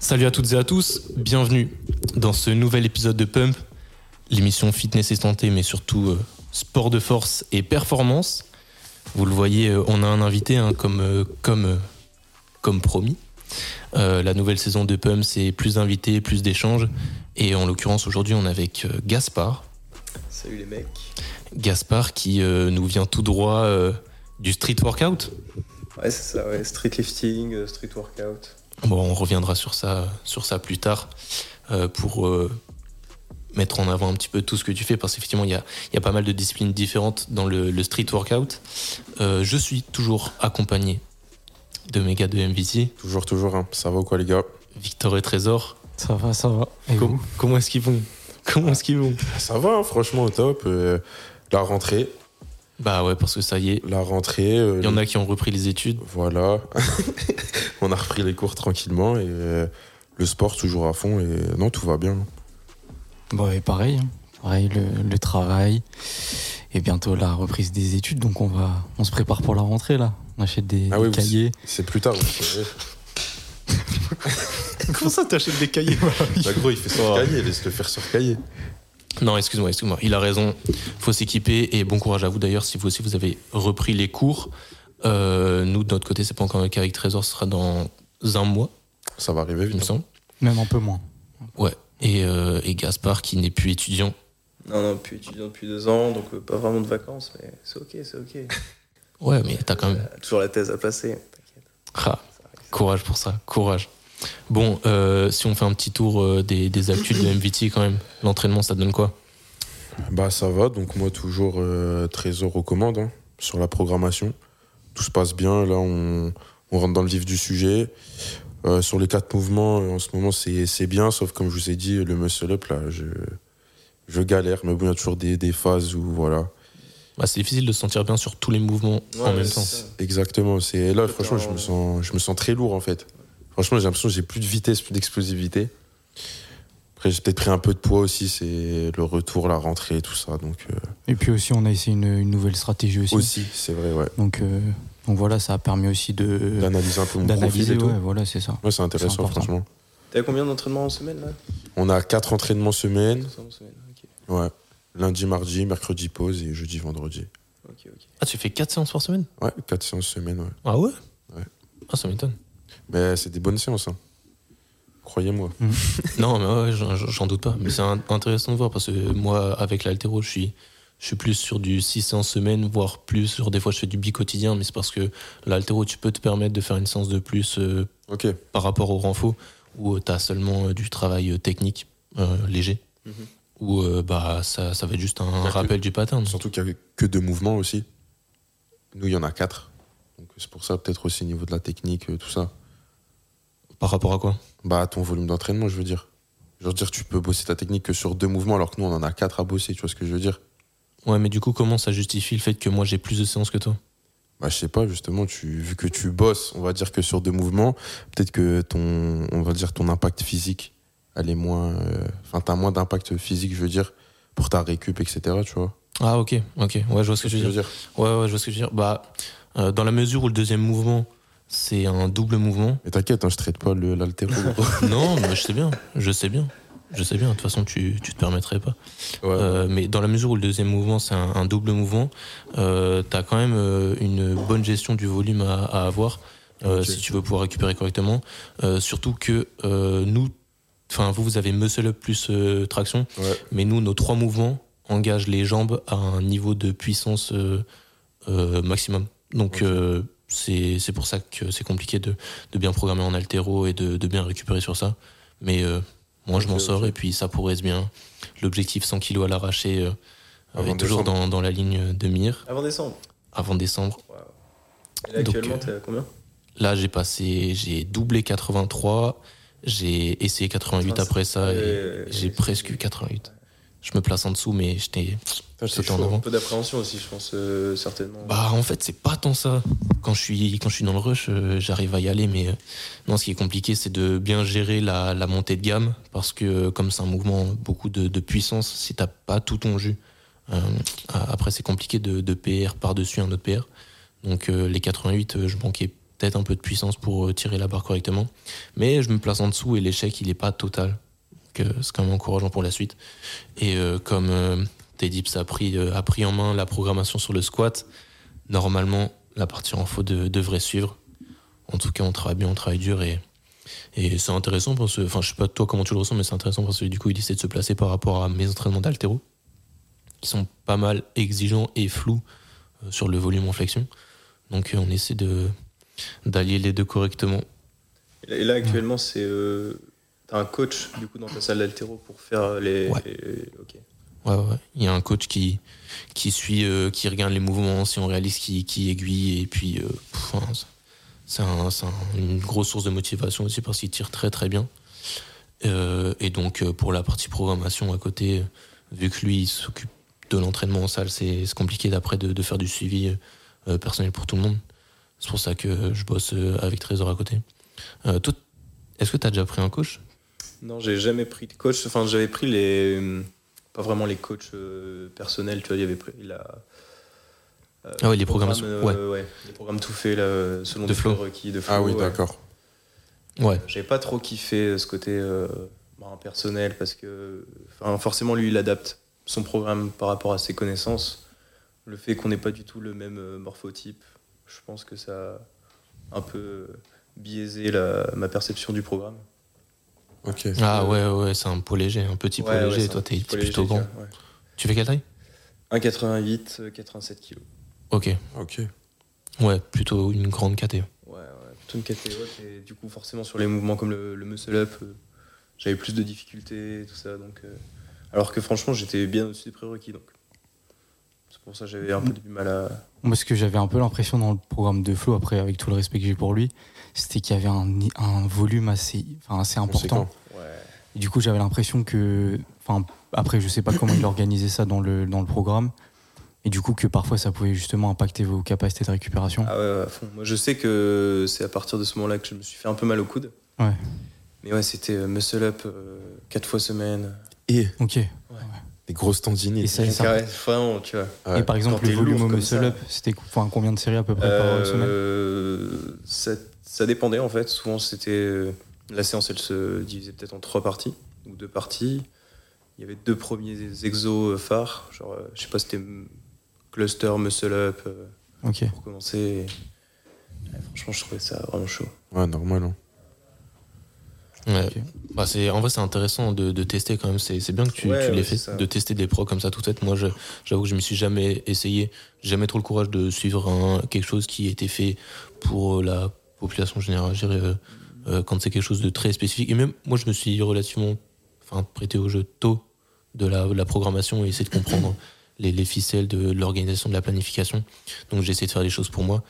Salut à toutes et à tous, bienvenue dans ce nouvel épisode de Pump, l'émission fitness et santé, mais surtout euh, sport de force et performance. Vous le voyez, euh, on a un invité hein, comme, euh, comme, euh, comme promis. Euh, la nouvelle saison de Pump, c'est plus d'invités, plus d'échanges. Et en l'occurrence, aujourd'hui, on est avec euh, Gaspard. Salut les mecs. Gaspard qui euh, nous vient tout droit euh, du street workout. Ouais, c'est ça, ouais. Street lifting, euh, street workout. Bon, on reviendra sur ça, sur ça plus tard euh, pour euh, mettre en avant un petit peu tout ce que tu fais parce qu'effectivement, il y a, il y a pas mal de disciplines différentes dans le, le street workout. Euh, je suis toujours accompagné de mes gars de MVC, Toujours, toujours, hein. ça va ou quoi les gars Victor et Trésor. Ça va, ça va. Et Com- vous Ah. comment est-ce qu'ils vont Comment est-ce qu'ils vont Ça va, hein, franchement au top. euh, la rentrée, Bah ouais, parce que ça y est, la rentrée. euh, il y en a qui ont repris les études. Voilà, on a repris les cours tranquillement et euh, le sport toujours à fond et euh, non, tout va bien. Bah, et pareil, hein. pareil le, le travail et bientôt la reprise des études. Donc on va, on se prépare pour la rentrée là. On achète des, Ah des oui, vous- cahiers. C'est plus tard. vous savez. Comment ça t'achètes des cahiers Bah, gros, il fait Oh. sur cahier, laisse-le faire sur cahier. Non, excuse-moi, excuse-moi. Il a raison. Faut s'équiper et bon courage à vous d'ailleurs si vous aussi vous avez repris les cours. Euh, nous, de notre côté, c'est pas encore le cas avec Trésor, ce sera dans un mois, Ça va arriver il me vite. hein. semble. Même un peu moins. Ouais. Et, euh, et Gaspard qui n'est plus étudiant. Non, non, plus étudiant depuis deux ans, donc euh, pas vraiment de vacances, mais c'est ok, c'est ok. Ouais, mais t'as quand même. Euh, toujours la thèse à placer, t'inquiète. Ah, ça arrive. courage pour ça, courage. Bon, euh, si on fait un petit tour euh, des, des habitudes de MVT quand même, l'entraînement ça donne quoi Bah ça va, donc moi toujours euh, Trésor aux commandes hein, sur la programmation. Tout se passe bien, là on, on rentre dans le vif du sujet. Euh, sur les quatre mouvements, euh, en ce moment c'est c'est bien, sauf comme je vous ai dit, le muscle-up, là je, je galère, mais bon, il y a toujours des, des phases où voilà. Bah, C'est difficile de se sentir bien sur tous les mouvements en Ouais, même c'est temps. ça. Exactement, c'est là Tout franchement je en- me, sens, je me sens très lourd en fait. Franchement j'ai l'impression que j'ai plus de vitesse, plus d'explosivité. Après j'ai peut-être pris un peu de poids aussi, c'est le retour, la rentrée et tout ça, donc euh, Et puis aussi on a essayé une, une nouvelle stratégie aussi. aussi c'est vrai, ouais. Donc, euh, donc voilà, ça a permis aussi de D'analyser un peu mon profil Euh, d'analyser. et tout. ouais, voilà, c'est ça. Ouais, c'est C'est intéressant, important. franchement. T'as combien d'entraînements en semaine là On a quatre entraînements semaine. Deux en semaine, ok. Ouais. Lundi, mardi, mercredi, pause et jeudi, vendredi. Ok, ok. Ah, tu fais 4 séances par semaine Ouais, quatre séances semaine, ouais. Ah ouais Ouais. Ah, ça m'étonne. Mais c'est des bonnes séances, hein. Croyez-moi. Mm. Non, mais ouais, j'en- j'en doute pas. Mais c'est un- intéressant de voir parce que moi, avec l'altéro, je suis, je suis plus sur du 6 séances semaine, voire plus sur des fois je fais du bi-quotidien, mais c'est parce que l'altéro, tu peux te permettre de faire une séance de plus euh, Ok. par rapport au renfo où tu as seulement euh, du travail euh, technique euh, léger. Mhm. Où euh, bah, ça, ça va être juste un que- rappel du pattern. Surtout qu'il n'y a que deux mouvements aussi. Nous, il y en a quatre. Donc c'est pour ça, peut-être aussi au niveau de la technique, euh, tout ça. Par rapport à quoi Bah, à ton volume d'entraînement, je veux dire. Je veux dire, tu peux bosser ta technique que sur deux mouvements, alors que nous, on en a quatre à bosser, tu vois ce que je veux dire Ouais, mais du coup, comment ça justifie le fait que moi j'ai plus de séances que toi Bah, je sais pas, justement, tu, vu que tu bosses, on va dire que sur deux mouvements, peut-être que ton, on va dire ton impact physique, elle est moins. euh, Enfin, t'as moins d'impact physique, je veux dire, pour ta récup, etc., tu vois. Ah, ok, ok. Ouais, je vois ce que tu veux dire. Ouais, ouais, je vois ce que tu veux dire. Bah, euh, dans la mesure où le deuxième mouvement, c'est un double mouvement. Mais t'inquiète, hein, je traite pas le- l'altéro. gros. non, mais je sais bien, je sais bien. Je sais bien, de toute façon, tu, tu te permettrais pas. Euh, mais dans la mesure où le deuxième mouvement, c'est un, un double mouvement, euh, t'as quand même euh, une bonne gestion du volume à, à avoir euh, Ok. si tu veux pouvoir récupérer correctement. Euh, surtout que euh, nous, enfin, vous, vous avez muscle up plus euh, traction, Ouais. mais nous, nos trois mouvements engagent les jambes à un niveau de puissance euh, euh, maximum. Donc, Ok. euh, c'est c'est pour ça que c'est compliqué de, de bien programmer en altéro et de, de bien récupérer sur ça. Mais euh, moi, je Ok, m'en sors ok. et puis ça pourrait se bien. L'objectif 100 kg à l'arraché euh, Avant est toujours décembre. dans, dans la ligne de mire Avant décembre avant décembre. Waouh. Et là, Donc, actuellement, euh, t'es à combien Là, j'ai passé, j'ai doublé 83, j'ai essayé 88 Enfin, après ça Ouais, et Ah, ouais, ouais, j'ai ouais, presque c'est- eu 88. Je me place en dessous, mais j'étais. Putain, c'est C'était en chaud. hein. avant. Un peu d'appréhension aussi, je pense, euh, certainement. Bah, en fait, c'est pas tant ça. Quand je suis, quand je suis dans le rush, euh, j'arrive à y aller, mais euh, non, ce qui est compliqué, c'est de bien gérer la, la montée de gamme, parce que euh, comme c'est un mouvement beaucoup de, de puissance, si t'as pas tout ton jus, euh, a- après, c'est compliqué de, de PR par-dessus un autre PR. Donc, euh, les 88, euh, je manquais peut-être un peu de puissance pour euh, tirer la barre correctement, mais je me place en dessous et l'échec, il est pas total. Donc, euh, c'est quand même encourageant pour la suite. Et euh, comme. euh, Tedips a pris, euh, a pris en main la programmation sur le squat normalement, la partie en faux de- devrait suivre. En tout cas, on travaille bien, on travaille dur et, et c'est intéressant parce que, enfin, je sais pas toi comment tu le ressens, mais c'est intéressant parce que du coup, il essaie de se placer par rapport à mes entraînements d'altéro qui sont pas mal exigeants et flous euh, sur le volume en flexion. Donc, euh, on essaie de d'allier les deux correctement. Et là- Et là, actuellement, c'est. euh, T'as un coach, du coup, dans ta salle d'altéro pour faire les. Ouais. les- ok. Ouais, ouais. Il y a un coach qui, qui suit, euh, qui regarde les mouvements, si on réalise, qui, qui aiguille. Et puis, euh, pff, enfin, c'est- c'est un- c'est un- une grosse source de motivation aussi parce qu'il tire très, très bien. Euh, et donc, euh, pour la partie programmation à côté, euh, vu que lui, il s'occupe de l'entraînement en salle, c'est c'est compliqué d'après de, de faire du suivi euh, personnel pour tout le monde. C'est pour ça que je bosse euh, avec Trésor à côté. Euh, toi, est-ce que tu as déjà pris un coach Non, j'ai jamais pris de coach. Enfin, j'avais pris les. Pas vraiment les coachs euh, personnels, tu vois, il y avait pris la. euh, Ah ouais, les programmations, euh, ouais, Les programmes tout faits, là, euh, selon De les Flo. requis de Flo. Ah oui, ouais. d'accord. Ouais. J'avais pas trop kiffé euh, ce côté euh, ben, personnel parce que enfin, forcément lui il adapte son programme par rapport à ses connaissances. Le fait qu'on n'ait pas du tout le même euh, morphotype, je pense que ça a un peu euh, biaisé la- ma perception du programme. Ok. Ah ouais, ouais, c'est un pot léger, un petit pot Ouais, ouais, léger. c'est Toi, un t'es petit peu t'es plutôt léger, grand. tu vois, ouais. Tu fais quelle taille 1,88, euh, 87 kg. Ok, Ok. ouais, plutôt une grande KT. Ouais, ouais, plutôt une catégorie. Et du coup, forcément, sur les mouvements comme le, le muscle-up, euh, j'avais plus de difficultés, tout ça. Donc, euh, alors que franchement, j'étais bien au-dessus des prérequis. Donc, c'est pour ça que j'avais un peu du mal à. Moi, ce que j'avais un peu l'impression dans le programme de Flo, après, avec tout le respect que j'ai pour lui, c'était qu'il y avait un, ni- un volume assez, enfin, assez important. Conséquent. Ouais. Et du coup, j'avais l'impression que. Enfin, après, je sais pas comment il organisait ça dans le, dans le programme. Et du coup, que parfois, ça pouvait justement impacter vos capacités de récupération. Ah ouais, ouais, à fond. Moi, je sais que c'est à partir de ce moment-là que je me suis fait un peu mal au coude. Ouais. Mais ouais, c'était euh, muscle-up 4 fois semaine. Et Ok. des grosses tendinites. Et ça, Une ça- caresse, vraiment, tu vois. Ouais. Et par exemple, Quand le t'es volume lourd au comme ça. muscle-up, c'était co- enfin, combien de séries à peu près par semaine Euh, ça, ça dépendait en fait. Souvent, c'était euh, la séance, elle se divisait peut-être en trois parties ou deux parties. Il y avait deux premiers exos euh, phares. Genre, euh, je sais pas, c'était mm, cluster, muscle up euh, Ok. pour commencer. Ouais, franchement, je trouvais ça vraiment chaud. Ouais, normal. hein. Ouais. Ok. Bah, c'est- en vrai, c'est intéressant de, de tester quand même. C'est c'est bien que tu, Ouais, tu l'aies ouais, fait, c'est ça. de tester des pros comme ça tout tête. Moi, je- j'avoue que je me suis jamais essayé. J'ai jamais trop le courage de suivre un- quelque chose qui a été fait pour euh, la population générale. Je dirais, euh, euh, quand c'est quelque chose de très spécifique. Et même, moi, je me suis relativement enfin, prêté au jeu tôt de la, de la programmation et essayer de comprendre les, les ficelles de, de l'organisation, de la planification. Donc, j'ai essayé de faire des choses pour moi.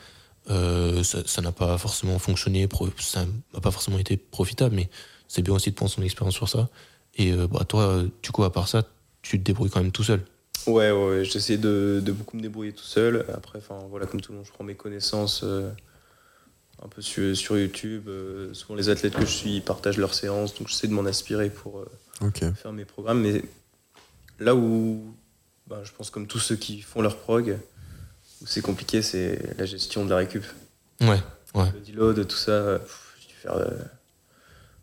Euh, ça ça n'a pas forcément fonctionné, pro- ça n'a pas forcément été profitable, mais c'est bien aussi de prendre son expérience sur ça. Et euh, bah, toi, euh, du coup, à part ça, tu te débrouilles quand même tout seul. Ouais, ouais, ouais, j'essaie de, de beaucoup me débrouiller tout seul. Après, enfin, voilà, comme tout le monde, je prends mes connaissances euh, un peu su- sur YouTube. Euh, souvent, les athlètes que je suis ils partagent leurs séances, donc j'essaie de m'en inspirer pour euh, Ok. faire mes programmes. Mais là où, bah, je pense comme tous ceux qui font leur prog, où c'est compliqué, c'est la gestion de la récup. Ouais. Le deload, tout ça, euh, pff, j'ai dû faire euh,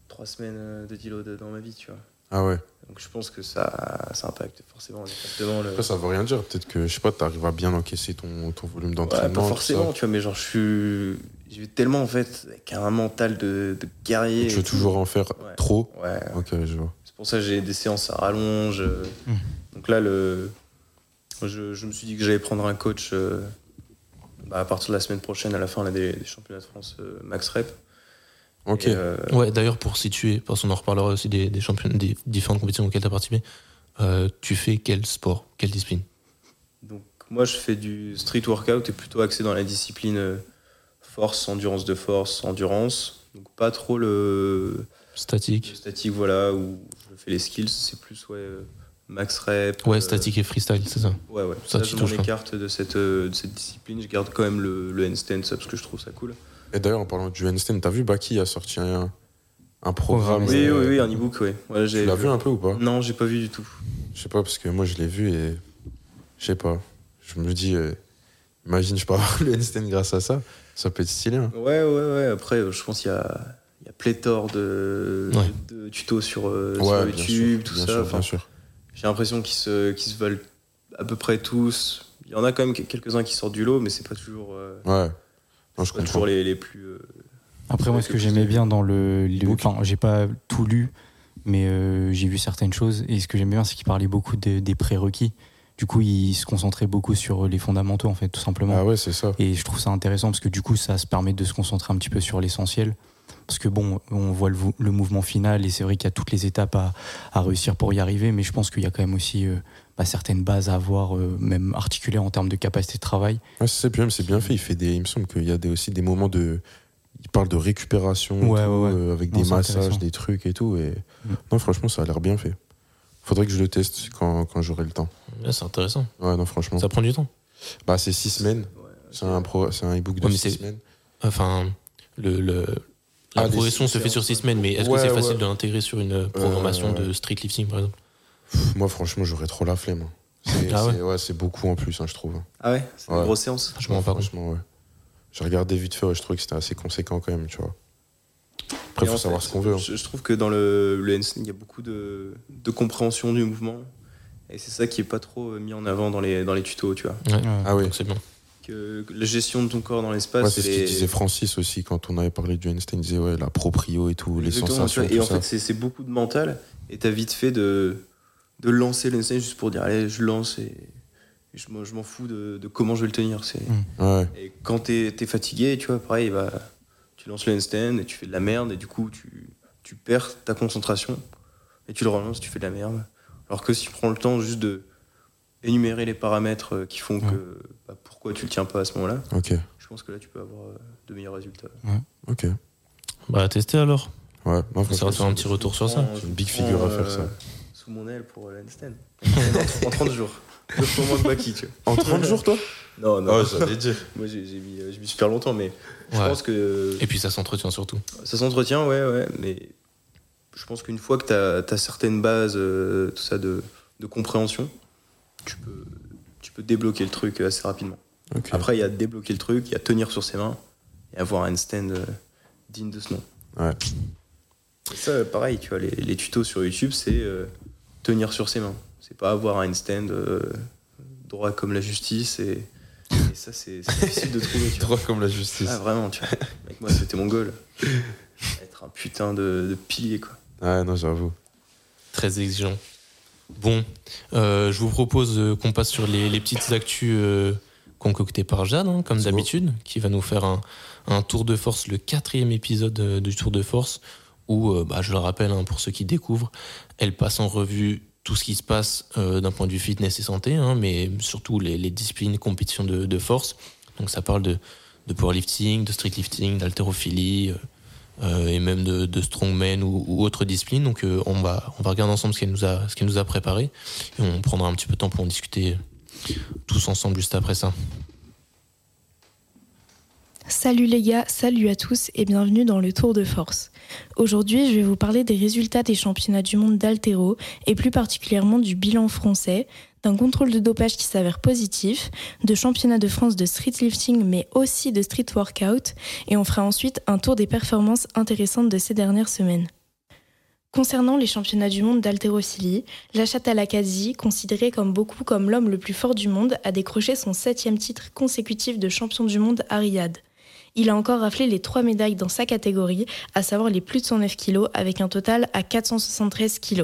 trois semaines euh, de deload dans ma vie, tu vois. Ah ouais. Donc je pense que ça, ça impacte forcément exactement le... Après, ça veut rien dire. Peut-être que, je sais pas, t'arrives à bien encaisser ton, ton volume Ouais, d'entraînement. pas tout forcément, ça. tu vois, mais genre, je suis. J'ai tellement, en fait, avec un mental de, de guerrier. Tu et veux tout. toujours en faire Ouais. trop. Ouais, Ok, je vois. c'est pour ça que j'ai des séances à rallonge. euh. Mm. Hmm. Donc là, le. Je, je me suis dit que j'allais prendre un coach euh, bah, à partir de la semaine prochaine, à la fin là, des, des championnats de France euh, Max Rep. Ok. Et, euh, Ouais, d'ailleurs, pour situer, parce qu'on en reparlera aussi des, des champions, des différentes compétitions auxquelles tu as participé, euh, tu fais quel sport, quelle discipline donc moi, je fais du street workout et plutôt axé dans la discipline euh, force, endurance de force, endurance. Donc pas trop le. Statique statique, voilà, où je fais les skills, c'est plus ouais, euh, max rep. Ouais, euh, statique et freestyle, c'est ça. Ouais, ouais. Ça, Ça, tu je touches pas. m'écarte de cette, euh, de cette discipline. Je garde quand même le, le handstand, ça, parce que je trouve ça cool. Et d'ailleurs, en parlant du handstand, t'as vu Baki a sorti un, un programme Oui, Oui, euh, oui, oui, un e-book, ouais. Voilà, j'ai Tu l'as vu hein, un peu ou pas Non, j'ai pas vu du tout. Je sais pas, parce que moi je l'ai vu et je sais pas. Je me dis, euh, imagine, je peux avoir le handstand grâce à ça. Ça peut être stylé. hein. Ouais, ouais, ouais. Après, euh, je pense qu'il y a, il y a pléthore de, Ouais. de tutos sur, euh, sur Ouais, bien YouTube, sûr. tout bien ça. sûr, Enfin, bien sûr. J'ai l'impression qu'ils se, qu'ils se valent à peu près tous. Il y en a quand même que- quelques-uns qui sortent du lot, mais c'est pas toujours, euh, Ouais. Non, je pas comprends. toujours les, les plus. euh, Après, moi, ce que j'aimais bien dans le. le- Enfin, j'ai pas tout lu, mais euh, j'ai vu certaines choses. Et ce que j'aimais bien, c'est qu'il parlait beaucoup de- des prérequis. Du coup, il se concentrait beaucoup sur les fondamentaux, en fait, tout simplement. Ah ouais, c'est ça. Et je trouve ça intéressant parce que du coup, ça se permet de se concentrer un petit peu sur l'essentiel. Parce que bon, on voit le, vou- le mouvement final et c'est vrai qu'il y a toutes les étapes à, à réussir pour y arriver, mais je pense qu'il y a quand même aussi euh, bah, certaines bases à avoir, euh, même articulées en termes de capacité de travail. Ouais, c'est ça, puis même, c'est bien fait. Il, fait des, il me semble qu'il y a des, aussi des moments de. Il parle de récupération et Ouais, tout, ouais, ouais. euh, avec Non, des c'est massages, intéressant. des trucs et tout. Et... Mm. Non, franchement, ça a l'air bien fait. Faudrait que je le teste quand, quand j'aurai le temps. Ouais, c'est intéressant. Ouais, non, franchement. Ça prend du temps. Bah, c'est six semaines. ouais, C'est un, pro... c'est un e-book de Ouais, mais six c'est- semaines. Enfin, le, le- la Ah, des progression se séances, fait sur six semaines, mais est-ce Ouais, que c'est ouais. facile de l'intégrer sur une euh, programmation de street lifting, par exemple Pff, moi, franchement, j'aurais trop la flemme. hein. C'est Ah ouais. c'est- ouais, c'est beaucoup en plus, hein, je trouve. Ah ouais C'est Ouais. une grosse séance Je m'en rends pas compte. Franchement, ouais. J'ai regardé vite fait, ouais, je trouvais que c'était assez conséquent quand même, tu vois. Après, Et en faut savoir fait, ce qu'on veut. hein. Je, je trouve que dans le, le handstand, il y a beaucoup de, de compréhension du mouvement. Et c'est ça qui est pas trop euh, mis en avant dans les, dans les tutos, tu vois. Ah oui. Donc c'est bien. Que, que la gestion de ton corps dans l'espace. Ouais, c'est ce elle que est- disait Francis aussi quand on avait parlé du Einstein. Il disait, ouais, la proprio et tout, les Exactement, sensations. tu vois. Et tout en ça. fait, c'est- c'est beaucoup de mental. Et t'as vite fait de, de lancer le handstand juste pour dire, allez, je lance et, et je, m'en- je m'en fous de, de comment je vais le tenir. c'est Mm. Ouais, Et quand t'es es fatigué, tu vois, pareil, bah, tu lances le handstand et tu fais de la merde et du coup, tu, tu perds ta concentration et tu le relances, tu fais de la merde. Alors que si tu prends le temps juste de énumérer les paramètres euh, qui font que bah, pourquoi tu le tiens pas à ce moment-là, ok, je pense que là, tu peux avoir euh, de meilleurs résultats. ok. Bah, à tester alors. Ouais, non, Ça va franchement, te faire un petit retour sur ça. Prends- C'est une big prends, figure à euh, faire, ça. Sous mon aile pour euh, le handstand. en, en 30 jours. Deux fois moins que Baki, tu vois. En 30 jours, toi Non, non, j'allais dire. moi j'ai j'ai mis, euh, j'ai mis super longtemps, mais je Ouais. pense que. Et puis ça s'entretient surtout. Ça s'entretient, ouais, ouais. Mais je pense qu'une fois que tu as, certaines bases, euh, tout ça de, de compréhension, tu peux, tu peux débloquer le truc assez rapidement. Ok. Après, il y a débloquer le truc, il y a tenir sur ses mains et avoir un handstand euh, digne de ce nom. Ouais. Et ça, pareil, tu vois, les, les tutos sur YouTube, c'est euh, tenir sur ses mains. C'est pas avoir un handstand euh, droit comme la justice et, et ça, c'est c'est difficile de trouver. tu vois. Droit comme la justice. Ah vraiment, tu vois. Avec moi, c'était mon goal. Être un putain de, de pilier, quoi. Ouais, non, j'avoue. Très exigeant. Bon, euh, je vous propose euh, qu'on passe sur les, les petites actus euh, concoctées par Jade, hein, comme C'est beau. d'habitude, qui va nous faire un, un tour de force, le quatrième épisode euh, du tour de force, où, euh, bah, je le rappelle, hein, pour ceux qui découvrent, elle passe en revue tout ce qui se passe euh, d'un point de vue fitness et santé, hein, mais surtout les, les disciplines, compétitions de, de force. Donc ça parle de, de powerlifting, de streetlifting, d'haltérophilie, euh, euh, et même de, de strongman ou, ou autre discipline. Donc euh, on, va, on va regarder ensemble ce qu'elle nous a, ce qu'elle nous a préparé et on prendra un petit peu de temps pour en discuter tous ensemble juste après ça. Salut les gars, salut à tous et bienvenue dans le Tour de Force. Aujourd'hui, je vais vous parler des résultats des championnats du monde d'altéro et plus particulièrement du bilan français, d'un contrôle de dopage qui s'avère positif, de championnats de France de streetlifting mais aussi de street workout et on fera ensuite un tour des performances intéressantes de ces dernières semaines. Concernant les championnats du monde d'haltérophilie, Lachat Alakazi, considéré comme beaucoup comme l'homme le plus fort du monde, a décroché son septième titre consécutif de champion du monde à Riyad. Il a encore raflé les trois médailles dans sa catégorie, à savoir les plus de 109 kg, avec un total à 473 kg.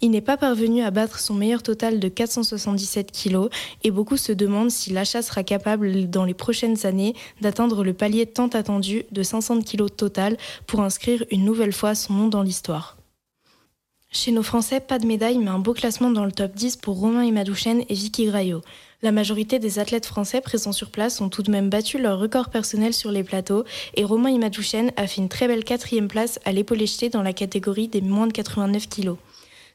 Il n'est pas parvenu à battre son meilleur total de 477 kg et beaucoup se demandent si l'achat sera capable dans les prochaines années d'atteindre le palier tant attendu de 500 kg total pour inscrire une nouvelle fois son nom dans l'histoire. Chez nos Français, pas de médaille mais un beau classement dans le top 10 pour Romain Imadouchen et Vicky Graillot. La majorité des athlètes français présents sur place ont tout de même battu leur record personnel sur les plateaux et Romain Imadouchen a fait une très belle quatrième place à l'épaulé jeté dans la catégorie des moins de 89 kilos.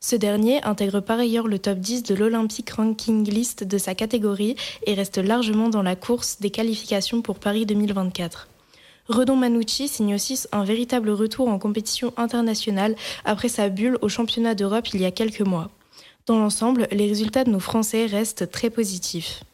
Ce dernier intègre par ailleurs le top 10 de l'Olympic Ranking List de sa catégorie et reste largement dans la course des qualifications pour Paris 2024. Redon Manucci signe aussi un véritable retour en compétition internationale après sa bulle au championnat d'Europe il y a quelques mois. Dans l'ensemble, les résultats de nos Français restent très positifs.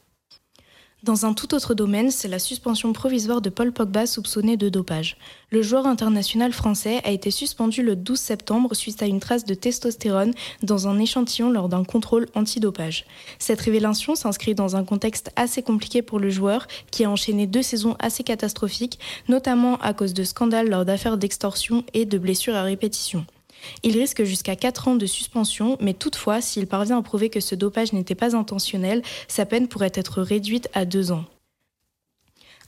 Dans un tout autre domaine, c'est la suspension provisoire de Paul Pogba soupçonné de dopage. Le joueur international français a été suspendu le 12 septembre suite à une trace de testostérone dans un échantillon lors d'un contrôle antidopage. Cette révélation s'inscrit dans un contexte assez compliqué pour le joueur qui a enchaîné deux saisons assez catastrophiques, notamment à cause de scandales lors d'affaires d'extorsion et de blessures à répétition. Il risque jusqu'à 4 ans de suspension, mais toutefois, s'il parvient à prouver que ce dopage n'était pas intentionnel, sa peine pourrait être réduite à 2 ans.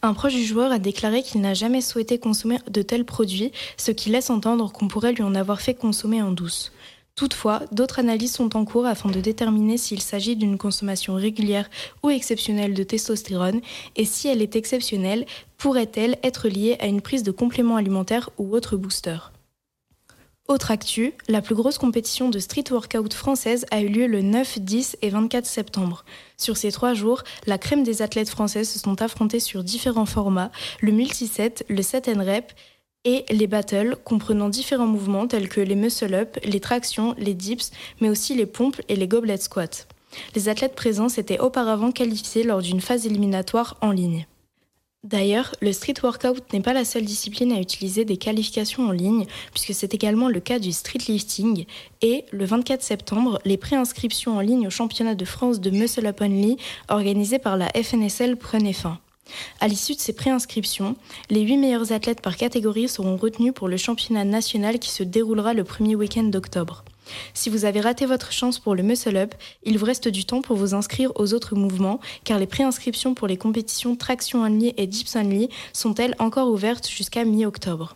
Un proche du joueur a déclaré qu'il n'a jamais souhaité consommer de tels produits, ce qui laisse entendre qu'on pourrait lui en avoir fait consommer en douce. Toutefois, d'autres analyses sont en cours afin de déterminer s'il s'agit d'une consommation régulière ou exceptionnelle de testostérone et si elle est exceptionnelle, pourrait-elle être liée à une prise de compléments alimentaires ou autre booster. Autre actu, la plus grosse compétition de street workout française a eu lieu le 9, 10 et 24 septembre. Sur ces trois jours, la crème des athlètes françaises se sont affrontées sur différents formats, le multi-set, le set and rep et les battles, comprenant différents mouvements tels que les muscle-up, les tractions, les dips, mais aussi les pompes et les goblet squats. Les athlètes présents s'étaient auparavant qualifiés lors d'une phase éliminatoire en ligne. D'ailleurs, le street workout n'est pas la seule discipline à utiliser des qualifications en ligne, puisque c'est également le cas du street lifting. Et le 24 septembre, les préinscriptions en ligne au championnat de France de Muscle Up Only, organisé par la FNSL, prenaient fin. À l'issue de ces préinscriptions, les 8 meilleurs athlètes par catégorie seront retenus pour le championnat national qui se déroulera le premier week-end d'octobre. Si vous avez raté votre chance pour le muscle up, il vous reste du temps pour vous inscrire aux autres mouvements, car les préinscriptions pour les compétitions traction only et dips only sont elles encore ouvertes jusqu'à mi-octobre.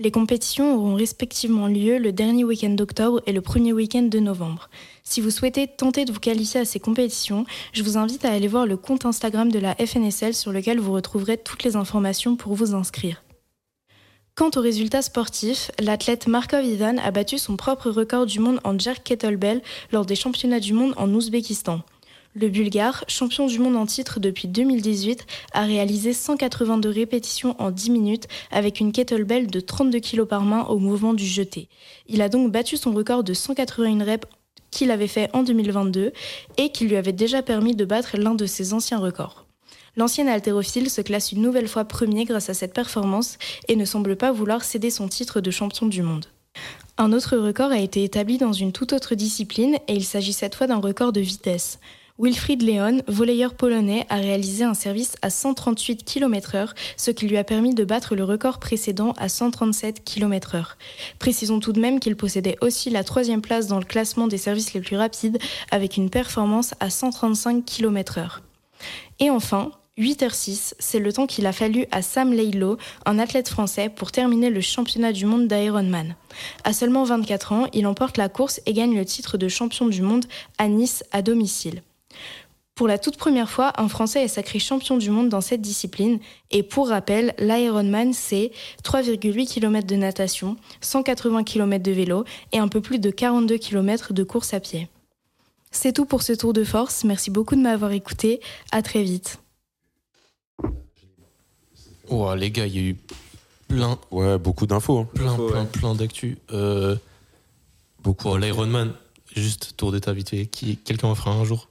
Les compétitions auront respectivement lieu le dernier week-end d'octobre et le premier week-end de novembre. Si vous souhaitez tenter de vous qualifier à ces compétitions, je vous invite à aller voir le compte Instagram de la FNSL sur lequel vous retrouverez toutes les informations pour vous inscrire. Quant aux résultats sportifs, l'athlète Markov Ivan a battu son propre record du monde en jerk kettlebell lors des championnats du monde en Ouzbékistan. Le Bulgare, champion du monde en titre depuis 2018, a réalisé 182 répétitions en 10 minutes avec une kettlebell de 32 kg par main au mouvement du jeté. Il a donc battu son record de 181 reps qu'il avait fait en 2022 et qui lui avait déjà permis de battre l'un de ses anciens records. L'ancien haltérophile se classe une nouvelle fois premier grâce à cette performance et ne semble pas vouloir céder son titre de champion du monde. Un autre record a été établi dans une toute autre discipline et il s'agit cette fois d'un record de vitesse. Wilfried Leon, volleyeur polonais, a réalisé un service à 138 km/h, ce qui lui a permis de battre le record précédent à 137 km/h. Précisons tout de même qu'il possédait aussi la troisième place dans le classement des services les plus rapides, avec une performance à 135 km/h. Et enfin, 8h06, c'est le temps qu'il a fallu à Sam Leilo, un athlète français, pour terminer le championnat du monde d'Ironman. À seulement 24 ans, il emporte la course et gagne le titre de champion du monde à Nice à domicile. Pour la toute première fois, un Français est sacré champion du monde dans cette discipline. Et pour rappel, l'Ironman, c'est 3,8 km de natation, 180 km de vélo et un peu plus de 42 km de course à pied. C'est tout pour ce tour de force. Merci beaucoup de m'avoir écouté. À très vite. Ouah, Oh, les gars, il y a eu plein, Ouais, beaucoup d'infos. hein. plein, Faut, plein, ouais. plein d'actu. Euh, Beaucoup. ouah, L'Ironman, juste tour d'état vite fait. Qui, quelqu'un en fera un jour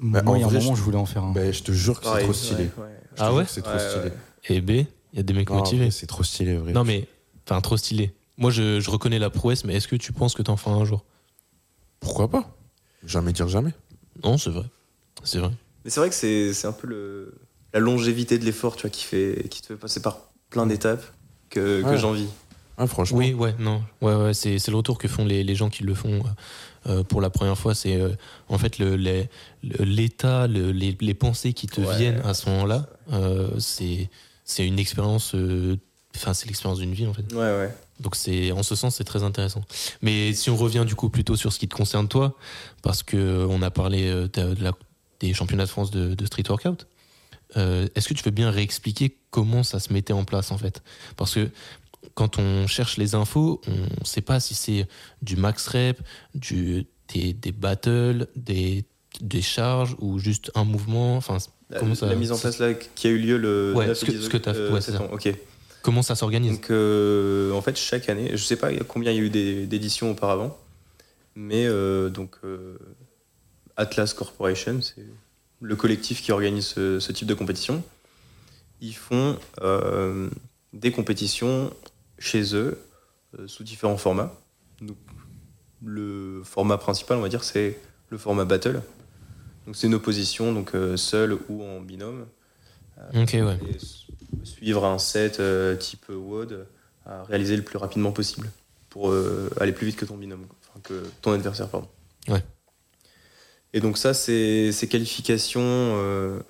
Bah, en Moi, il y a un vrai, moment, je- je voulais en faire bah, un. Ben, je te jure que c'est Pareil, trop stylé. ouais, ouais. Je te Ah jure ouais que C'est trop Ouais, stylé. ouais. Eh B, il y a des mecs Ah, motivés. mais C'est trop stylé, vrai. Non, mais, enfin, trop stylé. Moi, je, je reconnais la prouesse, mais est-ce que tu penses que t'en feras un jour Pourquoi pas Jamais dire jamais. Non, c'est vrai. C'est vrai. Mais c'est vrai que c'est c'est un peu le, la longévité de l'effort tu vois, qui, fait, qui te fait passer par plein d'étapes que, que Ouais. j'envie. Ah, franchement. Oui, ouais, non. Ouais, ouais, c'est c'est le retour que font les, les gens qui le font euh, pour la première fois. C'est euh, en fait le- les- le- l'état, le- les, les pensées qui te Ouais. viennent à ce moment-là. euh, c'est c'est une expérience. euh, Enfin, c'est l'expérience d'une vie en fait. Ouais, ouais. Donc, c'est en ce sens, c'est très intéressant. Mais si on revient du coup plutôt sur ce qui te concerne toi, parce que euh, on a parlé euh, de la- des championnats de France de, de street workout. euh, Est-ce que tu peux bien réexpliquer comment ça se mettait en place en fait Parce que quand on cherche les infos, on ne sait pas si c'est du max rep, du, des, des battles, des, des charges ou juste un mouvement. Enfin, La, Comment ça- la mise en place là qui a eu lieu le Ouais, 9 ce et que- 10 ce que t'as- euh, ouais, c'est septembre. Ok. comment ça s'organise Donc euh, en fait chaque année, je sais pas combien il y a eu des- d'éditions auparavant, mais euh, donc euh, Atlas Corporation, c'est le collectif qui organise ce, ce type de compétition. Ils font euh, des compétitions chez eux euh, sous différents formats. Donc, le format principal, on va dire, c'est le format battle. Donc c'est une opposition, donc euh, seule ou en binôme Ok, ouais. et su- suivre un set euh, type WOD à réaliser le plus rapidement possible pour euh, aller plus vite que ton binôme, enfin, que ton adversaire, pardon. Ouais. Et donc ça, ces, ces qualifications, euh,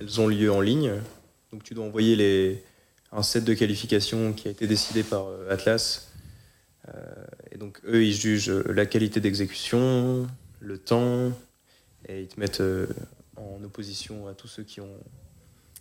elles ont lieu en ligne. Donc tu dois envoyer les, un set de qualification qui a été décidé par euh, Atlas. Euh, et donc eux, ils jugent euh, la qualité d'exécution, le temps, et ils te mettent euh, en opposition à tous ceux qui ont,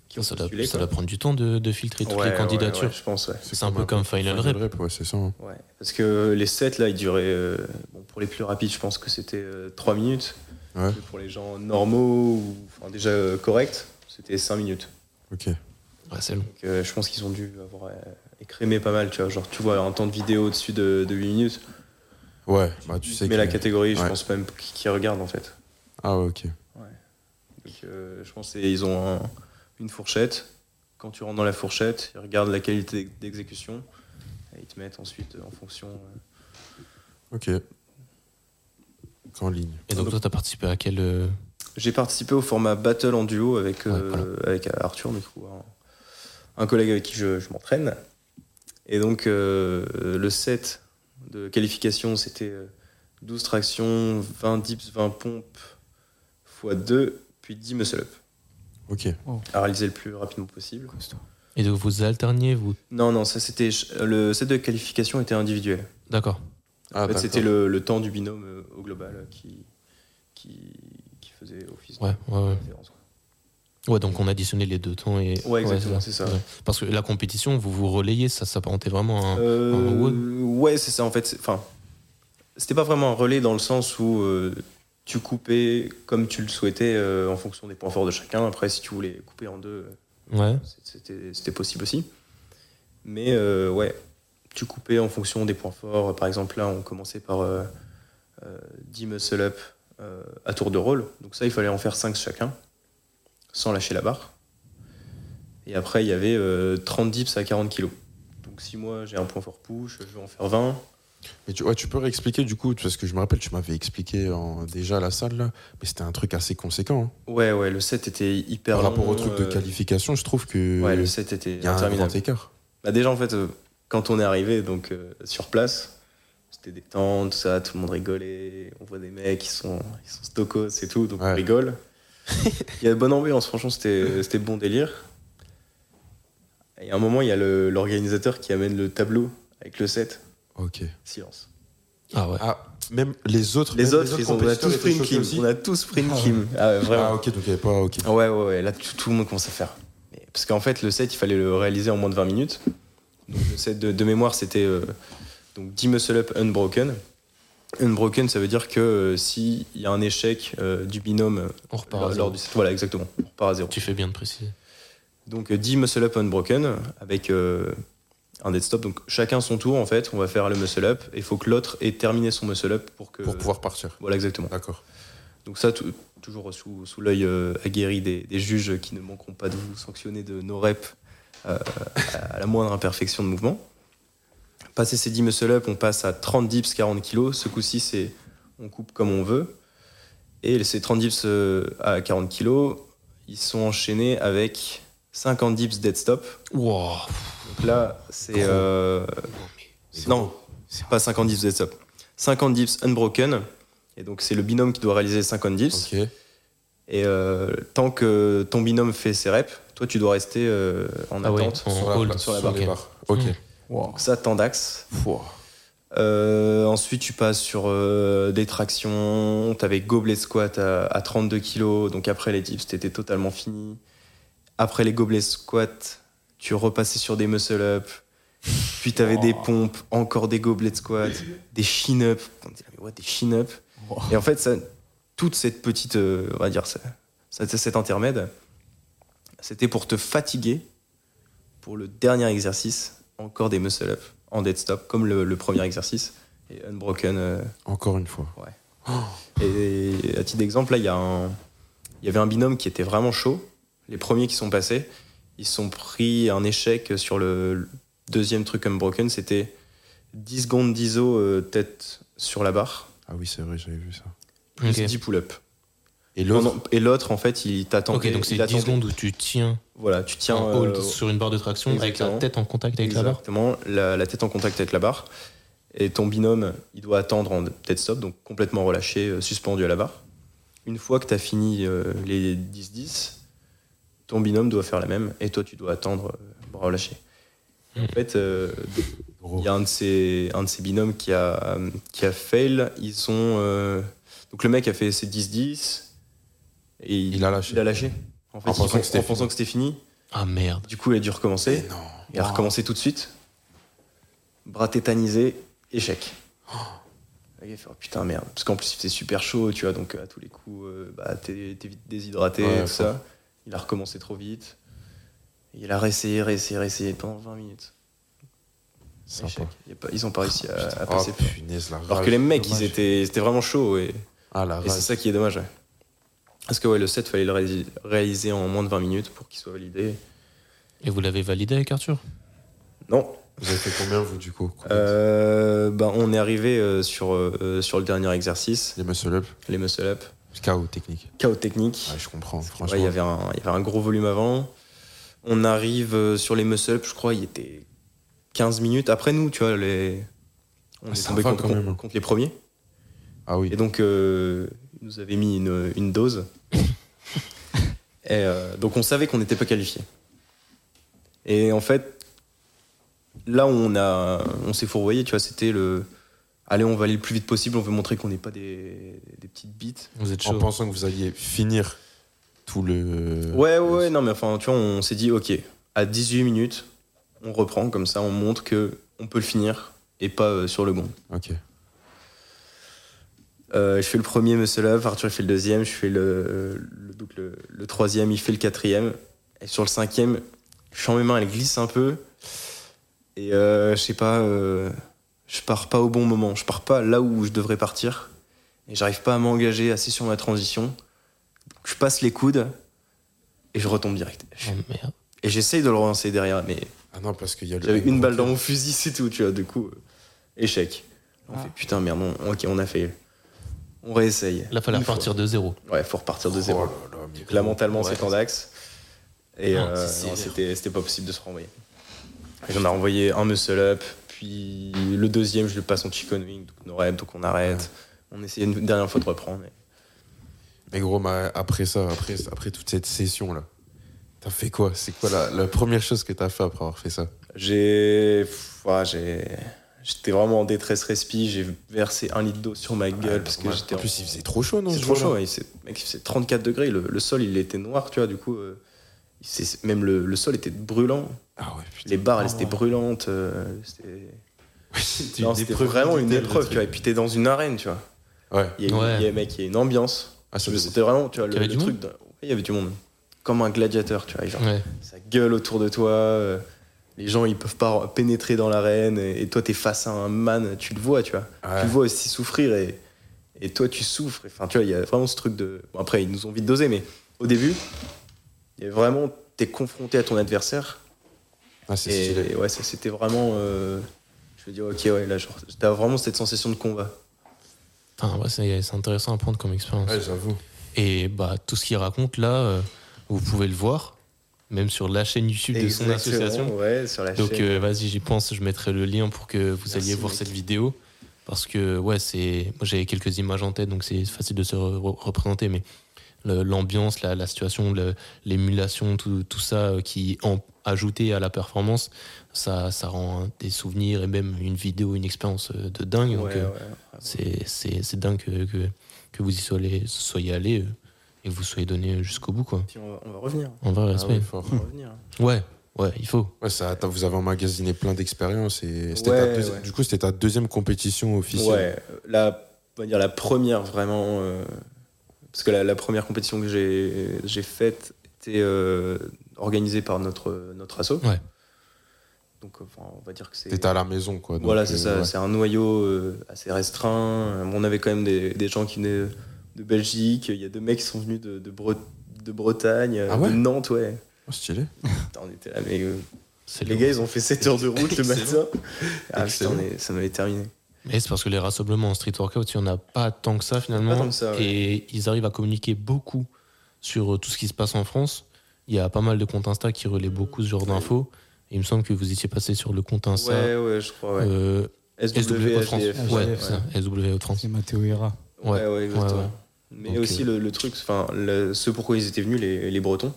qui ont Ça doit, postulé, ça quoi. doit prendre du temps de, de filtrer toutes Ouais, les ouais, candidatures. ouais, je pense, ouais. C'est un peu comme Final Rep. ouais, c'est ça. hein. Ouais, parce que les sets, là, ils duraient. euh, bon, pour les plus rapides, je pense que c'était 3 minutes. Ouais. Mais Pour les gens normaux ou enfin, déjà euh, corrects, c'était 5 minutes. Ok. Ouais, c'est long. Donc, euh, je pense qu'ils ont dû avoir euh, écrémé pas mal, tu vois. Genre, tu vois un temps de vidéo au-dessus de, 8 minutes. Ouais, bah tu sais. mais que- la catégorie, je ouais. pense même qu'ils qu'ils regardent, en fait. Ah ouais, ok. Donc, euh, je pense qu'ils ont un- une fourchette. Quand tu rentres dans la fourchette, ils regardent la qualité d'ex- d'exécution. Et ils te mettent ensuite en fonction. euh, Ok. Ah, En ligne. Et donc, toi, t'as participé à quel. euh, J'ai participé au format battle en duo avec, euh, Ouais, voilà. avec Arthur, du coup, un, un collègue avec qui je, je m'entraîne. Et donc, euh, le set de qualification, c'était euh, 12 tractions, 20 dips, 20 pompes, x 2, puis 10 muscle-up, Ok. Ah, à réaliser le plus rapidement possible. Et donc, vous alterniez, vous. Non, non, ça c'était. ch- Le set de qualification était individuel. D'accord. Ah, en fait, d'accord. c'était le, le temps du binôme euh, au global euh, qui, qui, qui faisait office Ouais, ouais, de ouais. référence. quoi. Ouais, donc on additionnait les deux temps. Et... Ouais, exactement, c'est ça. Parce que la compétition, vous vous relayez, ça s'apparentait vraiment à un- Euh, un wood. ouais, c'est ça en fait. c'est- Enfin, c'était pas vraiment un relais dans le sens où euh, tu coupais comme tu le souhaitais euh, en fonction des points forts de chacun. Après, si tu voulais couper en deux, Ouais. euh, c'était c'était possible aussi. Mais euh, ouais, tu coupais en fonction des points forts. Par exemple, là, on commençait par euh, euh, 10 muscle-up euh, à tour de rôle. Donc ça, il fallait en faire 5 chacun, sans lâcher la barre. Et après, il y avait euh, 30 dips à 40 kilos. Donc si moi, j'ai un point fort push, je vais en faire 20. Mais tu, ouais, tu peux réexpliquer du coup, parce que je me rappelle, tu m'avais expliqué en- déjà à la salle, là, mais c'était un truc assez conséquent. hein. Ouais, ouais, le set était hyper Par rapport long, au truc de euh, qualification, je trouve que Ouais, le set était il y a un interminable. grand écart. Bah, déjà, en fait, euh, quand on est arrivé donc, euh, sur place, c'était des tentes, tout ça, tout le monde rigolait. On voit des mecs, ils sont, ils sont stokos et tout, donc Ouais. on rigole. il y a une bonne ambiance, hein, franchement, c'était c'était bon délire. Et à un moment, il y a le- l'organisateur qui amène le tableau avec le set. Ok. Silence. Ah ouais. Ah, même les autres. Les même autres, ils ont, on a compétiteurs tous étaient pris une choqués kim. aussi. On a tous pris une kim. Ah, ouais, vraiment. Ah, ok, donc il n'y avait pas. Ok. Ah Ouais, ouais, ouais. Là, tout, tout le monde commence à faire. Mais- parce qu'en fait, le set, il fallait le réaliser en moins de 20 minutes. Donc, le set de, de mémoire, c'était euh, donc 10 muscle-up unbroken. Unbroken, ça veut dire que euh, s'il y a un échec euh, du binôme On repart. à lors, zéro. lors du set, voilà, exactement, on repart à zéro. Tu fais bien de préciser. Donc, euh, 10 muscle-up unbroken avec euh, un dead stop. Donc, chacun son tour, en fait, on va faire le muscle-up. Il faut que l'autre ait terminé son muscle-up pour que. Pour pouvoir partir. Voilà, exactement. D'accord. Donc ça, tou- toujours sous, sous l'œil euh, aguerri des, des juges qui ne manqueront pas de vous sanctionner de nos reps euh, à la moindre imperfection de mouvement. Passer ces 10 muscle-up, on passe à 30 dips, 40 kilos. Ce coup-ci, c'est on coupe comme on veut. Et ces 30 dips euh, à 40 kilos, ils sont enchaînés avec 50 dips dead stop. Wow. Donc là, c'est... euh, C'est non, pas 50 dips dead stop. 50 dips unbroken. Et donc c'est le binôme qui doit réaliser 50 dips. Ok. Et euh, tant que ton binôme fait ses reps, toi tu dois rester euh, en Ah ouais. attente. En Sur la, hold. pla- Sur la sur les barre. barres. Ok. Hmm. Mm. Donc ça, tant d'axes. Pouah. Euh, ensuite, tu passes sur euh, des tractions. T'avais gobelet squat à, à 32 kilos. Donc après les dips, t'étais totalement fini. Après les gobelets squat, tu repassais sur des muscle-up, puis t'avais des pompes, encore des gobelets de squat, des chin-up. On disait, mais what, des chin-up Wow. Et en fait, ça, toute cette petite, euh, on va dire, ça, ça- cet intermède, c'était pour te fatiguer pour le dernier exercice, encore des muscle-up en dead stop, comme le, le premier exercice, et unbroken. euh, Encore une fois. et à titre d'exemple, là, il y, a un- il y avait un binôme qui était vraiment chaud. Les premiers qui sont passés, ils se sont pris un échec sur le le deuxième truc unbroken. C'était 10 secondes d'iso euh, tête sur la barre, Ah oui, c'est vrai, j'avais vu ça. plus Ok. 10 pull-ups. Et l'autre, Pendant- Et l'autre, en fait, il t'attend. Ok, donc c'est 10 secondes où tu tiens Voilà, tu tiens. un hold euh, sur une barre de traction avec la exactement. tête en contact avec la barre. Exactement, la, la tête en contact avec la barre. Et ton binôme, il doit attendre en tête stop, donc complètement relâché, euh, suspendu à la barre. Une fois que tu as fini euh, les 10-10, ton binôme doit faire la même, et toi, tu dois attendre euh, bras relâchés. Et En fait, euh, il y a un de ces, un de ces binômes qui a, euh, qui a fail. Ils ont, euh, donc le mec a fait ses 10-10, et il, il a lâché. il a lâché. En, fait, En il- pensant que c'était en pensant que c'était fini. Ah merde. Du coup, il a dû recommencer. Mais non. Et à recommencer tout de suite. Bras tétanisé, échec. Oh. Le gars fait, oh, putain, merde. Parce qu'en plus, il faisait super chaud, tu vois, donc à tous les coups, euh, bah, t'es t'es vite déshydraté, Ouais, tout faut- ça. Il a recommencé trop vite. Et il a réessayé, réessayé, réessayé pendant 20 minutes. Sympa. Échec. Il y a pas- ils ont pas réussi à, à Ah, passer. punaise, la Alors rage. que les mecs, Dommage. ils étaient, c'était vraiment chaud. Et, Ah, la et c'est rage. ça qui est dommage. ouais. Parce que ouais, le set, fallait le réaliser- réaliser en moins de 20 minutes pour qu'il soit validé. Et vous l'avez validé avec Arthur Non, Vous avez fait combien, vous, du coup Euh, bah, on est arrivé euh, sur, euh, sur le dernier exercice, Les muscle-up les muscle-up. KO technique. Chaos technique. Ouais, je comprends, Ouais, franchement. il, y avait un, il y avait un gros volume avant. On arrive euh, sur les muscle-up, je crois, il était 15 minutes après nous, tu vois. Les... On Ah, est ça tombé va contre, quand même. contre- contre les premiers. Ah oui. Et donc, euh, ils nous avaient mis une, une dose. Et, euh, donc, on savait qu'on n'était pas qualifié. Et en fait, là où on, a- on s'est fourvoyé, tu vois, c'était le. Allez, on va aller le plus vite possible, on veut montrer qu'on n'est pas des, des petites bites. Vous êtes en chaud. pensant que vous alliez finir tout le. Ouais, ouais, ouais, non, mais enfin, tu vois, on s'est dit, ok, à 18 minutes, on reprend, comme ça, on montre que on peut le finir et pas euh, sur le bon. Ok. Euh, je fais le premier muscle up, Arthur il fait le deuxième, je fais le, le- donc le, le troisième, il fait le quatrième. Et sur le cinquième, je sens mes mains, elles glissent un peu. Et euh, je sais pas, euh, je pars pas au bon moment, je pars pas là où je devrais partir. Et j'arrive pas à m'engager assez sur ma transition. Je passe les coudes et je retombe direct. Oh merde. Et j'essaye de le relancer derrière, mais Ah non, parce qu'il y a le. j'avais une balle dans mon fusil, c'est tout, tu vois. Du coup, euh, échec. On Ah. fait putain, merde, on- ok, on a fait. On réessaye. Là, fallait Une fois. repartir de zéro. Ouais, faut repartir de zéro. Oh là là, mais Donc là, mentalement, Ouais. c'est en axe. Et Oh, Ah, euh, c'est non, sévère. c'était c'était pas possible de se renvoyer. Et J'en ai renvoyé un muscle up, puis le deuxième, je le passe en chicken wing, donc no rep, donc on arrête. On essayait une dernière fois de reprendre. mais- Mais gros, ma- après ça, après, après toute cette session-là, t'as fait quoi C'est quoi la, la première chose que t'as fait après avoir fait ça J'ai. pff, ouais, j'ai- J'étais vraiment en détresse respi, j'ai versé un litre d'eau sur ma gueule parce que Ouais. j'étais En plus, il faisait trop chaud, non C'est ce trop jour-là chaud, ouais, il s'est- mec, il faisait 34 degrés, le, le sol il était noir, tu vois, du coup, euh, il s'est- même le, le sol était brûlant, Ah ouais, putain. les barres elles étaient brûlantes, euh, c'était C'était Non, une c'était épreuve vraiment une militaire, le épreuve, truc. tu vois, et puis t'es dans une arène, tu vois, Ouais. il y a, Ouais. il y a, mec, il y a une ambiance, Ah, ça, c'était vraiment, tu vois, Il le, y avait le du truc, de- ouais, il y avait du monde, comme un gladiateur, tu vois, et genre, Ouais. ça gueule autour de toi, euh, les gens ils peuvent pas pénétrer dans l'arène, et, et toi t'es face à un man, tu le vois, tu vois. Ouais. tu le vois aussi souffrir et, et toi tu souffres. Enfin, tu vois, il y a vraiment ce truc de. Bon, après, ils nous ont vite dosé, mais au début, il y a vraiment, t'es confronté à ton adversaire. Ah, c'est Et, stylé. et ouais, ça c'était vraiment. euh, je veux dire, ok, ouais, là, genre, t'as vraiment cette sensation de combat. Putain, ouais, c'est c'est intéressant à prendre comme euh, expérience. Ouais, j'avoue. Et bah, tout ce qu'il raconte là, euh, vous pouvez le voir, même sur la chaîne YouTube de son Exactement, association. Ouais, sur la Donc chaîne. euh, vas-y, j'y pense, je mettrai le lien pour que vous Merci, alliez voir mec. cette vidéo. Parce que, ouais, c'est. Moi, j'avais quelques images en tête, donc c'est facile de se re- re- représenter, mais le- l'ambiance, la, la situation, le- l'émulation, tout, tout ça euh, qui, en, ajouté à la performance, ça, ça rend des souvenirs et même une vidéo, une expérience euh, de dingue. Ouais, Donc, euh, ouais. c'est- C'est c'est dingue que, que, que vous y soyez, soyez allé euh, et que vous soyez donné jusqu'au bout, quoi. Puis on va, on va revenir. En vrai, Ah respect. ouais, fort. On va revenir. ouais. Ouais, il faut. Ouais, ça, t'as- vous avez emmagasiné plein d'expériences et c'était Ouais, ta deuxi- ouais. du coup c'était ta deuxième compétition officielle. Ouais, euh, la, on va dire la première vraiment. euh, parce que la, la première compétition que j'ai j'ai faite était euh, organisée par notre, notre asso. Ouais. Donc enfin, on va dire que c'est. T'étais à la maison quoi. donc, Voilà, c'est euh, ça. ouais. C'est un noyau euh, assez restreint. Euh, On avait quand même des, des gens qui venaient de Belgique. Il y a deux mecs qui sont venus de, de, Bre- de Bretagne, euh, Ah ouais de Nantes, ouais. Oh, stylé. Putain, on était là, mais euh, C'est les lourd. gars, ils ont fait 7 heures de route le matin. Excellent. Ah putain, Excellent. mais ça m'avait terminé. Mais c'est parce que les rassemblements en street workout, il n'y en a pas tant que ça finalement. Pas tant que ça, ouais. Et ils arrivent à communiquer beaucoup sur euh, tout ce qui se passe en France. Il y a pas mal de comptes Insta qui relaient beaucoup ce genre d'infos. Et il me semble que vous étiez passé sur le compte Insta Ouais, ouais, je crois, ouais. euh, SW Haute France. SWHDF, Ouais, ouais. c'est ça, SW Haute France. C'est Matteo Hera. Ouais, Ouais, ouais, exactement. ouais, ouais. Mais Donc, aussi euh, le, le truc, enfin, le- ce pourquoi ils étaient venus, les, les Bretons,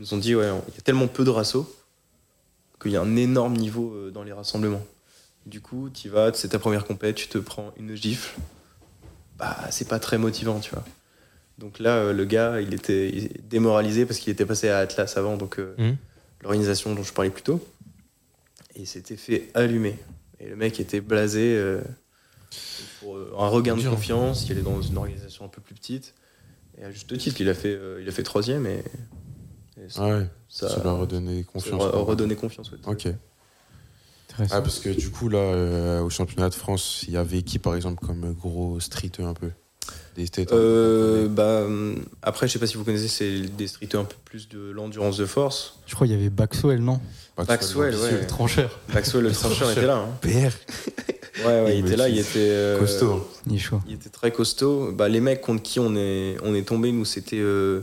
ils nous ont dit, ouais, on- il y a tellement peu de rassos qu'il y a un énorme niveau euh, dans les rassemblements. Du coup, tu vas, c'est ta première compète, tu te prends une gifle, bah, c'est pas très motivant, tu vois. Donc là, euh, le gars, il était il est démoralisé parce qu'il était passé à Atlas avant, donc euh, Mmh. Mhm. l'organisation dont je parlais plus tôt, et il s'était fait allumer. Et le mec était blasé. euh, pour euh, un regain de Dur. confiance, il est dans une organisation un peu plus petite. Et à juste titre, il a fait, euh, il a fait troisième et, et ça, Ah ouais, ça- ça lui a redonné ça confiance. re- quoi. redonné confiance. ouais. Ok. Intéressant. Ah, parce que du coup, là, euh, au championnat de France, il y avait qui, par exemple, comme euh, gros streeteux un peu Des hein, têtes Euh, bah, hum, après, je sais pas si vous connaissez, c'est des streeters un peu plus de l'endurance de force. Je crois qu'il y avait Baxwell, non Maxwell, ouais. Trancheur. Maxwell, le trancheur était là. hein. PR, Ouais, ouais, Il il me était là, il dit, était. euh, costaud. hein. Il est chaud. Il était très costaud. Bah, les mecs contre qui on est, on est tombé, nous, c'était euh,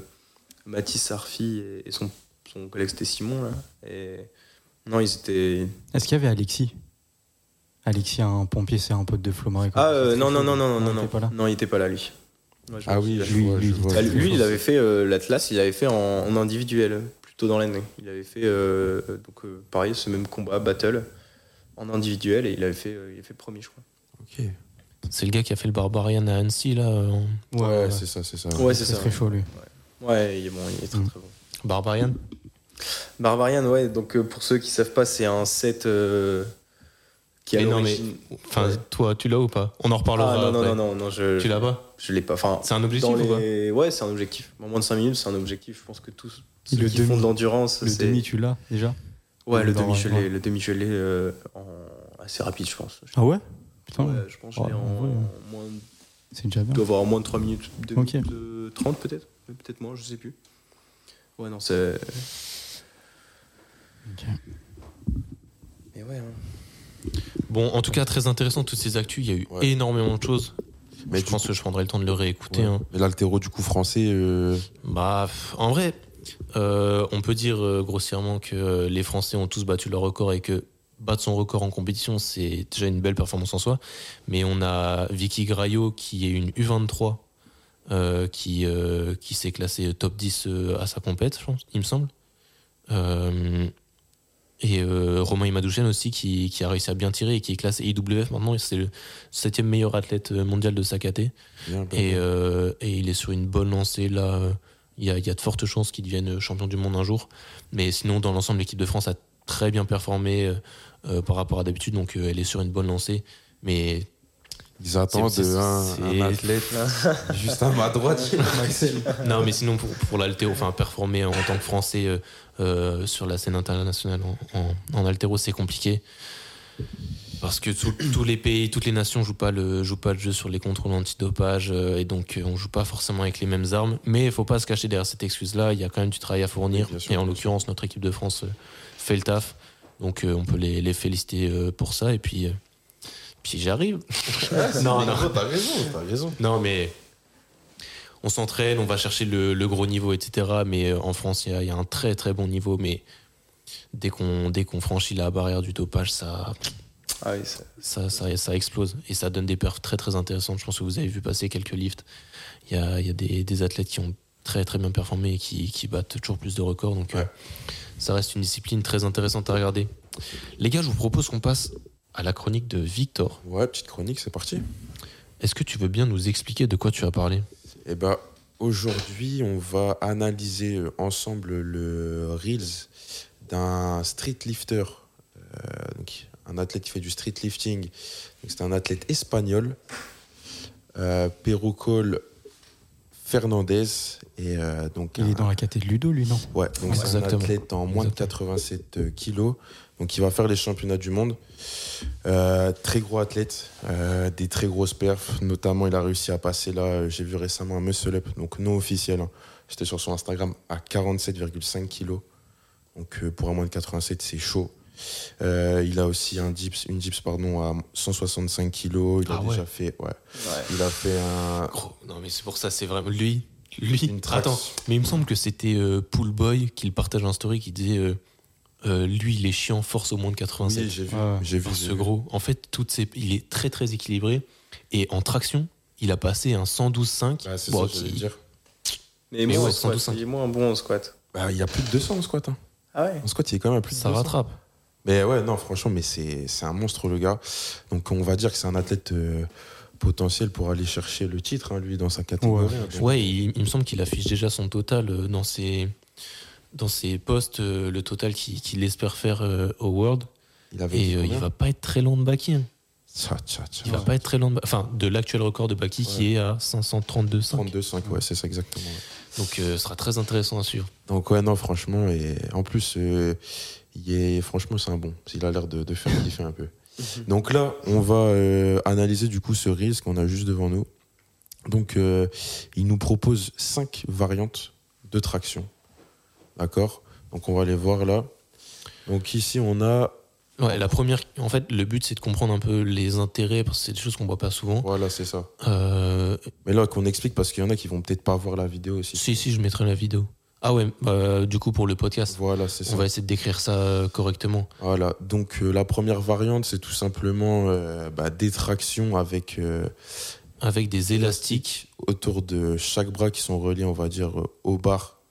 Mathis Sarfi et, et son, son collègue, c'était Simon. Là. Et, non, ils étaient, Est-ce qu'il y avait Alexis Alexis, un pompier, c'est un pote de Flo Marais. quoi. Ah euh, C'est non, très non, chaud. non, non, non, il non, était pas là. non, il était pas là, lui. Ouais, je Ah me oui, souviens. je Lui, vois, lui, je il vois, était- Ah, je lui, vois. il avait fait euh, l'Atlas, il avait fait en, en individuel, plutôt dans l'année. Il avait fait, euh, donc euh, pareil, ce même combat, battle, en individuel, et il avait fait, euh, il avait fait premier, je crois. Ok. C'est le gars qui a fait le Barbarian à Annecy, là. en- Ouais, ouais. c'est ça, c'est ça. Ouais, c'est Très, ça. très chaud, lui. Ouais, il est bon, il est très Mm. très bon. Barbarian Barbarian, ouais, donc euh, pour ceux qui savent pas, c'est un set euh, qui a Mais non, mais- l'origine... Enfin, Ouais. toi, tu l'as ou pas On en Ah, reparlera. non, non, non, après. non, non, je, Tu l'as pas je l'ai pas. Enfin, C'est un objectif dans ou pas les... Ouais, c'est un objectif. En moins de 5 minutes, c'est un objectif. Je pense que tous ceux Le qui demi. font de l'endurance, Le c'est... demi, tu l'as déjà Ouais, le Dans- demi gelé, ouais. le demi gelé assez rapide, je pense. Ah ouais Putain, Ouais, je pense que je l'ai Ouais, en, ouais. moins, c'est déjà je bien. dois avoir en moins de 3 minutes, 2 Ok. minutes de 30 peut-être, mais peut-être moins, je sais plus. Ouais, non, c'est Ok. mais ouais. hein. Bon, en tout cas, très intéressant toutes ces actus. Il y a eu Ouais. énormément de choses. Mais je du pense coup- que je prendrai le temps de le réécouter. Ouais. hein. Mais l'altéro, du coup, français. euh, Bah, pff, en vrai, euh, on peut dire euh, grossièrement que euh, les Français ont tous battu leur record et que battre son record en compétition, c'est déjà une belle performance en soi. Mais on a Vicky Graillot qui est une U23 euh, qui, euh, qui s'est classée top 10 euh, à sa compète, je pense, il me semble. Euh, et euh, Romain Imadouchen aussi qui, qui a réussi à bien tirer et qui est classé IWF maintenant. et C'est le septième meilleur athlète euh, mondial de sa caté. bien, bien. Et, euh, et il est sur une bonne lancée là. euh, Il y a, il y a de fortes chances qu'il devienne euh, champion du monde un jour. Mais sinon, dans l'ensemble, l'équipe de France a très bien performé euh, euh, par rapport à d'habitude. Donc euh, elle est sur une bonne lancée. Mais Ils attendent euh, c'est- c'est- un, un c'est- athlète, juste à ma droite. non, mais sinon pour, pour l'altéro, enfin performer en tant que Français euh, euh, sur la scène internationale en, en, en altéro, c'est compliqué. Parce que tout- tous les pays, toutes les nations jouent pas le jouent pas le jeu sur les contrôles antidopage euh, et donc euh, on joue pas forcément avec les mêmes armes. Mais il faut pas se cacher derrière cette excuse-là. Il y a quand même du travail à fournir Oui, bien sûr, et en bien l'occurrence notre équipe de France euh, fait le taf. Donc euh, on peut les, les féliciter euh, pour ça et puis euh, puis j'arrive. non non. T'as raison, t'as raison. Non, mais on s'entraîne, on va chercher le, le gros niveau, etc. Mais euh, en France, il y a- il y, a un très très bon niveau. Mais dès qu'on dès qu'on franchit la barrière du dopage, ça Ah oui, ça- ça, ça, ça explose et ça donne des perfs très très intéressantes. Je pense que vous avez vu passer quelques lifts. Il y a, il y a des, des athlètes qui ont très très bien performé et qui, qui battent toujours plus de records. Donc Ouais. euh, ça reste une discipline très intéressante à regarder. Les gars, je vous propose qu'on passe à la chronique de Victor. Ouais, petite chronique, c'est parti. Est-ce que tu veux bien nous expliquer de quoi tu as parlé Et ben aujourd'hui, on va analyser euh, ensemble le Reels d'un street lifter, euh, donc un athlète qui fait du street lifting. Donc, C'est un athlète espagnol, euh, Perucol Fernandez. Et, euh, donc Il un- est dans la caté de Ludo, lui, non Ouais, donc Ouais, c'est un exactement. athlète en moins de 87 kilos. Donc il va faire les championnats du monde. Euh, très gros athlète, euh, des très grosses perfs. Notamment, il a réussi à passer là, euh, j'ai vu récemment un muscle up, donc non officiel. hein. J'étais sur son Instagram à 47,5 kilos. Donc euh, pour un moins de 87, c'est chaud. Euh, il a aussi un dips, une dips pardon, à 165 kilos. Il a Ah ouais. déjà fait, ouais. Il a fait un, Gros, non, mais c'est pour ça, c'est vraiment lui. Lui. Une trace. Attends, mais il me semble que c'était euh, Pool Boy qui le partage un story qui disait euh, euh, lui, il est chiant, force au moins de Oui, 87. j'ai vu, Ouais. j'ai vu Par j'ai ce vu. gros. En fait, toutes ces, il est très très équilibré. Et en traction, il a passé un 112,5. Ah, c'est Bon, ça, que j'allais qui- dire. Mais, Mais moi, ouais, en squat, 112,5. il est moins bon en squat. Bah, il y a plus de 200 en squat. hein. Ah ouais En squat, il est quand même à plus de Ça 200. rattrape. Mais ouais, non, franchement, mais c'est c'est un monstre, le gars. Donc, on va dire que c'est un athlète euh, potentiel pour aller chercher le titre, hein, lui, dans sa catégorie. hein. Donc, Ouais, il, il me semble qu'il affiche déjà son total euh, dans ses, dans ses postes, euh, le total qu'il qu'il espère faire euh, au World. Il avait dit Et euh, il combien va pas être très loin de Baki. hein. Tcha, tcha, tcha. Il va pas être très loin de, enfin, de l'actuel record de Baki qui est à 532,5. 32,5, ouais, c'est ça exactement. ouais. Donc euh, ce sera très intéressant à suivre. Donc, ouais, non, franchement, et en plus, euh, il est, franchement, c'est un bon. Il a l'air de, de faire kiffer un peu. Donc là, on va euh, analyser du coup ce risque qu'on a juste devant nous. Donc, euh, il nous propose cinq variantes de traction. D'accord Donc, on va les voir là. Donc, ici, on a. Ouais, la première, en fait, le but c'est de comprendre un peu les intérêts parce que c'est des choses qu'on voit pas souvent. Voilà, c'est ça. Euh, Mais là, qu'on explique parce qu'il y en a qui vont peut-être pas voir la vidéo aussi. si, si, je mettrai la vidéo. Ah ouais, bah, du coup pour le podcast, Voilà, c'est ça. on va essayer de décrire ça euh, correctement. Voilà, donc euh, la première variante, c'est tout simplement euh, bah, des tractions avec euh, Avec des élastiques. autour de chaque bras qui sont reliés, on va dire, euh, aux barres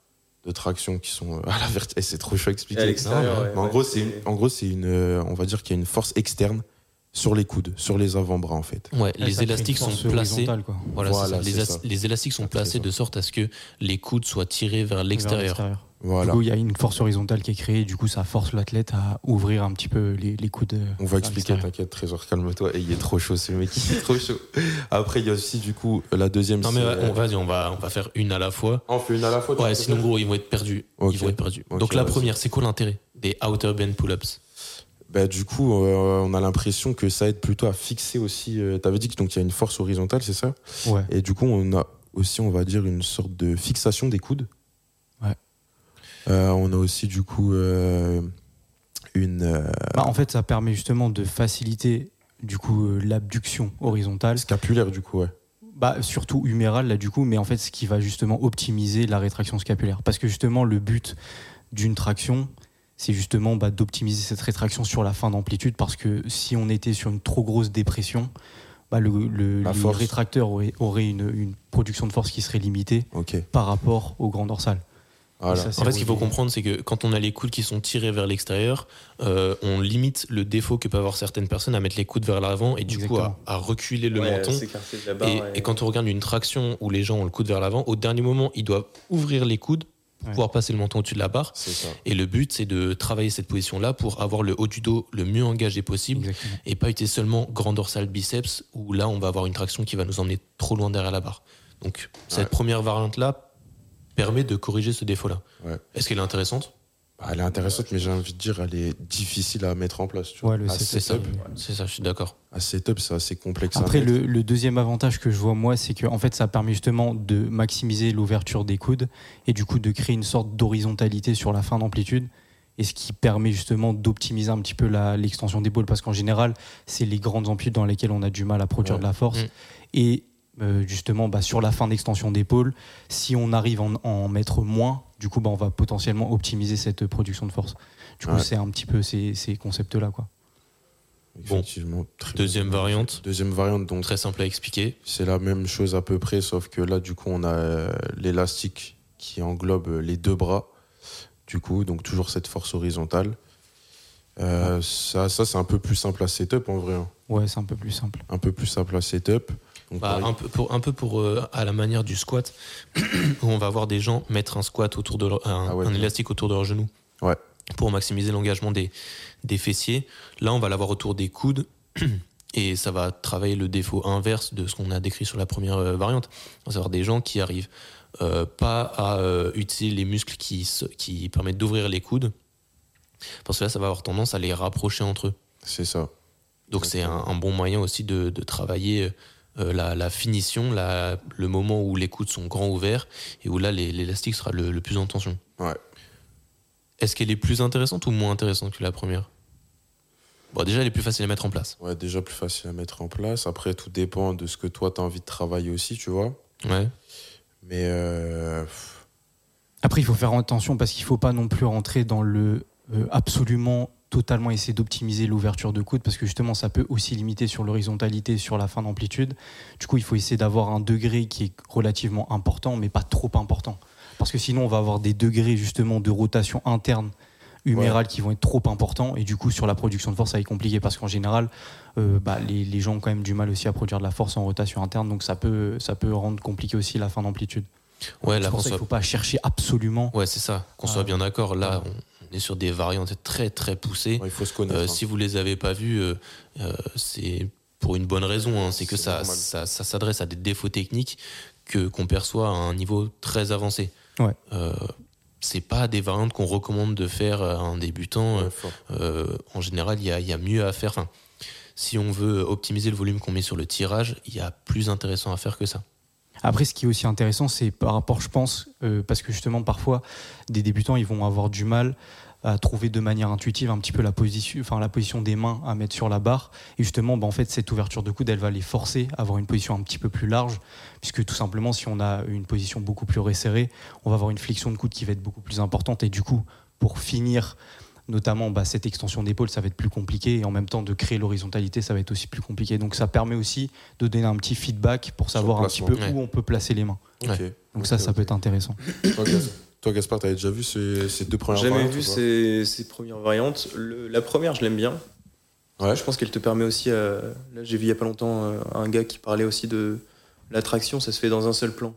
de traction qui sont euh, à la verticale. C'est trop chaud Et à expliquer. à l'extérieur, Non, ouais, Mais en ouais, gros, c'est une- en gros, c'est une, euh, on va dire qu'il y a une force externe sur les coudes, sur les avant-bras en fait. Ouais, Ah, les élastiques sont placés. Voilà, c'est Voilà, ça. Les, c'est as- ça. les élastiques sont Ah, placés c'est ça. de sorte à ce que les coudes soient tirés vers l'extérieur. Voilà. Du coup, il y a une force horizontale qui est créée, du coup, ça force l'athlète à ouvrir un petit peu les, les coudes. euh, On va vers expliquer, l'extérieur. t'inquiète, Trésor, calme-toi. Et il est trop chaud, ce mec, il est trop chaud. Après, il y a aussi, du coup, la deuxième. Non mais c'est, ouais, on euh, va, on va, on va faire une à la fois. on fait une à la fois. Ouais, tu sinon préfères gros, ils vont être perdus. Ok. Ils vont être perdus. Ok, Donc la vas-y. première, c'est quoi l'intérêt des outer bend pull-ups Bah, du coup, euh, on a l'impression que ça aide plutôt à fixer aussi. euh, T'avais dit que donc il y a une force horizontale, c'est ça Ouais. Et du coup, on a aussi, on va dire, une sorte de fixation des coudes. Ouais. Euh, on a aussi, du coup, euh, une. euh, Bah, en fait, ça permet justement de faciliter du coup euh, l'abduction horizontale, scapulaire, du coup, ouais. bah, surtout humérale là du coup, mais en fait ce qui va justement optimiser la rétraction scapulaire. Parce que justement le but d'une traction, c'est justement bah, d'optimiser cette rétraction sur la fin d'amplitude, parce que si on était sur une trop grosse dépression, bah, le, le- La les force. rétracteurs auraient, auraient une, une production de force qui serait limitée Ok. par rapport au grand dorsal. Voilà. Ça, c'est En fait, ce qu'il faut relié. comprendre, c'est que quand on a les coudes qui sont tirés vers l'extérieur, euh, on limite le défaut que peuvent avoir certaines personnes à mettre les coudes vers l'avant et du coup Exactement. à, à reculer le ouais, menton. s'écarter de la barre, Et, et quand on regarde une traction où les gens ont le coude vers l'avant, au dernier moment, ils doivent ouvrir les coudes pour Ouais. pouvoir passer le menton au-dessus de la barre. C'est ça. Et le but, c'est de travailler cette position-là pour avoir le haut du dos le mieux engagé possible Exactement. et pas utiliser seulement grand dorsal biceps où là, on va avoir une traction qui va nous emmener trop loin derrière la barre. Donc, cette Ouais. première variante-là permet de corriger ce défaut-là. Ouais. Est-ce qu'elle est intéressante Bah, elle est intéressante, mais j'ai envie de dire, elle est difficile à mettre en place. Tu vois. Ouais, le à, setup. C'est ça, ouais. c'est ça, je suis d'accord. à setup, c'est assez complexe. à Après, mettre. le, le deuxième avantage que je vois, moi, c'est que en fait, ça permet justement de maximiser l'ouverture des coudes et du coup de créer une sorte d'horizontalité sur la fin d'amplitude. Et ce qui permet justement d'optimiser un petit peu la- l'extension d'épaule parce qu'en général, c'est les grandes amplitudes dans lesquelles on a du mal à produire Ouais. de la force. Mm. Et euh, justement, bah, sur la fin d'extension d'épaule, si on arrive à en, en mettre moins, du coup, bah, on va potentiellement optimiser cette production de force. Du coup, Ouais. c'est un petit peu ces, ces concepts-là. quoi. Effectivement, très- Deuxième variante, Deuxième variante, donc très simple à expliquer. C'est la même chose à peu près, sauf que là, du coup, on a euh, l'élastique qui englobe euh, les deux bras. Du coup, donc toujours cette force horizontale. Euh, Ça, ça c'est un peu plus simple à setup en vrai. hein. Ouais, c'est un peu plus simple. Un peu plus simple à setup. Donc, Bah, pareil, un peu pour, un peu pour euh, à la manière du squat, où on va voir des gens mettre un squat autour de leur, un, Ah ouais, un ouais. élastique autour de leur genou. Ouais. pour maximiser l'engagement des, des fessiers. Là, on va l'avoir autour des coudes et ça va travailler le défaut inverse de ce qu'on a décrit sur la première euh, variante, à savoir des gens qui arrivent euh, pas à euh, utiliser les muscles qui, se- qui permettent d'ouvrir les coudes, parce que là, ça va avoir tendance à les rapprocher entre eux. C'est ça. Donc c'est un, un bon moyen aussi de, de travailler euh, la, la finition, la- le moment où les coudes sont grands ouverts et où là les- l'élastique sera le, le plus en tension. Ouais. Est-ce qu'elle est plus intéressante ou moins intéressante que la première Bon, déjà, elle est plus facile à mettre en place. Ouais, déjà plus facile à mettre en place. Après, tout dépend de ce que toi, tu as envie de travailler aussi, tu vois. Ouais. Mais euh, pff, Après, il faut faire attention parce qu'il ne faut pas non plus rentrer dans le euh, absolument totalement essayer d'optimiser l'ouverture de coude parce que justement ça peut aussi limiter sur l'horizontalité, sur la fin d'amplitude. Du coup, il faut essayer d'avoir un degré qui est relativement important mais pas trop important parce que sinon on va avoir des degrés justement de rotation interne humérale qui vont être trop importants et du coup sur la production de force ça va être compliqué parce qu'en général euh, bah, les, les gens ont quand même du mal aussi à produire de la force en rotation interne donc ça peut, ça peut rendre compliqué aussi la fin d'amplitude. Ouais, là, C'est qu'on pour ça qu'il soit- ne faut pas chercher absolument ouais, c'est ça. Qu'on Ah, soit ouais. bien d'accord. Là, on on est sur des variantes très très poussées. ouais, il faut se connaître. Euh, hein. si vous les avez pas vues, euh, euh, c'est pour une bonne raison. hein. c'est que C'est ça, normal. ça, ça s'adresse à des défauts techniques que qu'on perçoit à un niveau très avancé. Ouais. Euh, c'est pas des variantes qu'on recommande de faire à un débutant. Ouais, fort. Euh, en général, il y a, il y a mieux à faire. Enfin, si on veut optimiser le volume qu'on met sur le tirage, il y a plus intéressant à faire que ça. Après, ce qui est aussi intéressant, c'est par rapport, je pense, euh, parce que justement, parfois, des débutants, ils vont avoir du mal à trouver de manière intuitive un petit peu la position, enfin, la position des mains à mettre sur la barre. Et justement, bah, en fait, cette ouverture de coude, elle va les forcer à avoir une position un petit peu plus large, puisque tout simplement, si on a une position beaucoup plus resserrée, on va avoir une flexion de coude qui va être beaucoup plus importante. Et du coup, pour finir, notamment bah, cette extension d'épaule, ça va être plus compliqué. Et en même temps, de créer l'horizontalité, ça va être aussi plus compliqué. Donc, ça permet aussi de donner un petit feedback pour Sur savoir un petit placement. peu Ouais. où on peut placer les mains. Ouais. Ok. Donc Ok, ça, ça ok. peut être intéressant. Toi, Gas- Toi, Gaspard, t'avais déjà vu ces, ces deux premières Jamais variantes vu ou pas ces, ces premières variantes. Le- la première, je l'aime bien. Ouais, Je pense qu'elle te permet aussi. à- là, j'ai vu il y a pas longtemps euh, un gars qui parlait aussi de l'attraction, ça se fait dans un seul plan.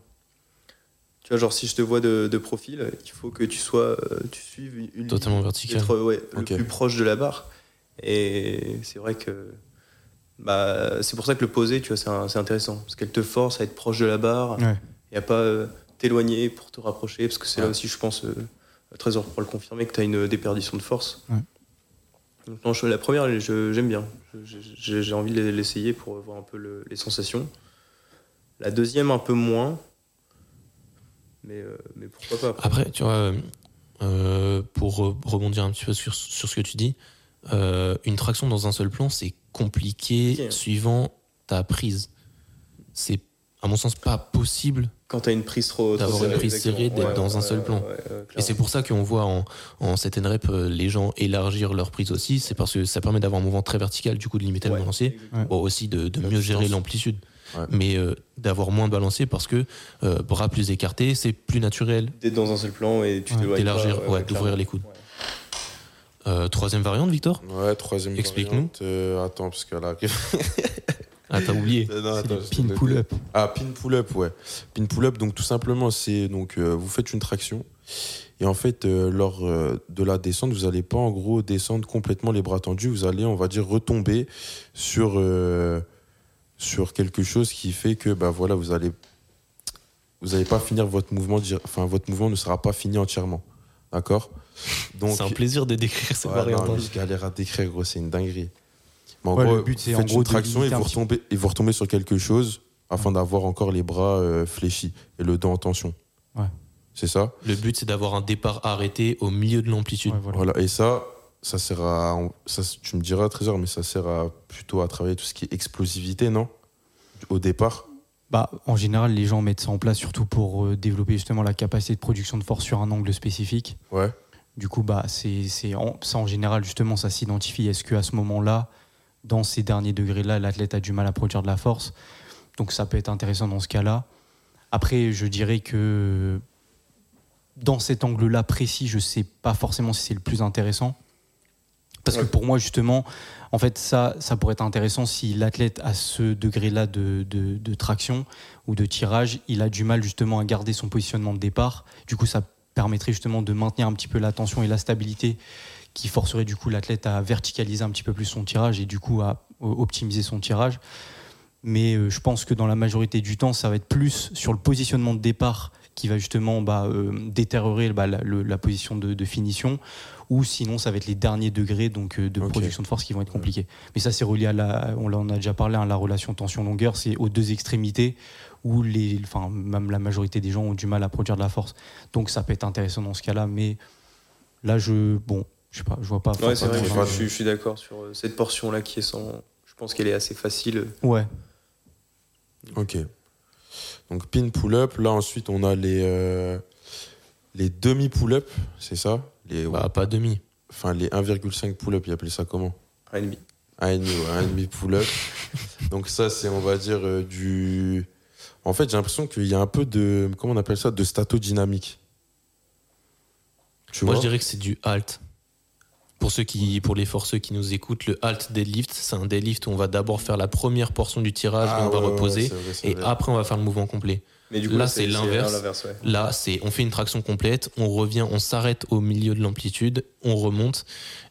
Tu vois, genre si je te vois de, de profil, il faut que tu sois, euh, tu suives une- une Totalement ligne, vertical. être, ouais, Ok. le plus proche de la barre. Et c'est vrai que bah, c'est pour ça que le poser, tu vois, c'est un- c'est intéressant parce qu'elle te force à être proche de la Ah, barre Ouais. et à pas euh, t'éloigner pour te rapprocher, parce que c'est là Ouais. aussi, je pense, euh, Trésor pour le confirmer, que tu as une déperdition de force. Ouais. Donc, non, je- la première, je- j'aime bien. Je- je- J'ai j'ai envie de l'essayer pour voir un peu le- les sensations. La deuxième, un peu moins. Mais, euh, mais pourquoi pas après. Après, tu vois, euh, euh, pour euh, rebondir un petit peu sur, sur ce que tu dis, euh, une traction dans un seul plan, c'est compliqué Compliqué, hein. suivant ta prise. C'est, à mon sens, pas possible. Quand tu as une prise trop. trop D'avoir une serrée, prise exactement. serrée, d'être dans un seul plan. ouais, euh, Et c'est pour ça qu'on voit en, en 7 rep euh, les gens élargir leur prise aussi. C'est parce que ça permet d'avoir un mouvement très vertical, du coup, de limiter clairement. le Ouais, balancier. exactement. Bon, aussi de, de La mieux gérer distance. l'amplitude. Ouais. Mais euh, d'avoir moins de balancier parce que euh, bras plus écartés, c'est plus naturel. D'être dans un seul plan et tu Ouais, t'éloignes. pas, d'élargir, ouais, d'ouvrir clairement. les coudes. Ouais. Euh, troisième variante, Victor ouais troisième Explique-nous. variante. euh, attends, parce qu'elle arrive. Ah, t'as oublié. Non, C'est attends, les je pin te le dis. pull-up. Ah, pin pull-up, ouais. Pin pull-up, donc tout simplement, c'est donc euh, vous faites une traction et en fait, euh, lors euh, de la descente, vous n'allez pas en gros descendre complètement les bras tendus, vous allez, on va dire, retomber sur, euh, sur quelque chose qui fait que bah, voilà, vous allez vous allez pas finir votre mouvement, dire- enfin, votre mouvement ne sera pas fini entièrement. D'accord Donc, C'est un plaisir de décrire ces Ouais, variantes. non, mais je galère à décrire, gros, c'est une dinguerie. Mais en Ouais, gros, le but, c'est vous en faites gros une de traction et limiter un vous, petit retombez, et vous retombez sur quelque chose afin d'avoir encore les bras euh, fléchis et le dos en tension. Ouais. C'est ça Le but, c'est d'avoir un départ arrêté au milieu de l'amplitude. Ouais, voilà. voilà. Et ça, ça sert à. Ça, tu me diras, Trésor, mais ça sert à plutôt à travailler tout ce qui est explosivité, non Au départ Bah, en général, les gens mettent ça en place surtout pour euh, développer justement la capacité de production de force sur un angle spécifique. Ouais. Du coup, bah, c'est, c'est en- ça en général, justement, ça s'identifie. Est-ce qu'à ce moment-là, dans ces derniers degrés-là, l'athlète a du mal à produire de la force Donc ça peut être intéressant dans ce cas-là. Après, je dirais que dans cet angle-là précis, je ne sais pas forcément si c'est le plus intéressant. Parce que pour moi, justement, en fait, ça, ça pourrait être intéressant si l'athlète à ce degré-là de, de- de traction ou de tirage, il a du mal justement à garder son positionnement de départ. Du coup, ça permettrait justement de maintenir un petit peu la tension et la stabilité qui forcerait du coup l'athlète à verticaliser un petit peu plus son tirage et du coup à euh, optimiser son tirage. Mais euh, je pense que dans la majorité du temps, ça va être plus sur le positionnement de départ qui va justement bah, euh, détériorer bah, la, le- la position de, de finition, ou sinon ça va être les derniers degrés donc, euh, de Ok. production de force qui vont être compliqués. Mais ça c'est relié à la, on en a déjà parlé, hein, la relation tension-longueur, c'est aux deux extrémités où les, enfin, même la majorité des gens ont du mal à produire de la force. Donc ça peut être intéressant dans ce cas-là, mais là je, bon, je sais pas, je vois pas. Ouais, c'est vrai, pas trop, je, hein, je suis- je suis d'accord sur euh, cette portion-là qui est sans. Je pense qu'elle est assez facile. euh, Ouais. Ok. Donc pin pull-up. Là ensuite on a les euh, les demi pull-up, c'est ça Les Bah, pas demi. enfin les 1,5 pull-up, ils appellent ça comment à l'ennemi. Un et demi, ouais, un et demi pull-up. Donc ça c'est on va dire euh, du. En fait j'ai l'impression qu'il y a un peu de comment on appelle ça de statodynamique. Tu Moi, vois je dirais que c'est du halt. Pour, ceux qui, pour les forceux qui nous écoutent, le halt deadlift, c'est un deadlift où on va d'abord faire la première portion du tirage, Ah, où on va ouais, ouais, reposer, ouais, c'est vrai, c'est et vrai. après on va faire le mouvement complet. Mais du Là, là, c'est l'inverse. ouais. Là, c'est on fait une traction complète, on revient, on s'arrête au milieu de l'amplitude, on remonte,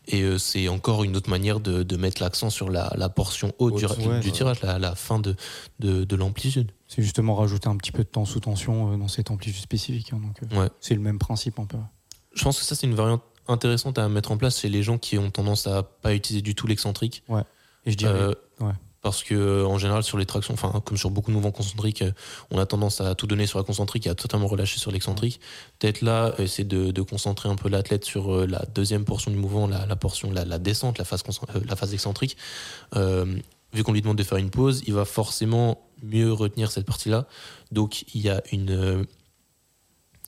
et euh, c'est encore une autre manière de, de mettre l'accent sur la, la portion haute du, Haute, ra- ouais. du tirage, la, la fin de, de, de l'amplitude. C'est justement rajouter un petit peu de temps sous tension euh, dans cette amplitude spécifique. hein, donc, euh, Ouais. C'est le même principe un peu. Je pense que ça, c'est une variante intéressante à mettre en place chez les gens qui ont tendance à pas utiliser du tout l'excentrique. Et je dirais, Euh, ouais. Parce que euh, en général sur les tractions, enfin comme sur beaucoup de mouvements concentriques, euh, on a tendance à tout donner sur la concentrique et à totalement relâcher sur l'excentrique. Peut-être là, euh, c'est de, de concentrer un peu l'athlète sur euh, la deuxième portion du mouvement, la, la portion, la, la descente, la phase, concent- euh, la phase excentrique. Euh, vu qu'on lui demande de faire une pause, il va forcément mieux retenir cette partie-là. Donc il y a une euh,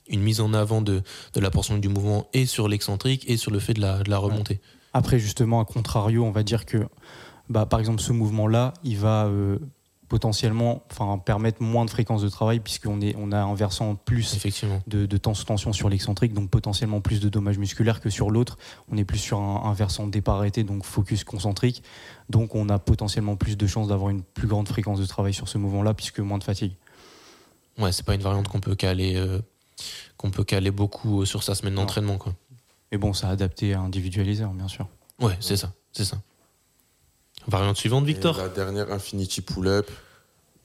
une mise en avant de, de la portion du mouvement et sur l'excentrique et sur le fait de la, de la remontée. Après, justement, à contrario, on va dire que, bah, par exemple, ce mouvement-là, il va euh, potentiellement enfin, permettre moins de fréquences de travail, puisqu'on est, on a un versant plus Effectivement. de, de temps sous tension sur l'excentrique, donc potentiellement plus de dommages musculaires que sur l'autre. On est plus sur un, un versant départ arrêté, donc focus concentrique. Donc, on a potentiellement plus de chances d'avoir une plus grande fréquence de travail sur ce mouvement-là, puisque moins de fatigue. Ouais, c'est pas une variante qu'on peut caler, euh, qu'on peut caler beaucoup euh, sur sa semaine d'entraînement, quoi. Mais bon, ça a adapté à individualiser, hein, bien sûr. Ouais, c'est ça, c'est ça. Variante suivante, Et Victor. La dernière Infinity Pull-up.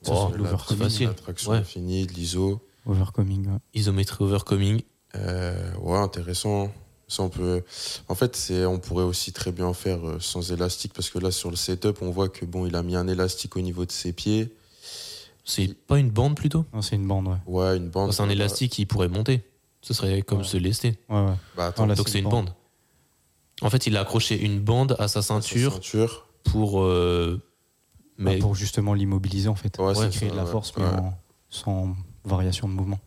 Ça, Bon, c'est la- l'overcoming. la- Facile. La traction Ouais. infinie, de l'ISO. Overcoming, ouais. Isométrie overcoming. Euh, ouais, intéressant. Ça, on peut... En fait, c'est- on pourrait aussi très bien en faire euh, sans élastique parce que là, sur le setup, on voit que bon, il a mis un élastique au niveau de ses pieds. C'est pas une bande plutôt Non, c'est une bande, ouais. Ouais, une bande. Oh, euh, C'est un élastique qui pourrait monter. Ce serait comme Ouais. se lester. Ouais, ouais. Bah, attends, Voilà, Donc c'est une bande. En fait, il a accroché une bande à sa sa ceinture ceinture. pour. euh, Bah, mais pour justement l'immobiliser en fait. Ouais, c'est créer ça, de la ouais. force mais Ouais. en- sans variation de mouvement.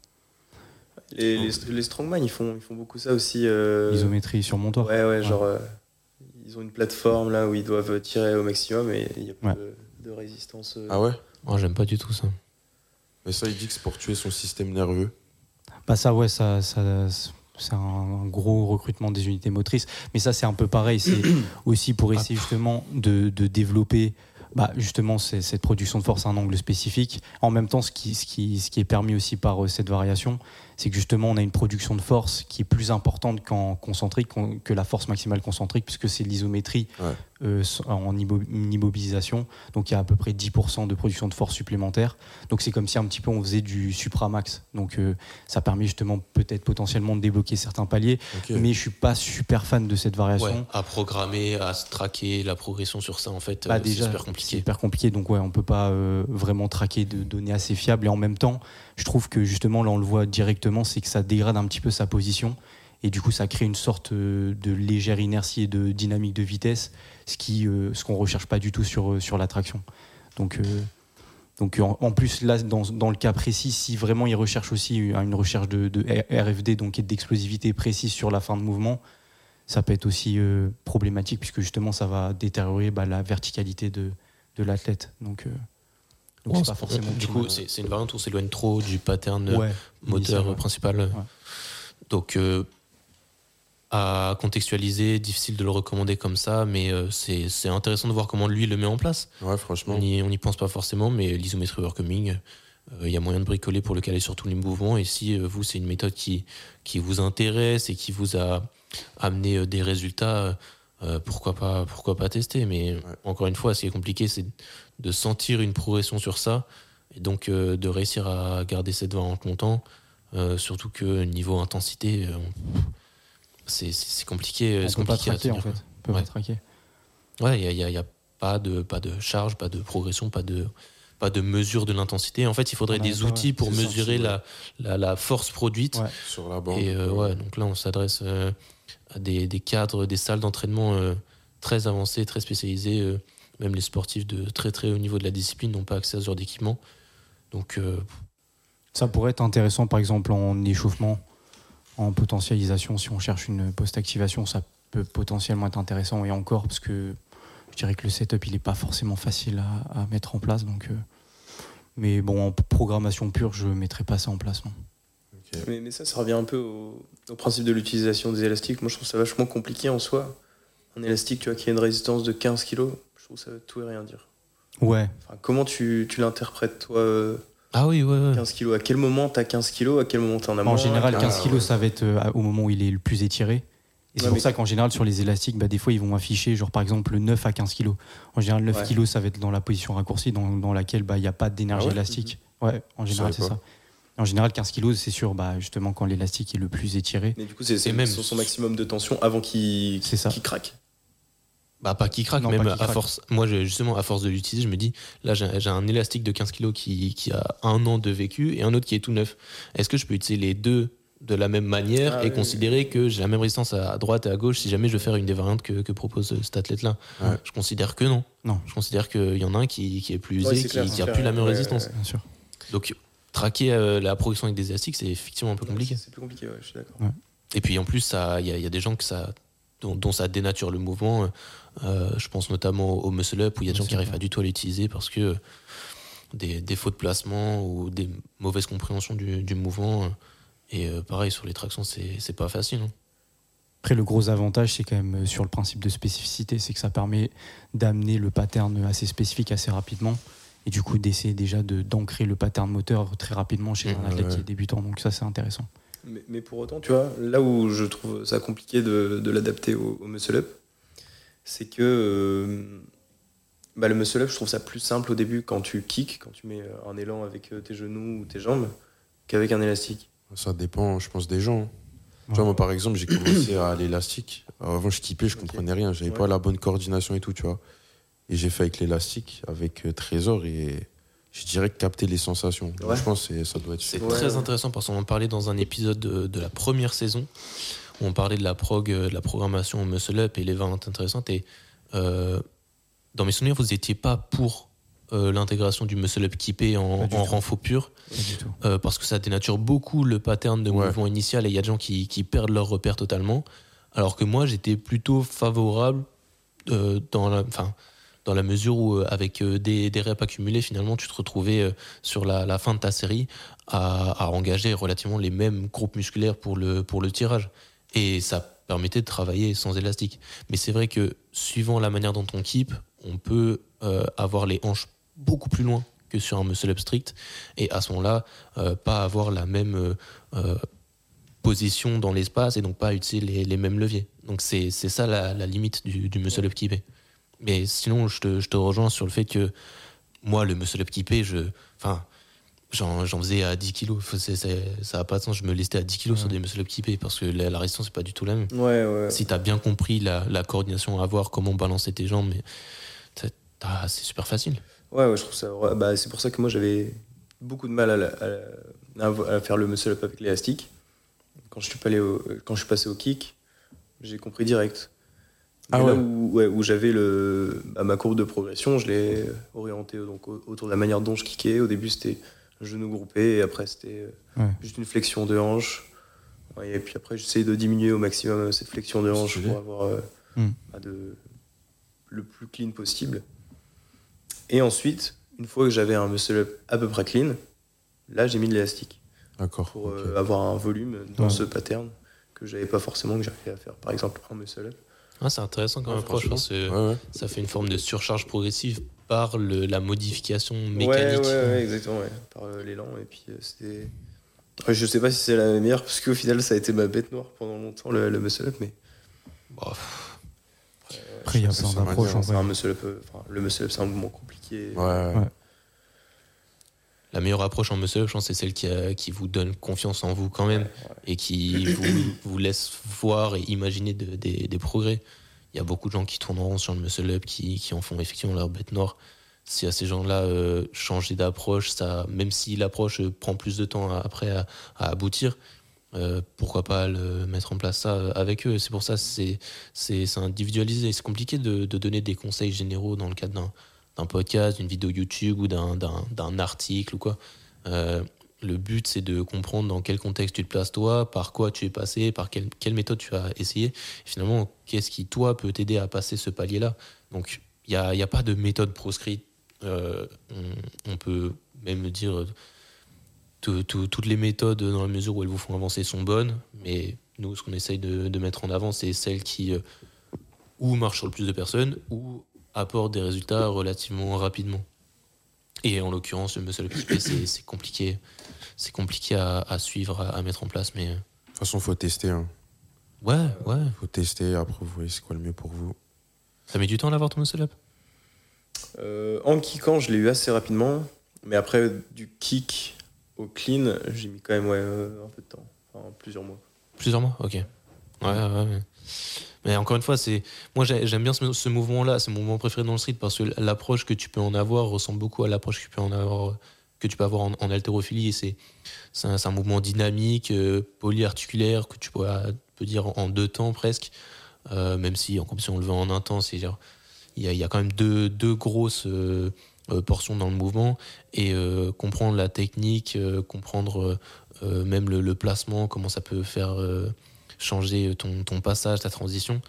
Les, les, les strongman, ils font, ils font beaucoup ça aussi. euh, Isométrie sur montoir. Ouais, ouais, genre. euh, ils ont une plateforme là où ils doivent tirer au maximum et il n'y a pas Ouais. de, de résistance. euh. Ah ouais moi, Oh, j'aime pas du tout ça. Mais ça, il dit que c'est pour tuer son système nerveux. Bah ça ouais, ça, ça- c'est un gros recrutement des unités motrices. Mais ça c'est un peu pareil, c'est aussi pour essayer justement de, de développer bah, justement c'est- cette production de force à un angle spécifique. En même temps, ce qui, ce qui, ce qui est permis aussi par euh, cette variation, c'est que justement on a une production de force qui est plus importante qu'en concentrique, qu'en- que la force maximale concentrique, puisque c'est l'isométrie Ouais. euh, s- en immo- immobilisation. Donc il y a à peu près 10% de production de force supplémentaire. Donc c'est comme si un petit peu on faisait du supramax. Donc euh, ça permet justement peut-être potentiellement de débloquer certains paliers. Ok. Mais je suis pas super fan de cette variation. Ouais, à programmer, à se traquer, la progression sur ça, en fait, Bah, euh, c'est déjà, super C'est compliqué. hyper compliqué, donc ouais, on peut pas euh, vraiment traquer de données assez fiables. Et en même temps, je trouve que justement, là, on le voit directement, c'est que ça dégrade un petit peu sa position. Et du coup, ça crée une sorte euh, de légère inertie et de dynamique de vitesse, ce qui, euh, ce qu'on recherche pas du tout sur, euh, sur la traction. Donc, euh, donc en, en plus, là, dans, dans le cas précis, si vraiment il recherche aussi une, une recherche de, de RFD, donc et d'explosivité précise sur la fin de mouvement, ça peut être aussi euh, problématique, puisque justement, ça va détériorer bah, la verticalité de, de l'athlète. Donc, euh, donc Ouais, c'est pas forcément Du optimal. coup, c'est c'est une variante où on s'éloigne trop du pattern euh, Ouais, moteur initial, ouais. principal. Donc, euh, à contextualiser, difficile de le recommander comme ça, mais euh, c'est c'est intéressant de voir comment lui le met en place. Ouais, franchement. On n'y on y pense pas forcément, mais l'isométrie overcoming, il euh, y a moyen de bricoler pour le caler sur tous les mouvements. Et si euh, vous, c'est une méthode qui, qui vous intéresse et qui vous a amené euh, des résultats, euh, pourquoi, pas, pourquoi pas tester Mais encore une fois, ce qui est compliqué, c'est de sentir une progression sur ça et donc euh, de réussir à garder cette variante longtemps. Euh, surtout que niveau intensité, euh, on- c'est- c'est c'est compliqué. euh, On c'est peut pas compliqué à traquer, en tenir, fait. quoi. On peut Ouais. pas traquer. Ouais, il n'y a, y a pas, de, pas de charge, pas de progression, pas de, pas de mesure de l'intensité. En fait, il faudrait On a des pas- outils pour c'est ça, mesurer c'est- la, la, la force produite. Ouais. Sur la bande. Et euh, ouais, donc là, on s'adresse euh, à des, des cadres, des salles d'entraînement euh, très avancées, très spécialisées. euh, même les sportifs de très très haut niveau de la discipline n'ont pas accès à ce genre d'équipement. Donc, euh, Ça pourrait être intéressant, par exemple, en échauffement, en potentialisation. Si on cherche une post-activation, ça peut potentiellement être intéressant. Et encore, parce que je dirais que le setup, il n'est pas forcément facile à, à mettre en place. Donc, euh, Mais bon, en programmation pure, je ne mettrais pas ça en place. Non. Mais, mais ça, ça revient un peu au, au principe de l'utilisation des élastiques. Moi, je trouve ça vachement compliqué en soi. Un élastique, tu vois, qui a une résistance de 15 kg, je trouve ça veut tout et rien dire. Ouais, Enfin, comment tu, tu l'interprètes, toi, euh, Ah oui, ouais, ouais. 15 kg À quel moment t'as 15 kg À quel moment t'en as moins en général, à 15 ah, kg, ça va être euh, au moment où il est le plus étiré. Et c'est Ouais, pour mais- ça qu'en général, sur les élastiques, bah, des fois, ils vont afficher, genre par exemple, le 9 à 15 kg. En général, 9 Ouais. kg, ça va être dans la position raccourcie, dans, dans laquelle bah, il n'y a pas d'énergie Ah ouais élastique. Ouais, en général, c'est savais ça. En général, 15 kg, c'est sûr, bah, justement, quand l'élastique est le plus étiré. Mais du coup, c'est c'est- même- son, son maximum de tension avant qu'il C'est ça. qu'il craque. Bah, pas qui craque, Non, même à pas qui craque. force. Moi, je- justement, à force de l'utiliser, je me dis, là, j'ai j'ai un élastique de 15 kg qui, qui a un an de vécu et un autre qui est tout neuf. Est-ce que je peux utiliser les deux de la même manière Ah et oui. considérer que j'ai la même résistance à droite et à gauche si jamais je veux faire une des variantes que, que propose euh, cet athlète-là Ouais. Je considère que non. Non. Je considère qu'il y en a un qui, qui est plus usé, Ouais, c'est qui, clair, qui c'est a clair. plus la même Ouais, résistance. ouais, Bien sûr. Donc, traquer euh, la progression avec des élastiques, c'est effectivement un peu compliqué. C'est plus compliqué, ouais, je suis d'accord. Et puis en plus, ça- il y, a- il y a des gens que ça, dont, dont ça dénature le mouvement. Euh, je pense notamment au muscle-up, où il y a des gens qui Muscle-up, n'arrivent pas du tout à l'utiliser parce que euh, des, des faux de placement ou des mauvaises compréhensions du, du mouvement. euh, Et euh, pareil, sur les tractions, c'est c'est pas facile. hein. Après, le gros avantage, c'est quand même euh, sur le principe de spécificité, c'est que ça permet d'amener le pattern assez spécifique assez rapidement. Et du coup, d'essayer déjà de- d'ancrer le pattern moteur très rapidement chez un Mmh, athlète qui ouais. est débutant. Donc, ça, c'est intéressant. Mais, mais pour autant, tu vois, là où je trouve ça compliqué de, de l'adapter au, au muscle-up, c'est que euh, bah, le muscle-up, je trouve ça plus simple au début quand tu kicks, quand tu mets un élan avec euh, tes genoux ou tes jambes, qu'avec un élastique. Ça dépend, je pense, des gens. hein. Tu Ouais. vois, moi, par exemple, j'ai commencé à l'élastique. Alors, Avant, je kippais, je comprenais rien. J'avais Ouais. pas la bonne coordination et tout, tu vois. Et j'ai fait avec l'élastique, avec euh, Trésor, et j'ai direct capté les sensations. Donc, Ouais. je pense que c'est- ça doit être C'est ça. Ouais. très intéressant parce qu'on en parlait dans un épisode de, de la première saison où on parlait de la prog, euh, de la programmation au muscle-up et les variantes intéressantes. Et euh, dans mes souvenirs, vous n'étiez pas pour euh, l'intégration du muscle-up kippé en, Pas du en tout. renfort pur. Pas du tout. Euh, parce que ça dénature beaucoup le pattern de Ouais. mouvement initial et il y a des gens qui, qui perdent leur repère totalement. Alors que moi, j'étais plutôt favorable euh, dans, la, enfin, dans la mesure où, euh, avec euh, des, des reps accumulés, finalement, tu te retrouvais euh, sur la, la fin de ta série à, à engager relativement les mêmes groupes musculaires pour le, pour le tirage. Et ça permettait de travailler sans élastique. Mais c'est vrai que, suivant la manière dont on keep, on peut euh, avoir les hanches beaucoup plus loin que sur un muscle-up strict. Et à ce moment-là, euh, pas avoir la même euh, euh, position dans l'espace et donc pas utiliser les, les mêmes leviers. Donc c'est c'est ça la, la limite du, du muscle-up kippé. Mais sinon, je te, je te rejoins sur le fait que moi, le muscle-up kippé, je, enfin, j'en j'en faisais à 10 kilos. Faut- c'est- c'est- ça n'a pas de sens. Je me listais à 10 kilos sur des muscle-up kippés parce que la, la résistance n'est pas du tout la même. Ouais, ouais. Si tu as bien compris la, la coordination à avoir, comment balancer tes jambes, mais t'as- t'as- c'est super facile. Ouais, ouais, je trouve ça. ouais, bah, c'est pour ça que moi j'avais beaucoup de mal à, la- à la- à vo- à faire le muscle-up avec l'élastique. Quand je suis pas allé au- quand je suis passé au kick, j'ai compris direct. Mais Ah là ouais. où, ouais, où j'avais le bah, ma courbe de progression, je l'ai orientée donc au- autour de la manière dont je kickais. Au début, c'était genou groupé, et après c'était euh, Ouais. juste une flexion de hanche. Ouais, et puis après, j'essayais de diminuer au maximum euh, cette flexion de hanche Stylé. pour avoir euh, Hmm. bah, de, le plus clean possible. Et ensuite, une fois que j'avais un muscle-up à peu près clean, là j'ai mis de l'élastique D'accord. pour ok. euh, avoir un volume dans Ouais. ce pattern que j'avais pas forcément que j'arrivais à faire. Par exemple, un muscle-up. Ah, c'est intéressant comme Ouais, approche franchement. parce que Ouais, ouais. ça fait une forme de surcharge progressive par le- la modification Ouais, mécanique. Ouais, ouais, exactement, ouais. par euh, l'élan. Et puis euh, c'était. Ouais, je sais pas si c'est la meilleure, parce qu'au final, ça a été ma bête noire pendant longtemps, le, le muscle-up, mais. Bah, Après, il y a Je sais plein pas, ça d'approches. m'a en c'est un vrai. muscle-up, euh, enfin, le muscle-up, c'est un mouvement compliqué. Ouais. La meilleure approche en muscle, je pense, c'est celle qui, a- qui vous donne confiance en vous quand même et qui vous, vous laisse voir et imaginer de- des, des progrès. Il y a beaucoup de gens qui tournent en rond sur le muscle-up, qui, qui en font effectivement leur bête noire. Si à ces gens-là, euh, changer d'approche, ça, même si l'approche euh, prend plus de temps à- après à, à aboutir, euh, pourquoi pas le mettre en place ça euh, avec eux C'est pour ça, c'est c'est c'est individualisé. C'est compliqué de, de donner des conseils généraux dans le cadre d'un d'un podcast, d'une vidéo YouTube ou d'un- d'un d'un article ou quoi. Euh, le but, c'est de comprendre dans quel contexte tu te places toi, par quoi tu es passé, par quelle, quelle méthode tu as essayé. Et finalement, qu'est-ce qui, toi, peut t'aider à passer ce palier-là Donc, il n'y a, il y a pas de méthode proscrite. Euh, on, on peut même dire euh, tout- tout- toutes les méthodes, dans la mesure où elles vous font avancer, sont bonnes. Mais nous, ce qu'on essaye de, de mettre en avant, c'est celles qui euh, ou marchent sur le plus de personnes ou apportent des résultats relativement rapidement. Et en l'occurrence, le muscle up XP, c'est c'est compliqué. C'est compliqué à, à suivre, à, à mettre en place, mais euh, De toute façon, faut tester. Hein. ouais, ouais. Faut tester. Après, vous voyez c'est quoi le mieux pour vous. Ça met du temps à l'avoir ton muscle up Euh, en kickant, je l'ai eu assez rapidement, mais après, du kick au clean, j'ai mis quand même ouais, euh, un peu de temps, enfin plusieurs mois. Plusieurs mois Ok. Ouais, ouais, ouais. Mais encore une fois, c'est moi j'ai- j'aime bien ce, ce mouvement-là, c'est mon mouvement préféré dans le street parce que l'approche que tu peux en avoir ressemble beaucoup à l'approche que tu peux en avoir que tu peux avoir en, en haltérophilie. Et C'est c'est un, c'est un mouvement dynamique, euh, polyarticulaire que tu peux, peux dire en, en deux temps presque, euh, même si en compétition on le veut en un temps. C'est genre il y a, il y a quand même deux, deux grosses euh, euh, portions dans le mouvement et euh, comprendre la technique, euh, comprendre euh, euh, même le, le placement, comment ça peut faire euh, changer ton, ton passage, ta transition.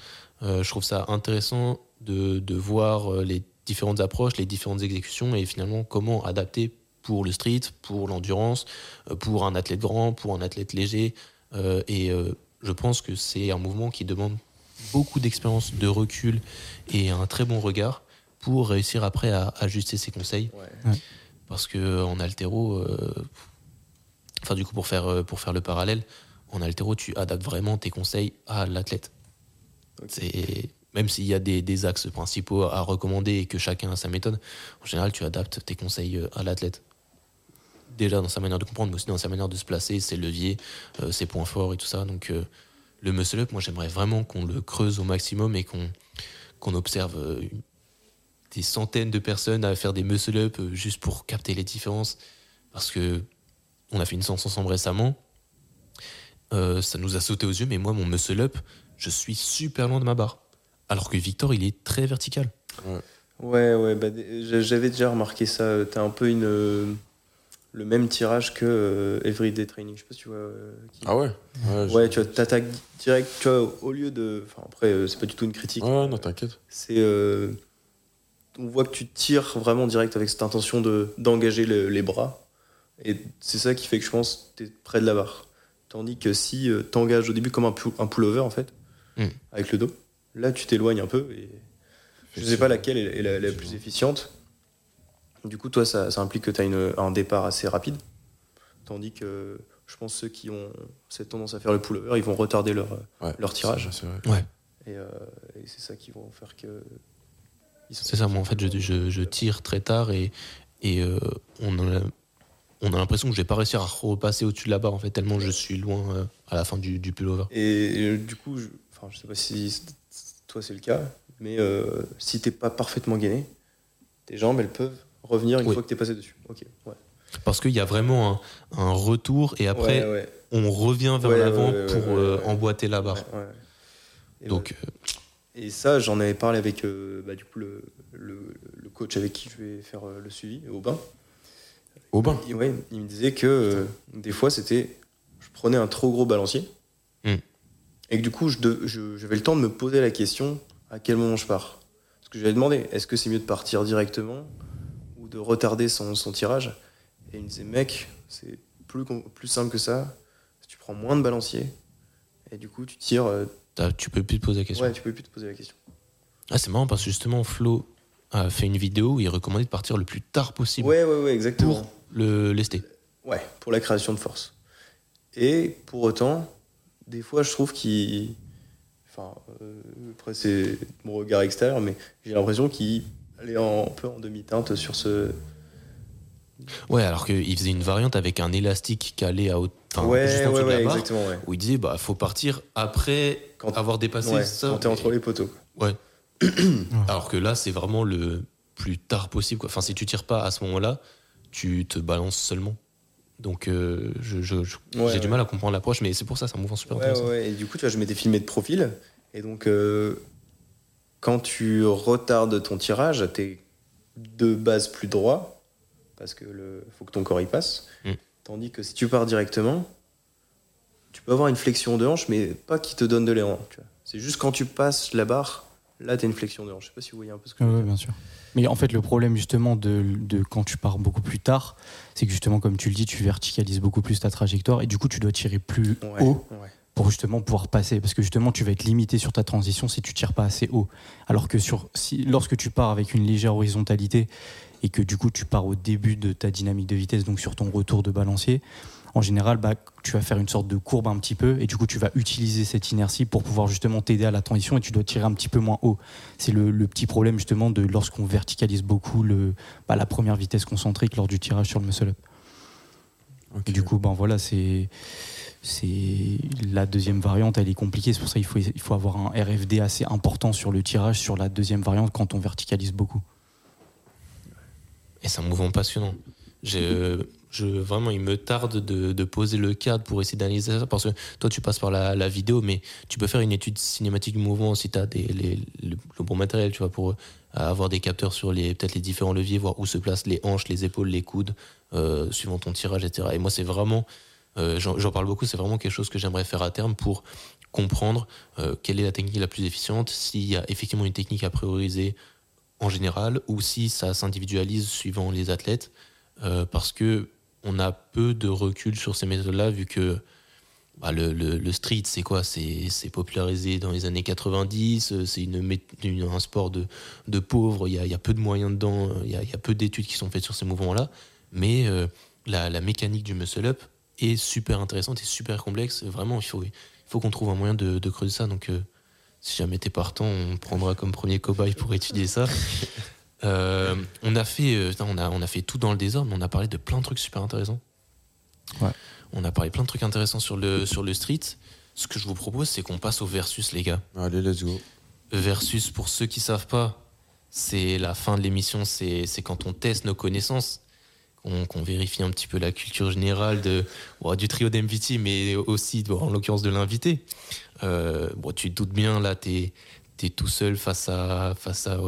Euh, je trouve ça intéressant de, de voir euh, les différentes approches, les différentes exécutions et finalement comment adapter pour le street, pour l'endurance, euh, pour un athlète grand, pour un athlète léger. Euh, et euh, je pense que c'est un mouvement qui demande beaucoup d'expérience, de recul et un très bon regard pour réussir après à ajuster ses conseils Ouais. parce que euh, en altéro, euh, enfin du coup pour faire euh, pour faire le parallèle, en altéro tu adaptes vraiment tes conseils à l'athlète. Ok. C'est même s'il y a des, des axes principaux à recommander et que chacun a sa méthode, en général tu adaptes tes conseils euh, à l'athlète. Déjà dans sa manière de comprendre, mais aussi dans sa manière de se placer, ses leviers, euh, ses points forts et tout ça. Donc euh, le muscle-up, moi j'aimerais vraiment qu'on le creuse au maximum et qu'on qu'on observe euh, une- des centaines de personnes à faire des muscle-up euh, juste pour capter les différences. Parce que on a fait une séance ensemble récemment. Euh, ça nous a sauté aux yeux, mais moi, mon muscle-up, je suis super loin de ma barre. Alors que Victor, il est très vertical. Ouais, ouais, bah, des- j'a- j'avais déjà remarqué ça. euh, T'as un peu une, euh, le même tirage que euh, Everyday Training, je sais pas si tu vois. euh, qui- Ah ouais Ouais, je- Ouais, tu vois, t'attaques direct, tu vois, au lieu de. Enfin, après, euh, c'est pas du tout une critique. Ouais, non, t'inquiète. C'est. euh, on voit que tu tires vraiment direct avec cette intention de d'engager le- les bras. Et c'est ça qui fait que je pense que t'es près de la barre. Tandis que si euh, t'engages au début comme un, pull- un pullover, en fait, Hmm. Mm. avec le dos, là, tu t'éloignes un peu. Et je sais pas laquelle est est la, la plus efficiente. Du coup, toi, ça, ça implique que tu as un départ assez rapide. Tandis que je pense ceux qui ont cette tendance à faire le pullover, ils vont retarder leur. Ouais, leur tirage. c'est vrai. Et, euh, et c'est ça qui va faire que. ils sont- C'est ça, moi, en fait, je, je- je tire très tard et, et euh, on a, on a l'impression que je vais pas réussir à repasser au-dessus de la barre, en fait, tellement je suis loin euh, à la fin du, du pullover. Et, euh, du coup, je, enfin, je sais pas si c- toi c'est le cas, mais euh, si t'es pas parfaitement gainé, tes jambes elles peuvent revenir une Oui. fois que t'es passé dessus. Ok, ouais. Parce qu'il y a vraiment un, un retour et après, Ouais, ouais, on revient vers Ouais, l'avant ouais, ouais, pour ouais, euh, ouais. emboîter la barre. ouais, ouais. Et Donc, euh, Et ça, j'en avais parlé avec euh, bah, du coup, le, le- le coach avec qui je vais faire euh, le suivi, Aubin. Au bain. Et ouais, il me disait que euh, des fois, c'était. Je prenais un trop gros balancier. Hmm. Et que du coup, je de- je- j'avais le temps de me poser la question à quel moment je pars. Parce que j'avais demandé est-ce que c'est mieux de partir directement ou de retarder son, son tirage Et il me disait mec, c'est plus, com- plus simple que ça. Tu prends moins de balancier. Et du coup, tu tires. euh, t'as- tu peux plus te poser la question. ouais, tu peux plus te poser la question. Ah, c'est marrant parce que justement, Flo, a fait une vidéo où il recommandait de partir le plus tard possible Ouais, ouais, ouais, exactement. pour le lesté. Ouais, pour la création de force. Et pour autant, des fois, je trouve qu'il. Enfin, euh, après, c'est mon regard extérieur, mais j'ai l'impression qu'il allait en- un peu en demi-teinte sur ce. Ouais, alors qu'il faisait une variante avec un élastique calé à haute, enfin, juste ouais, en dessous ouais, de la ouais, barre, exactement, ouais. où il disait bah faut partir après Quand- avoir dépassé Ouais, Bah, ça. quand t'es entre les poteaux. quoi. Ouais. alors que là, c'est vraiment le plus tard possible. Quoi. Enfin, si tu tires pas à ce moment-là, tu te balances seulement. Donc, euh, je- je- je- j'ai Ouais, du ouais. mal à comprendre l'approche, mais c'est pour ça, c'est un mouvement super Ouais, intéressant. ouais, et du coup, tu vois, je m'étais filmé de profil. Et donc, euh, quand tu retardes ton tirage, t'es de base plus droit, parce que le, faut que ton corps y passe. Mm. Tandis que si tu pars directement, tu peux avoir une flexion de hanche, mais pas qui te donne de l'élan. tu vois. C'est juste quand tu passes la barre, là, t'as une flexion de hanche. Je sais pas si vous voyez un peu ce que Ouais, je veux Euh, ouais, dire. bien sûr. Mais en fait, le problème justement de, de quand tu pars beaucoup plus tard, c'est que justement, comme tu le dis, tu verticalises beaucoup plus ta trajectoire et du coup, tu dois tirer plus Ouais, haut ouais. pour justement pouvoir passer. Parce que justement, tu vas être limité sur ta transition si tu tires pas assez haut. Alors que sur, si, lorsque tu pars avec une légère horizontalité et que du coup, tu pars au début de ta dynamique de vitesse, donc sur ton retour de balancier, en général, bah, tu vas faire une sorte de courbe un petit peu et du coup, tu vas utiliser cette inertie pour pouvoir justement t'aider à la transition et tu dois tirer un petit peu moins haut. C'est le, le petit problème justement de lorsqu'on verticalise beaucoup le, bah, la première vitesse concentrique lors du tirage sur le muscle-up. Ok. Et du coup, ben voilà, c'est c'est la deuxième variante, elle est compliquée. C'est pour ça qu'il faut, il faut avoir un RFD assez important sur le tirage, sur la deuxième variante quand on verticalise beaucoup. Et c'est un mouvement passionnant. J'ai, euh, je, vraiment, il me tarde de, de poser le cadre pour essayer d'analyser ça, parce que toi, tu passes par la, la vidéo, mais tu peux faire une étude cinématique du mouvement si tu as des, les- le, le bon matériel, tu vois, pour euh, avoir des capteurs sur les, peut-être les différents leviers, voir où se placent les hanches, les épaules, les coudes, euh, suivant ton tirage, etc. Et moi, c'est vraiment, euh, j'en, j'en parle beaucoup, c'est vraiment quelque chose que j'aimerais faire à terme pour comprendre euh, quelle est la technique la plus efficiente, s'il y a effectivement une technique à prioriser en général ou si ça s'individualise suivant les athlètes euh, parce que on a peu de recul sur ces méthodes-là vu que bah, le, le- le street c'est quoi c'est c'est popularisé dans les années 90 euh, c'est une, mé- une- un sport de, de pauvres il y a, il y a peu de moyens dedans euh, il y a, il y a peu d'études qui sont faites sur ces mouvements-là mais euh, la, la mécanique du muscle-up est super intéressante et super complexe vraiment il faut, il faut qu'on trouve un moyen de, de creuser ça donc euh, si jamais t'es partant, on prendra comme premier cobaye pour étudier ça. Euh, on a fait, euh, putain, on a, on a fait tout dans le désordre, mais on a parlé de plein de trucs super intéressants. Ouais. On a parlé plein de trucs intéressants sur le sur le street. Ce que je vous propose, c'est qu'on passe au versus, les gars. Allez, let's go. Versus, pour ceux qui savent pas, c'est la fin de l'émission. C'est c'est quand on teste nos connaissances, qu'on qu'on vérifie un petit peu la culture générale de bon, du trio d'MVT, mais aussi bon, en l'occurrence de l'invité. Euh, bon, tu te doutes bien là, t'es es tout seul face à face à,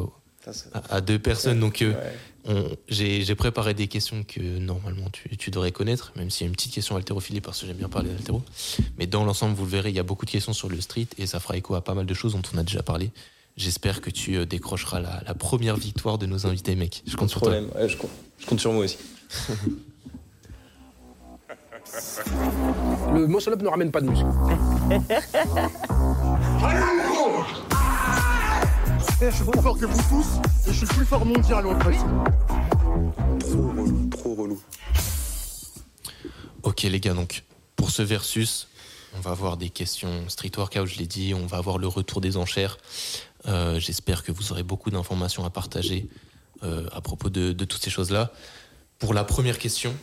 Ça, ça- à- à deux personnes, donc. euh, ouais. on- J'ai j'ai préparé des questions que normalement tu, tu devrais connaître, même s'il y a une petite question haltérophilie parce que j'aime bien parler d'haltéro. Mais dans l'ensemble, vous le verrez, il y a beaucoup de questions sur le street et ça fera écho à pas mal de choses dont on a déjà parlé. J'espère que tu euh, décrocheras la, la première victoire de nos invités, mec. Je compte sur toi. Problème. Ouais, je, compte, je compte sur moi aussi. Le muscle-up ne ramène pas de muscle. Eh, je suis plus fort que vous tous et je suis le plus fort mondial en fait. Ok, les gars, donc pour ce versus, on va avoir des questions street workout, je l'ai dit, on va avoir le retour des enchères. Euh, J'espère que vous aurez beaucoup d'informations à partager euh, à propos de, de toutes ces choses-là. Pour la première question,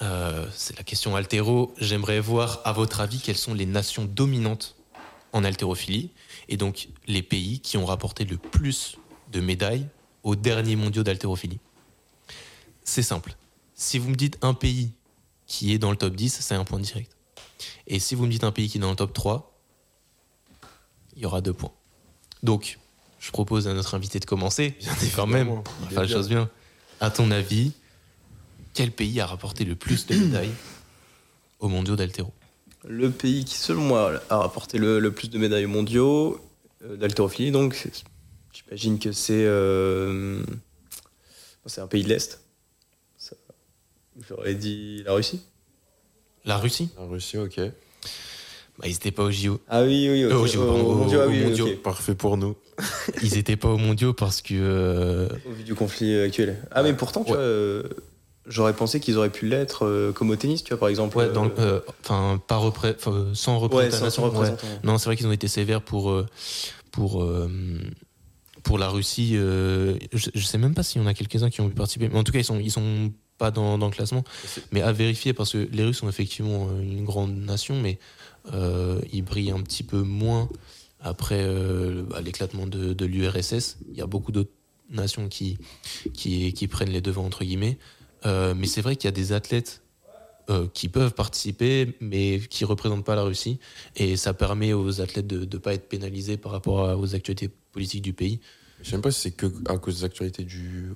euh, c'est la question altéro. J'aimerais voir, à votre avis, quelles sont les nations dominantes en haltérophilie et donc les pays qui ont rapporté le plus de médailles aux derniers mondiaux d'haltérophilie. C'est simple. Si vous me dites un pays qui est dans le top 10, c'est un point direct. Et si vous me dites un pays qui est dans le top 3, il y aura deux points. Donc, je propose à notre invité de commencer. J'en ai quand même. Évidemment, On va il est faire les bien. choses bien. À ton avis, quel pays a rapporté le plus de médailles aux mondiaux d'altéro Le pays qui, selon moi, a rapporté le, le plus de médailles mondiaux euh, d'haltérophilie, donc j'imagine que c'est euh, c'est un pays de l'Est. Ça, J'aurais dit la Russie. La Russie La Russie, ok. Bah, ils étaient pas au JO. Ah oui, oui, ok. Oh, j'ai- Au- pardon, au au- mondiaux, ah au oui, mondiaux. ok. Parfait pour nous. Ils étaient pas aux mondiaux parce que. euh, Au vu du conflit actuel. Ah, mais pourtant, tu Ouais. vois, euh, j'aurais pensé qu'ils auraient pu l'être euh, comme au tennis, tu vois, par exemple. ouais, dans le- euh, euh, Enfin, pas repré- enfin, sans ouais, sans représentation. sans ouais. représentant. Non, c'est vrai qu'ils ont été sévères pour, euh, pour, euh, pour la Russie. euh, je, je sais même pas s'il y en a quelques-uns qui ont pu participer. Mais en tout cas, ils sont, ils sont pas dans, dans le classement. Mais à vérifier, parce que les Russes sont effectivement euh, une grande nation, mais euh, ils brillent un petit peu moins après euh, bah, l'éclatement de, de l'URSS. Il y a beaucoup d'autres nations qui, qui, qui prennent les devants, entre guillemets. Euh, mais c'est vrai qu'il y a des athlètes euh, qui peuvent participer, mais qui représentent pas la Russie. Et ça permet aux athlètes de ne pas être pénalisés par rapport à- aux actualités politiques du pays. Je sais même pas si c'est que à cause des actualités du.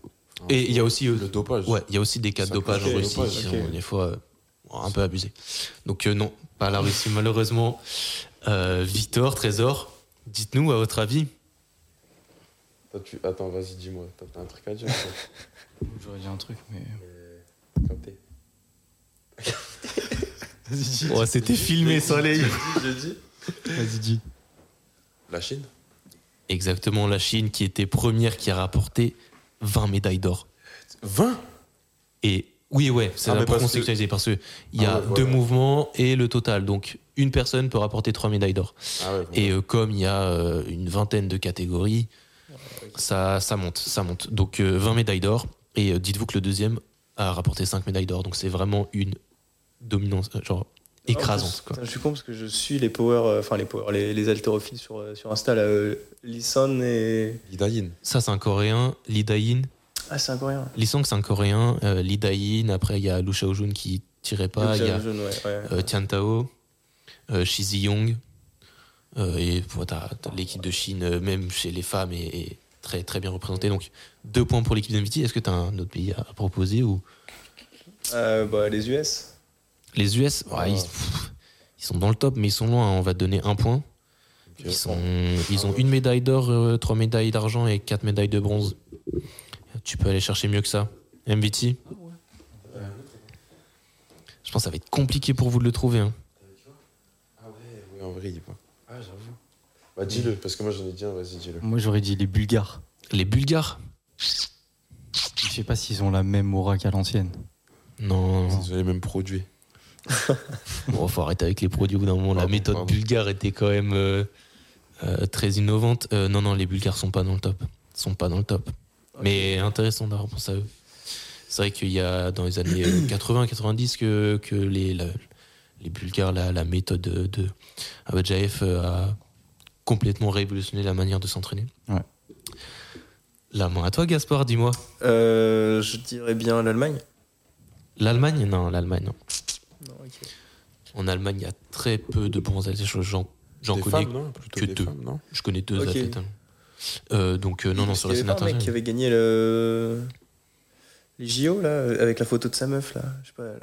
Et il y a aussi, euh, Le dopage. ouais, il y a aussi des cas de Ça dopage crée en le Russie dopage, qui ok. sont des fois euh, un peu abusés. Donc euh, non, pas la Russie malheureusement. Euh, Victor, Trésor, dites-nous à votre avis. Toi, tu- Attends, vas-y, dis-moi. T'as t'as un truc à dire toi Euh, J'aurais dit un truc, mais. Capté. Oh, C'était filmé, soleil. Je dis. Vas-y, dis. La Chine Exactement, la Chine qui était première qui a rapporté 20 médailles d'or. 20 Et oui, ouais, c'est Ah, la mais parce que- contextualiser parce qu'il y a Ah ouais, deux voilà. mouvements et le total. Donc une personne peut rapporter trois médailles d'or. Ah ouais, bon. Et euh, comme il y a euh, une vingtaine de catégories, ça, ça monte, ça monte. Donc euh, 20 médailles d'or. Et euh, dites-vous que le deuxième a rapporté 5 médailles d'or. Donc c'est vraiment une dominance, euh, genre écrasante. Ah, Quoi. putain, je suis con parce que je suis les power, euh, enfin les power, les, les haltérophiles sur, euh, sur Insta, là, euh, Lee Sun et. Idaïn. Ça, c'est un coréen. Lee Dae-in. Ah, c'est incroyable. Lee Sang, c'est un coréen. Euh, Lee Dae-in. Après, il y a Lu Xiaojun qui tirait pas. Il y a jaune, ouais, ouais. euh, Tian Tao, euh, Shi Ziyong. Euh, et voilà, t'as- t'as l'équipe de Chine, euh, même chez les femmes, est, est très, très bien représentée. Donc, deux points pour l'équipe d'Inviti. Est-ce que tu as un autre pays à à proposer ou Euh, bah, les US. Les US, ouais, Ah. ils, pff, ils sont dans le top, mais ils sont loin. hein. On va te donner un point. Ok. Ils, sont, ils ont une médaille d'or, euh, trois médailles d'argent et quatre médailles de bronze. Tu peux aller chercher mieux que ça. MVT Je pense que ça va être compliqué pour vous de le trouver. hein. Ah ouais, ouais, en vrai, il y va. Ah, j'avoue. Bah, dis-le, parce que moi j'en ai dit un, vas-y, dis-le. Moi, j'aurais dit les Bulgares. Les Bulgares Je sais pas s'ils ont la même aura qu'à l'ancienne. Non. Ils ont les mêmes produits. Bon, faut arrêter avec les produits au bout d'un moment. La Pardon, méthode Ah pardon. bulgare était quand même euh, euh, très innovante. Euh, non, non, les Bulgares sont pas dans le top. Sont pas dans le top. Mais intéressant d'avoir pensé à eux. C'est vrai qu'il y a dans les années 80-90 que, que les, la- les Bulgares, la, la méthode de, de Abadjaev euh, a complètement révolutionné la manière de s'entraîner. Ouais. La main à toi, Gaspard, dis-moi. Euh, je dirais bien l'Allemagne. L'Allemagne Non, l'Allemagne, non. Non, ok. Euh, En Allemagne, il y a très peu de bons athlètes. J'en j'en Des connais femmes, non Plutôt que des deux. femmes, non Je connais deux Ok. athlètes. hein. Euh, donc, euh, non, non, Parce sur la qu'il y scène avait pas un mec qui internationale. avait gagné le... les JO, là, euh, avec la photo de sa meuf, là. Je sais pas. là.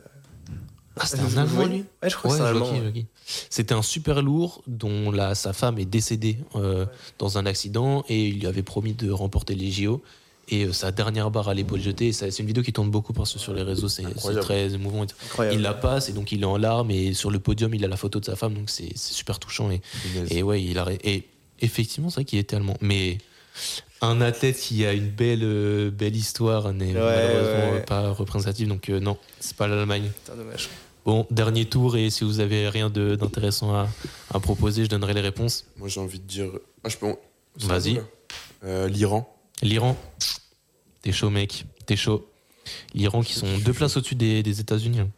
Ah, c'était Vous un Allemand, voyez lui Ouais, je crois Ouais, que c'est un je vois Allemand. qui, je vois qui. C'était un super lourd dont la, sa femme est décédée euh, dans un accident et il lui avait promis de remporter les JO. Et euh, sa dernière barre à l'épaule jetée, ça- c'est une vidéo qui tourne beaucoup parce que sur les réseaux, c'est c'est Incroyable. très émouvant. Incroyable. Il la passe et donc il est en larmes et sur le podium, il a la photo de sa femme, donc c'est c'est super touchant. Et Punaise. Et ouais, il a... ré- et effectivement, c'est vrai qu'il était allemand. Mais un athlète qui a une belle, euh, belle histoire n'est Ouais, malheureusement ouais. euh, pas représentatif. Donc euh, non, c'est pas l'Allemagne. Putain, dommage. Bon, dernier tour. Et si vous avez rien de- d'intéressant à, à proposer, je donnerai les réponses. Moi j'ai envie de dire. Ah, je peux. c'est Vas-y. à vous, là Euh, L'Iran. L'Iran. T'es chaud, mec. T'es chaud. L'Iran qui sont deux places au-dessus des, des États-Unis. hein.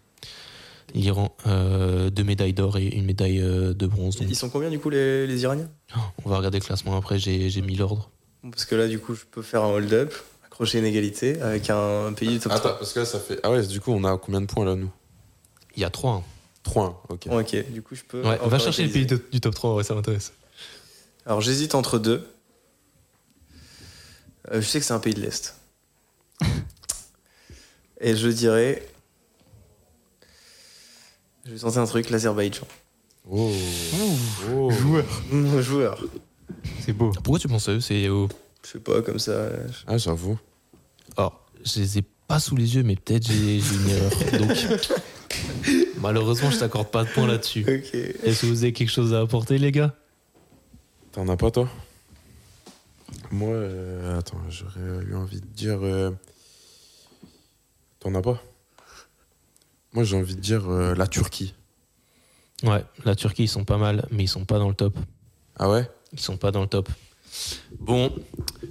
L'Iran, euh, deux médailles d'or et une médaille euh, de bronze. Donc, Ils sont combien, du coup, les, les Iraniens on va regarder le classement après. J'ai j'ai mis l'ordre. Parce que là, du coup, je peux faire un hold-up, accrocher une égalité avec un pays du top Attends, parce que là ça fait. Ah ouais, du coup on a combien de points là nous Il y a trois. hein. 3, ok. 3. Ok, du coup, je peux. Ouais, encore va chercher le égaliser. pays de- du top 3, ouais, ça m'intéresse. Alors, j'hésite entre deux. Euh, je sais que c'est un pays de l'Est. Et je dirais. Je vais tenter un truc, l'Azerbaïdjan. Oh. Oh. Joueur. C'est beau. Pourquoi tu penses à eux C'est euh, au- Je sais pas, comme ça. je- Ah, j'avoue. Alors, je les ai pas sous les yeux, mais peut-être j'ai j'ai une erreur. Donc, Malheureusement, je t'accorde pas de points là-dessus. Ok. Euh, Est-ce que vous avez quelque chose à apporter, les gars T'en as pas, toi Moi, euh, attends, j'aurais eu envie de dire. euh, T'en as pas Moi, j'ai envie de dire euh, la Turquie. Ouais, la Turquie, ils sont pas mal, mais ils sont pas dans le top. Ah ouais Ils sont pas dans le top. Bon,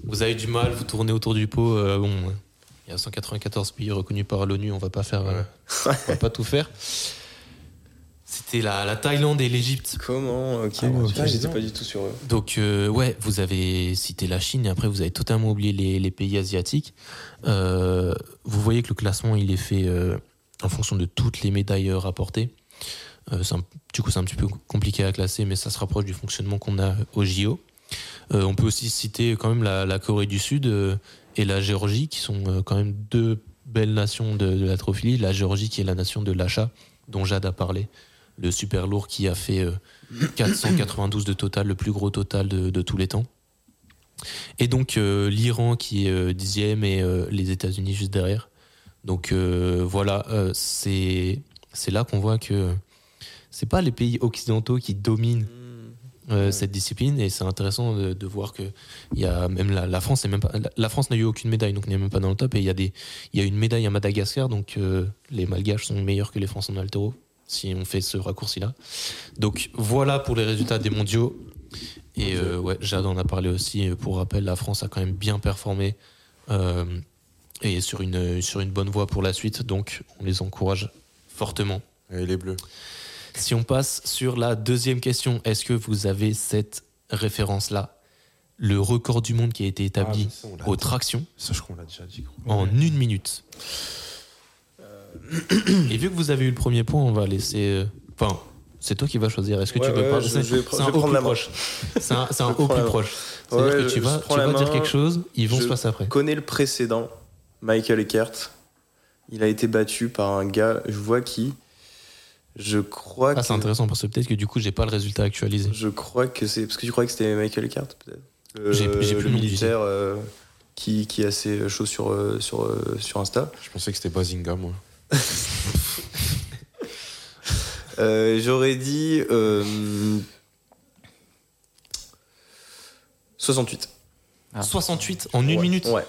vous avez du mal, vous tournez autour du pot. euh, bon, il y a 194 pays reconnus par l'ONU, on va pas faire, euh, on va pas tout faire. C'était la, la Thaïlande et l'Égypte. Comment Ok. Ah ouais, Putain, ok. j'étais pas du tout sur eux. Donc euh, ouais, vous avez cité la Chine et après vous avez totalement oublié les, les pays asiatiques. Euh, vous voyez que le classement il est fait euh, en fonction de toutes les médailles euh, rapportées. Euh, c'est un- du coup c'est un petit peu compliqué à classer, mais ça se rapproche du fonctionnement qu'on a au JO. Euh, on peut aussi citer quand même la, la Corée du Sud euh, et la Géorgie qui sont euh, quand même deux belles nations de, de la trophilie. La Géorgie qui est la nation de l'achat dont Jade a parlé, le super lourd qui a fait euh, 492 de total, le plus gros total de, de tous les temps. Et donc euh, l'Iran qui est euh, dixième et euh, les États-Unis juste derrière. Donc euh, voilà, euh, c'est c'est là qu'on voit que c'est pas les pays occidentaux qui dominent euh, cette discipline et c'est intéressant de, de voir que il y a même la, la France est même pas la, la France n'a eu aucune médaille donc n'est même pas dans le top et il y a des il y a une médaille à Madagascar donc euh, les Malgaches sont meilleurs que les Français en altéro si on fait ce raccourci là donc voilà pour les résultats des mondiaux et euh, ouais Jade en a parlé aussi Euh, pour rappel la France a quand même bien performé euh, et est sur une sur une bonne voie pour la suite donc on les encourage fortement Et les Bleus. si on passe sur la deuxième question, est-ce que vous avez cette référence-là Le record du monde qui a été établi Ah, ça, on aux tractions Ça, je crois qu'on l'a déjà dit. gros. Oh. en une minute. Euh. Et vu que vous avez eu le premier point, on va laisser. euh, Enfin, c'est toi qui vas choisir. Est-ce que Ouais, tu veux ouais, pas je- C'est je vais pr- c'est je un vais haut prendre plus la main. proche. C'est un, c'est un haut prends plus la main. proche. C'est-à-dire Ouais, que tu je- je vas, prends tu la vas dire main. quelque chose, ils vont Je se passer après. connais le précédent, Michael Eckert. Il a été battu par un gars, je vois qui. Je crois Ah, c'est que. intéressant parce que peut-être que du coup, j'ai pas le résultat actualisé. Je crois que c'est. Parce que tu croyais que c'était Michael Eckert, peut-être Le- J'ai- j'ai Le plus le nom du militaire euh, qui, qui est assez chaud sur, euh, sur, euh, sur Insta. Je pensais que c'était Bazinga, moi. Euh, J'aurais dit. euh, 68. Ah. 68 en une Ouais. minute. Ouais.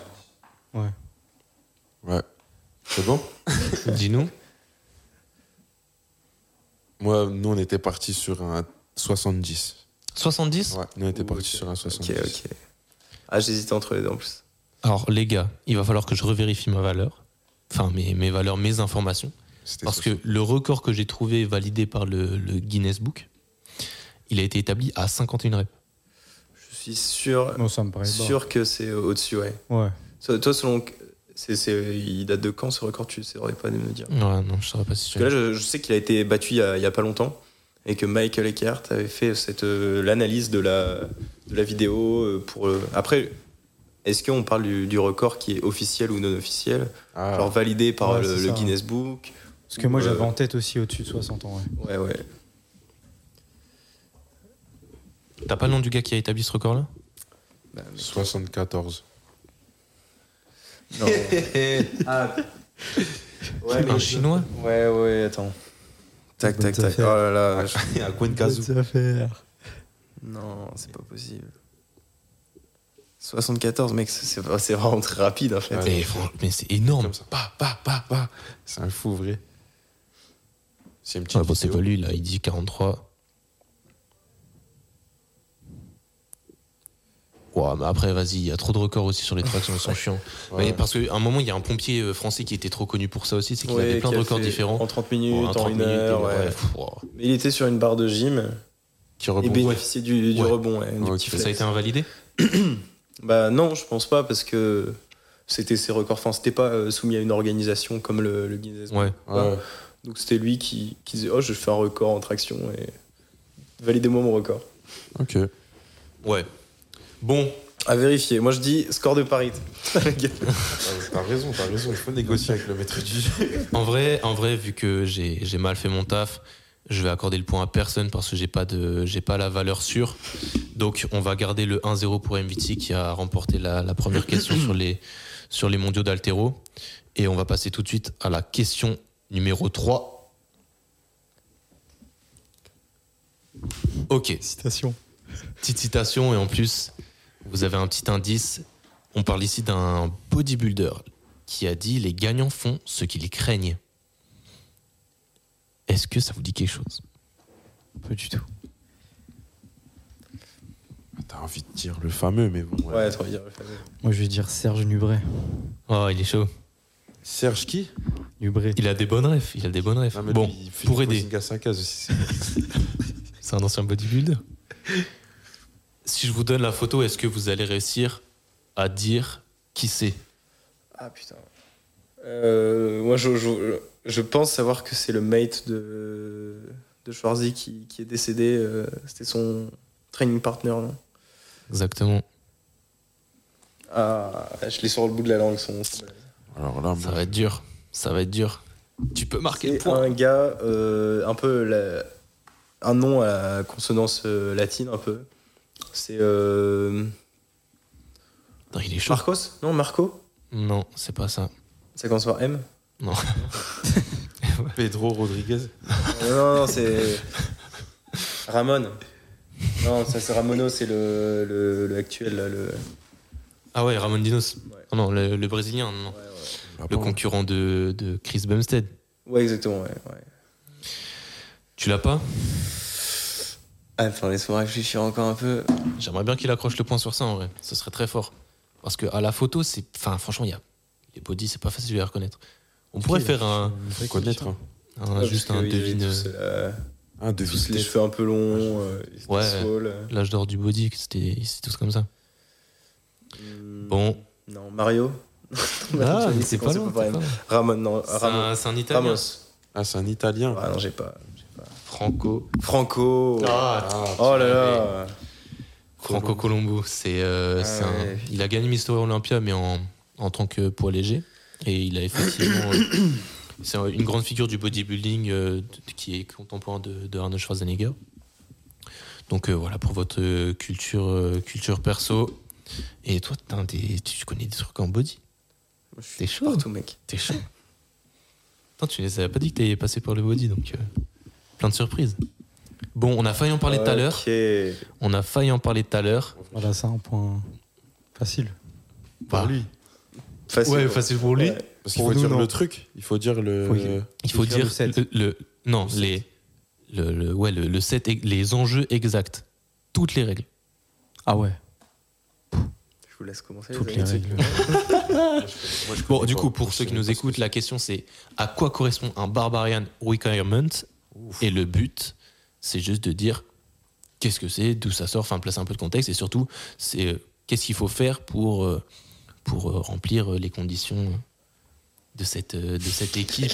Ouais. C'est bon Dis-nous. Moi, nous, on était partis sur un 70. 70 Ouais, nous, on était Ouh, partis ok. sur un Ok, 70. ok. Ah, j'hésitais entre les deux en plus. Alors les gars, il va falloir que je revérifie ma valeur, enfin mes, mes valeurs, mes informations, C'était parce ça. que le record que j'ai trouvé validé par le, le Guinness Book, il a été établi à 51 reps. Je suis sûr, Non, ça me paraît bas. sûr que c'est au-dessus, ouais. Ouais. So- Toi, selon. c'est c'est- il date de quand ce record Tu saurais pas de me dire. Ouais, non, je saurais pas si Parce que là, je, je sais qu'il a été battu il y a, il y a pas longtemps et que Michael Eckert avait fait cette euh, l'analyse de la de la vidéo euh, pour. euh, après, est-ce qu'on parle du, du record qui est officiel ou non officiel, Ah, genre validé par Ouais, le, c'est le ça. Guinness Book Parce que moi, Euh, j'avais en tête aussi au-dessus de 60 ans. Ouais, ouais. ouais. T'as pas le nom du gars qui a établi ce record là 74. Non. Ah. Ouais, Ah, mais- Un chinois Ouais, ouais, attends. Tac, Bonne tac, tac. Oh affaire. là là. je- Il y a Non, c'est pas possible. 74, mec, c'est c'est vraiment très rapide en fait. Ouais. Eh, franchement, Mais c'est énorme. Comme ça. Bah, bah, bah, bah. C'est un fou, vrai. C'est une petite. Ouais, bon, Ah, bah, c'est vidéo. pas lui là, il dit 43. Ouais, mais après, vas-y, il y a trop de records aussi sur les tractions, ils sont chiants. Ouais. Mais parce qu'à un moment, il y a un pompier euh, français qui était trop connu pour ça aussi, c'est qu'il Ouais, avait plein qui de a records fait différents. En 30 minutes, Ouais, en 30 une minutes, heure. et ouais. ouais, pff, oh, wow. Mais il était sur une barre de gym Qui et rebondit. bénéficiait du, du Ouais. rebond. ouais, du Ouais, petit Ça ok. a flex. été invalidé Bah non, je pense pas parce que c'était ses records. Enfin, c'était pas euh, soumis à une organisation comme le, le Guinness. Ouais. Ouais. Donc c'était lui qui, qui disait Oh, je fais un record en traction et validez-moi mon record. Ok. Ouais. Bon, À vérifier. Moi je dis score de parité. T'as raison, t'as raison. Il faut négocier avec le maître du jeu. en vrai, en vrai vu que j'ai j'ai mal fait mon taf, je vais accorder le point à personne parce que j'ai pas, de- j'ai pas la valeur sûre. Donc, on va garder le 1-0 pour MVT qui a remporté la, la première question sur les, sur les mondiaux d'Altero. Et on va passer tout de suite à la question numéro 3. Ok, Citation. petite citation et en plus, vous avez un petit indice. On parle ici d'un bodybuilder qui a dit les gagnants font ce qu'ils craignent. Est-ce que ça vous dit quelque chose Pas du tout. T'as envie de dire le fameux, mais bon. ouais. Ouais, trop bien. Moi, je vais dire Serge Nubret. Oh, il est chaud. Serge qui Nubret. Il a des bonnes refs, il a des bonnes refs. Non, mais bon, lui, il fait pour du aider. posing à sa case aussi. c'est un ancien bodybuilder. Si je vous donne la photo, est-ce que vous allez réussir à dire qui c'est Ah putain. Euh, moi, je, je, je pense savoir que c'est le mate de, de Schwarzy qui, qui est décédé. euh, C'était son training partner. non Exactement. Ah, je l'ai sur le bout de la langue. Son... son- Alors là, Ça moi, va être dur. Ça va être dur. Tu peux marquer le C'est point. un gars, euh, un peu la- un nom à la consonance euh, latine, un peu. C'est euh, Non, il est chaud. Marcos Non, Marco Non, c'est pas ça. Ça commence par M Pedro Rodriguez. Euh, Non, non, non, c'est. Ramon. Non, ça c'est Ramono, c'est le, le, le actuel. là, le... Ah ouais, Ramon Dinos. Ouais. Non, non, le, le Brésilien. non, non. Ouais, ouais. Ah Le bon concurrent de, de Chris Bumstead. Ouais, exactement, ouais. ouais. Tu l'as pas Attends, Ah, laisse-moi réfléchir encore un peu. J'aimerais bien qu'il accroche le point sur ça en vrai. Ce serait très fort. Parce que à la photo, c'est. Enfin, franchement, il y a. Les bodies, c'est pas facile de les reconnaître. On pourrait faire un, Il faut connaître. hein. un- juste un devine Tous, euh, euh, Ah, de tous les vitesse. cheveux un peu longs, euh, ils étaient Ouais. saules, euh. l'âge d'or du body, que c'était ils étaient tous comme ça. Hmm, Bon, Non, Mario Ah, Je mais sais c'est qu'on pas sait loin. pas pareil. c'est pas loin. Ramon, non, C'est Ramon. un, c'est un Italien. Ramos. Ah, c'est un Italien. Ah non, j'ai pas. Franco. Franco. Ah, oh là là. Franco Colombo, c'est euh, Ah c'est un- ouais. il a gagné Mister Olympia, mais en, en tant que poids léger. Et il a effectivement. euh, c'est un- une grande figure du bodybuilding euh, de- qui est contemporain de, de Arnold Schwarzenegger. Donc euh, voilà, pour votre euh, culture, euh, culture perso. Et toi, t'as un des- tu connais des trucs en body Je suis T'es chaud. Partout, mec. T'es chaud. Putain, tu les avais pas dit que t'allais passer par le body, donc euh, plein de surprises. Bon, on a failli en parler tout à l'heure. Ok. On a failli en parler tout à l'heure. Voilà, ça, un point facile. Bah, Facile. ouais, facile pour lui. Ouais. Parce qu'il Pour faut nous, dire non. le truc. Il faut dire le. Faut y- Il faut Écrire dire le set. le, le- non les le, le- ouais le, le set et les enjeux exacts toutes les règles Ah ouais, Je vous laisse commencer. toutes les les amis. règles. Ah, bon du coup pour ceux qui nous écoutent la question c'est à quoi correspond un barbarian requirement et le but c'est juste de dire qu'est-ce que c'est d'où ça sort enfin placer un peu de contexte et surtout c'est euh, qu'est-ce qu'il faut faire pour euh, pour euh, remplir euh, les conditions de cette euh, de cette équipe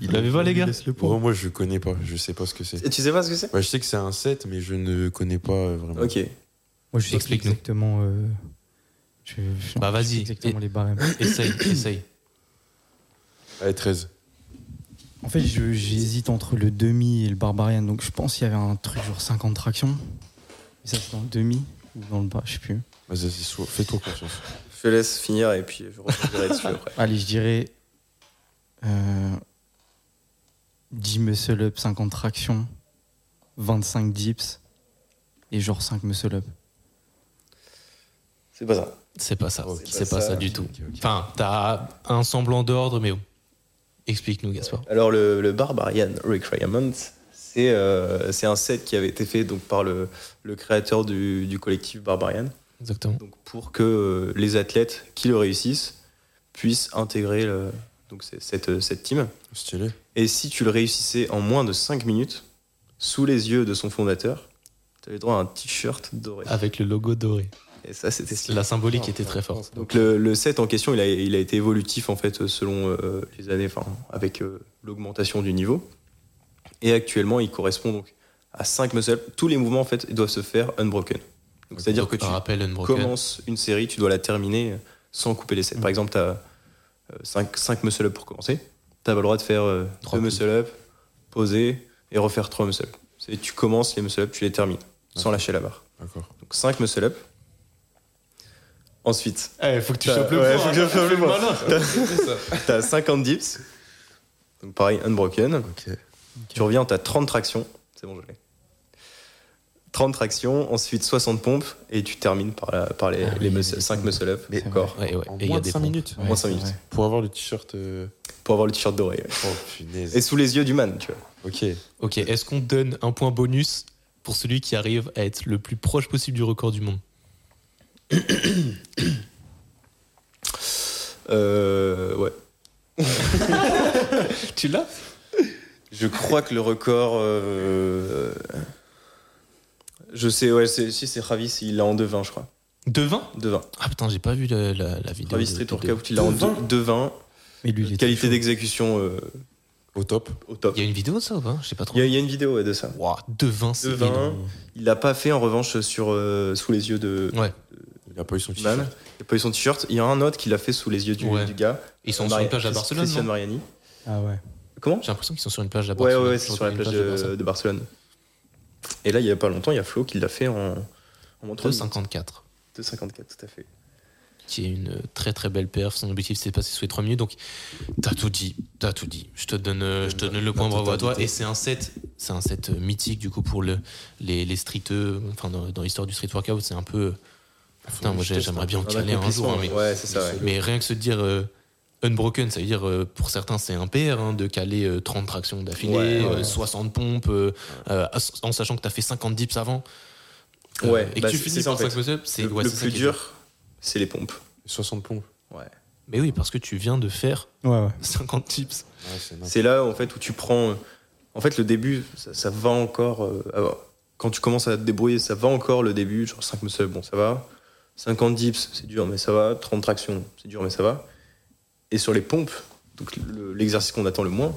il l'avait pas les gars Laisse le point. Bon, moi, je connais pas. Je sais pas ce que c'est. Et tu sais pas ce que c'est Ouais, je sais que c'est un set, mais je ne connais pas euh, vraiment. Ok. Moi, je sais pas Explique-nous. exactement. euh, je- je- Bah, je sais vas-y. Exactement les barèmes. essaye essaye Allez, 13. En fait, je- j'hésite entre le demi et le barbarian. Donc, je pense qu'il y avait un truc genre 50 tractions. Et ça, c'est dans le demi ou dans le bas, je sais plus. Vas-y, vas-y, sois- fais-toi confiance. Je te laisse finir et puis je reviendrai dessus après. Allez, je dirais euh, 10 muscle up, 50 tractions, 25 dips et genre 5 muscle up. C'est pas ça. c'est pas ça Ok. c'est pas ça du tout Enfin, t'as un semblant d'ordre, mais bon. Explique-nous, Gaspard. Alors, le, le Barbarian Requirement, c'est euh, c'est un set qui avait été fait donc, par le, le créateur du, du collectif Barbarian Exactement. donc, pour que euh, les athlètes qui le réussissent puissent intégrer le- donc, c'est- cette, euh, cette team. Stylé. Et si tu le réussissais en moins de 5 minutes, sous les yeux de son fondateur, tu avais droit à un t-shirt doré. Avec le logo doré. Et ça, c'était La symbolique était très forte. Donc le, le set en question, il a, il a été évolutif en fait selon euh, les années, enfin avec euh, l'augmentation du niveau. Et actuellement, il correspond donc à 5 muscle Tous les mouvements en fait ils doivent se faire unbroken. Donc, C'est-à-dire Donc, que tu un rappel Unbroken. commences une série, tu dois la terminer sans couper les Mm. sets. Par exemple, tu as 5, muscle-up pour commencer. Tu as le droit de faire Trois 3 muscle-up, poser et refaire 3 muscle-up. C'est- Tu commences les muscle-up, tu les termines sans D'accord. lâcher la barre. D'accord. Donc 5 muscle-up. Ensuite, Eh, faut que tu T'as- chopes le Bah, ouais, point. faut que je chope le point. Malin. T'as 50 dips. Donc pareil, unbroken. Ok. Tu reviens, t'as 30 tractions. C'est bon, je l'ai. 30 tractions, ensuite 60 pompes, et tu termines par, la- par les, Ah oui, les il y a des 5 pompes. muscle-up. Mais- encore. Ouais, ouais. En Et il y moins a de des cinq pompes. minutes. Moins cinq c'est minutes. vrai. Pour avoir le t-shirt. euh, Pour avoir le t-shirt doré. ouais. Oh punaise. Et sous les yeux du man, tu vois. Ok. Ok, est-ce qu'on donne un point bonus pour celui qui arrive à être le plus proche possible du record du monde Euh, ouais. Tu l'as Je crois que le record. euh, Je sais, ouais, c'est- si c'est Ravis, il l'a en 2-20, je crois. De 20 2-20. Ah putain, j'ai pas vu la, la- la vidéo. Ravis de- Street de- Workout, il l'a en 2-20. Mais lui, il était Qualité chaud. d'exécution euh, Au top. au top. Il y a une vidéo de ça ou pas Je sais pas trop. Il y, a- il y a une vidéo ouais, de ça. Ouah, de 20, c'est De 20. énorme. Il l'a pas fait en revanche sur, euh, sous les yeux de Ouais. Il a pas eu son t-shirt. Man. Il n'a pas eu son t-shirt. Il y a un autre qui l'a fait sous les yeux du, Ouais. du gars. Ils sont Euh, sur Maria- une plage à Barcelone. Christian non Mariani. Ah ouais. Comment J'ai l'impression qu'ils sont sur une plage à Ouais, Barcelone. ouais, ouais, c'est sur la une plage de, de Barcelone. Et là, il y a pas longtemps, il y a Flo qui l'a fait en, en montre Barcelone. 54 2,54, tout à fait. qui est une très très belle perf. Son objectif c'est de passer sous les 3 minutes. Donc t'as tout dit, t'as tout dit. Je te donne, euh, je te donne le point bravo à toi. Et c'est un set, c'est un set euh, mythique du coup pour le, les, les streeteux. Enfin dans, dans l'histoire du street workout, c'est un peu. euh, Putain, moi j'ai- j'aimerais bien en caler un jour. hein, mais, Ouais, c'est ça, ouais. mais rien que se dire euh, unbroken, ça veut dire euh, pour certains c'est un PR hein, de caler euh, 30 tractions d'affilée, Ouais, ouais. euh, 60 pompes, euh, euh, en sachant que t'as fait 50 dips avant. Euh, Ouais, et que bah, tu c'est- finis c'est ça, par en fait. 5 muscle-ups, c'est Le, ouais, le c'est ça plus qui est dur, c'est les pompes. 60 pompes. Mais oui, parce que tu viens de faire Ouais, ouais. 50 tips. Ouais, c'est C'est là, en fait, où tu prends. euh, En fait, le début, ça, ça va encore. euh, alors, quand tu commences à te débrouiller, ça va encore le début. Genre 5 muscle bon, ça va. 50 dips, c'est dur, mais ça va. 30 tractions, c'est dur, mais ça va. Et sur les pompes, donc le- l'exercice qu'on attend le moins,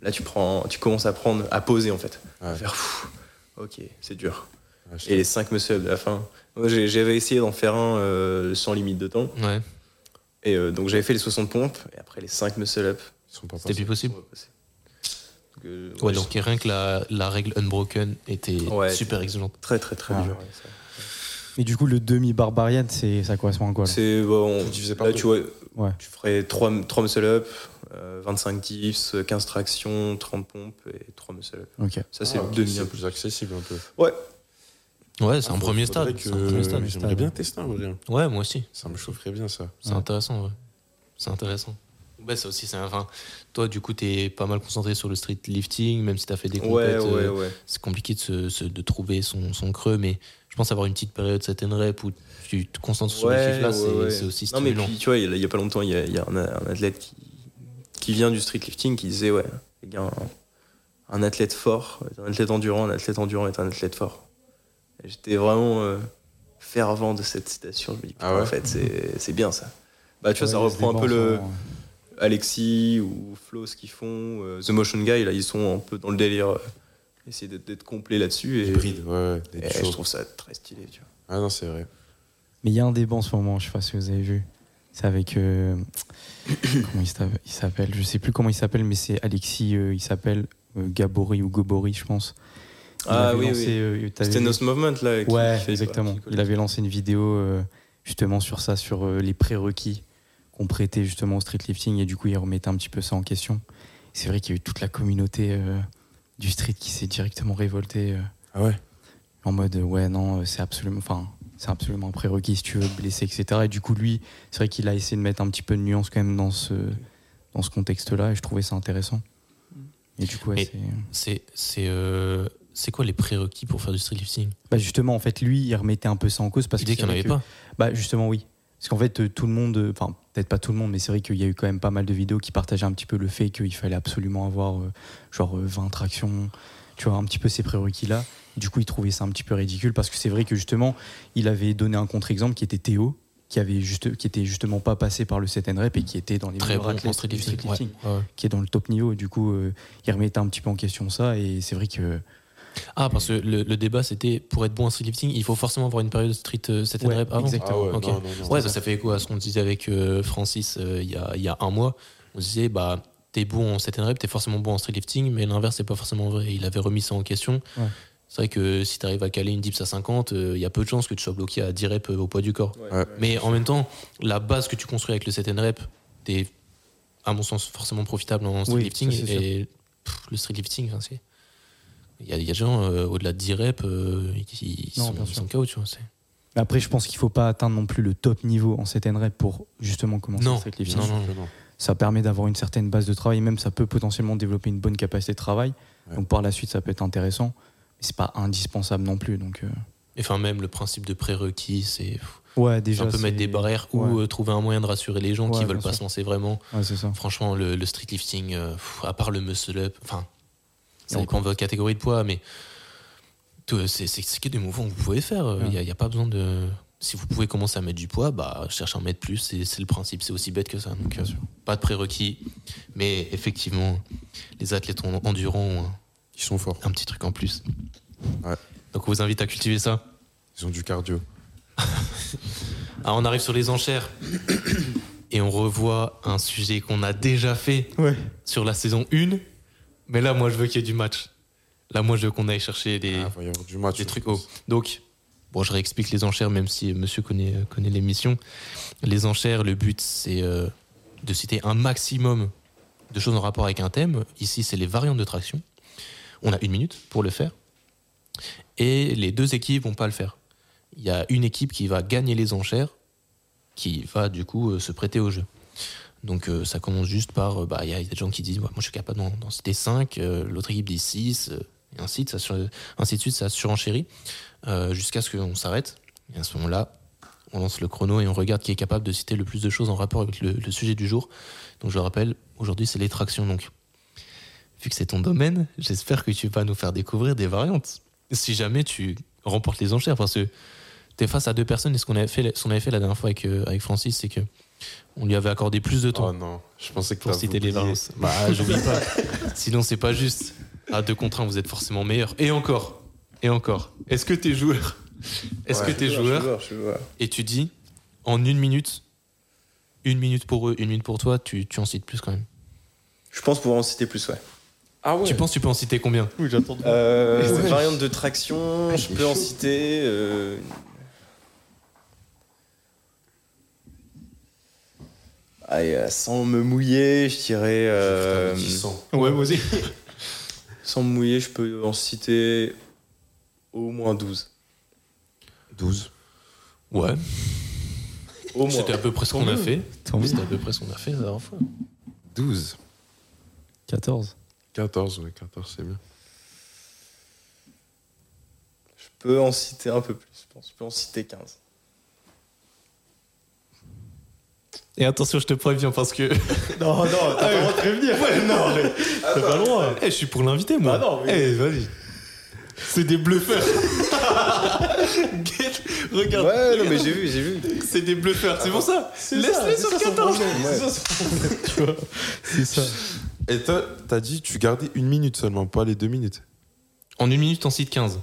là, tu, prends, tu commences à prendre, à poser, en fait. Ouais. Faire, pfff, ok, c'est dur. Ouais, je- Et les 5 muscle de la fin. Moi, j'ai- j'avais essayé d'en faire un euh, sans limite de temps. Ouais, Et euh, donc, j'avais fait les 60 pompes, et après les 5 muscle-up. Ils sont pas c'était plus passés. possible. Ouais, bah, c'est- Donc, euh, Ouais, ouais, donc rien que la, la règle unbroken était Ouais. super exigeante. c'est Très, très, très Ah. dur. ouais, ça. Mais du coup, le demi-barbarian, c'est- ça correspond à quoi là C'est. Bon, Tu divisais par là, deux. tu vois, Ouais. tu ferais 3, muscle-up, 25 dips, 15 tractions, 30 pompes et 3 muscle-up. Ok. Ça, c'est Ah, le ok, demi. C'est plus accessible un peu. Ouais, Ouais, c'est Ah, un, faut- premier faudrait stade. que- c'est un premier stade. J'aimerais bien tester un vrai. Ouais, moi aussi. Ça me chaufferait bien ça. C'est Ouais. intéressant, ouais. C'est intéressant. Ouais, Bah, ça aussi, c'est un. Enfin, toi, du coup, t'es pas mal concentré sur le street lifting, même si t'as fait des ouais, compètes. ouais, euh, ouais. C'est compliqué de, se- se- de trouver son, son creux, mais je pense avoir une petite période set and rep où tu te concentres sur Ouais, les chiffres là, c'est ouais, ouais. c'est aussi Non, mais stimulant. puis, tu vois, il y a- il y a pas longtemps, il y a, il y a un, un athlète qui, qui vient du street lifting qui disait Ouais, les gars, un, un athlète fort est un athlète endurant, un athlète endurant est un athlète fort. Et J'étais vraiment euh, fervent de cette citation. Je me dis Putain, Ah ouais En fait, c'est c'est bien ça. Bah, tu vois, ça Ouais, reprend un peu c'est le bon, Alexis ou Flo, ce qu'ils font. euh, The Motion Guy, là, ils sont un peu dans le délire. euh, essayer d'être- d'être complet là-dessus. Et, Hybride, ouais, ouais. des et je choses. trouve ça très stylé, tu vois. Ah non, c'est vrai. Mais il y a un débat en ce moment, je sais pas si vous avez vu. C'est avec. euh, comment il s'appelle- il s'appelle Je sais plus comment il s'appelle, mais c'est Alexis, euh, il s'appelle euh, Gabori ou Gobori, je pense. Il Ah avait oui, lancé, oui. euh, t'avais C'était vu- Nos Movement, là. qui- Ouais, qui fait- exactement. qui colle. Il avait lancé une vidéo euh, justement sur ça, sur euh, les prérequis qu'on prêtait justement au streetlifting et du coup il remettait un petit peu ça en question. C'est vrai qu'il y a eu toute la communauté euh, du street qui s'est directement révoltée euh, Ah ouais en mode euh, ouais non euh, c'est absolument, enfin c'est absolument un prérequis si tu veux blesser etc. Et du coup lui c'est vrai qu'il a essayé de mettre un petit peu de nuance quand même dans ce dans ce contexte-là et je trouvais ça intéressant. Et du coup ouais, Mais- c'est- C'est c'est, euh, c'est quoi les prérequis pour faire du street lifting bah, justement en fait lui il remettait un peu ça en cause parce Il que disait qu'il n'y en c'est vrai avait que- pas. Bah justement oui. Parce qu'en fait euh, tout le monde, euh, enfin peut-être pas tout le monde, mais c'est vrai qu'il y a eu quand même pas mal de vidéos qui partageaient un petit peu le fait qu'il fallait absolument avoir euh, genre euh, 20 tractions, tu vois, un petit peu ces prérequis là. Du coup il trouvait ça un petit peu ridicule parce que c'est vrai que justement il avait donné un contre-exemple qui était Théo, qui avait juste, qui était justement pas passé par le set and rep et qui était dans les Très meilleurs bon athlètes en street du lifting. street lifting, ouais, ouais. qui est dans le top niveau. Et du coup euh, il remettait un petit peu en question ça et c'est vrai que Ah, parce que le, le débat c'était pour être bon en streetlifting, il faut forcément avoir une période de street euh, set and Ouais, rep avant. exact. Ah ouais, Ok. non, non, non. Ouais, bah, ça fait écho à ce qu'on disait avec euh, Francis euh, il y, a, il y a un mois. On disait, bah, t'es bon en set and rep, t'es forcément bon en street lifting, mais l'inverse, c'est pas forcément vrai. Il avait remis ça en question. Ouais. C'est vrai que si t'arrives à caler une dips à 50, euh, il y a peu de chances que tu sois bloqué à 10 reps euh, au poids du corps. Ouais, Ouais. ouais. Mais en même temps, la base que tu construis avec le set and rep, t'es, à mon sens, forcément profitable en Oui, streetlifting. ça, c'est sûr. et pff, le streetlifting, enfin, hein, c'est Il y, a il y a des gens euh, au-delà de 10 reps euh, qui Non, sont, bien qui sûr. sont KO, tu vois. c'est- Mais Après, je pense qu'il faut pas atteindre non plus le top niveau en 7 NREP pour justement commencer Non, à se sacrifier. non, non. Ça permet d'avoir une certaine base de travail, même ça peut potentiellement développer une bonne capacité de travail. Ouais. Donc par la suite, ça peut être intéressant, mais c'est pas indispensable non plus. Donc euh, Et enfin, même le principe de prérequis, c'est ouais, c'est déjà. un peu mettre c'est- des barrières ou ouais. euh, trouver un moyen de rassurer les gens qui Ouais, veulent bien pas sûr. se lancer vraiment. Ouais, c'est ça. Franchement, le, le street lifting, euh, pff, à part le muscle up, enfin, ça Et dépend de votre catégorie de poids, mais tout, euh, c'est c'est- c'est que des mouvements que vous pouvez faire. Il Ouais. n'y a, y a pas besoin de. Si vous pouvez commencer à mettre du poids, bah, cherche à en mettre plus, c'est c'est le principe, c'est aussi bête que ça. Donc, Bien euh, sûr. pas de prérequis, mais effectivement, les athlètes en- endurants ont un- Ils sont forts. un petit truc en plus. Ouais. Donc, on vous invite à cultiver ça. Ils ont du cardio. Ah, on arrive sur les enchères et on revoit un sujet qu'on a déjà fait Ouais. sur la saison 1. Mais là, moi, je veux qu'il y ait du match. Là, moi, je veux qu'on aille chercher Ah, des, il va y avoir du match. des je trucs hauts. pense. Donc, bon, je réexplique les enchères, même si monsieur connaît, euh, connaît l'émission. Les enchères, le but, c'est euh, de citer un maximum de choses en rapport avec un thème. Ici, c'est les variantes de traction. On a une minute pour le faire. Et les deux équipes vont pas le faire. Il y a une équipe qui va gagner les enchères, qui va du coup euh, se prêter au jeu. Donc euh, ça commence juste par, euh, bah, il y a des gens qui disent, Ouais, moi je suis capable d'en d'en citer 5, l'autre équipe dit euh, 6, et ainsi de, ça sur- ainsi de suite, ça surenchérit euh, jusqu'à ce qu'on s'arrête. Et à ce moment-là, on lance le chrono et on regarde qui est capable de citer le plus de choses en rapport avec le, le sujet du jour. Donc je le rappelle, aujourd'hui c'est les tractions. Donc, vu que c'est ton domaine, j'espère que tu vas nous faire découvrir des variantes. Si jamais tu remportes les enchères, parce que tu es face à deux personnes, et ce qu'on avait fait, ce qu'on avait fait la dernière fois avec, euh, avec Francis, c'est que on lui avait accordé plus de temps Oh non, je pensais que pour t'as citer les oublié. variantes. Bah, j'oublie pas. Sinon, c'est pas juste. À deux contre un, vous êtes forcément meilleur. Et encore. Et encore. Est-ce que t'es joueur Est-ce que Ouais. t'es Je suis joueur je suis joueur. et tu dis en une minute, une minute pour eux, une minute pour toi, tu, tu en cites plus quand même. Je pense pouvoir en citer plus, ouais. Ah ouais. Tu penses que tu peux en citer combien Euh, Ouais. Variante de traction, je peux en citer. euh, Ah, et, euh, sans me mouiller, je dirais. euh, Putain, mais 600. Ouais, moi aussi. Sans me mouiller, je peux en citer au moins 12. 12. Ouais, Au moins. c'était à peu près ce qu'on a fait. Tant mieux. C'était à peu près ce qu'on a fait la dernière fois. 12. 14. 14, ouais, 14, c'est bien. Je peux en citer un peu plus, je pense. Je peux en citer 15. Et attention, je te préviens parce que. Non, non, t'as pas le droit de prévenir. non, T'as pas le droit. Eh, je suis pour l'inviter, moi. Ah non, mais- Eh, vas-y. C'est des bluffeurs. Get- Regarde. Ouais, non, mais j'ai vu, j'ai vu. C'est des bluffeurs, c'est pour ça. Laisse-les sur 14. C'est ça, c'est- C'est ça. Et toi, t'as dit, tu gardais une minute seulement, pas les deux minutes. En une minute, on cite 15.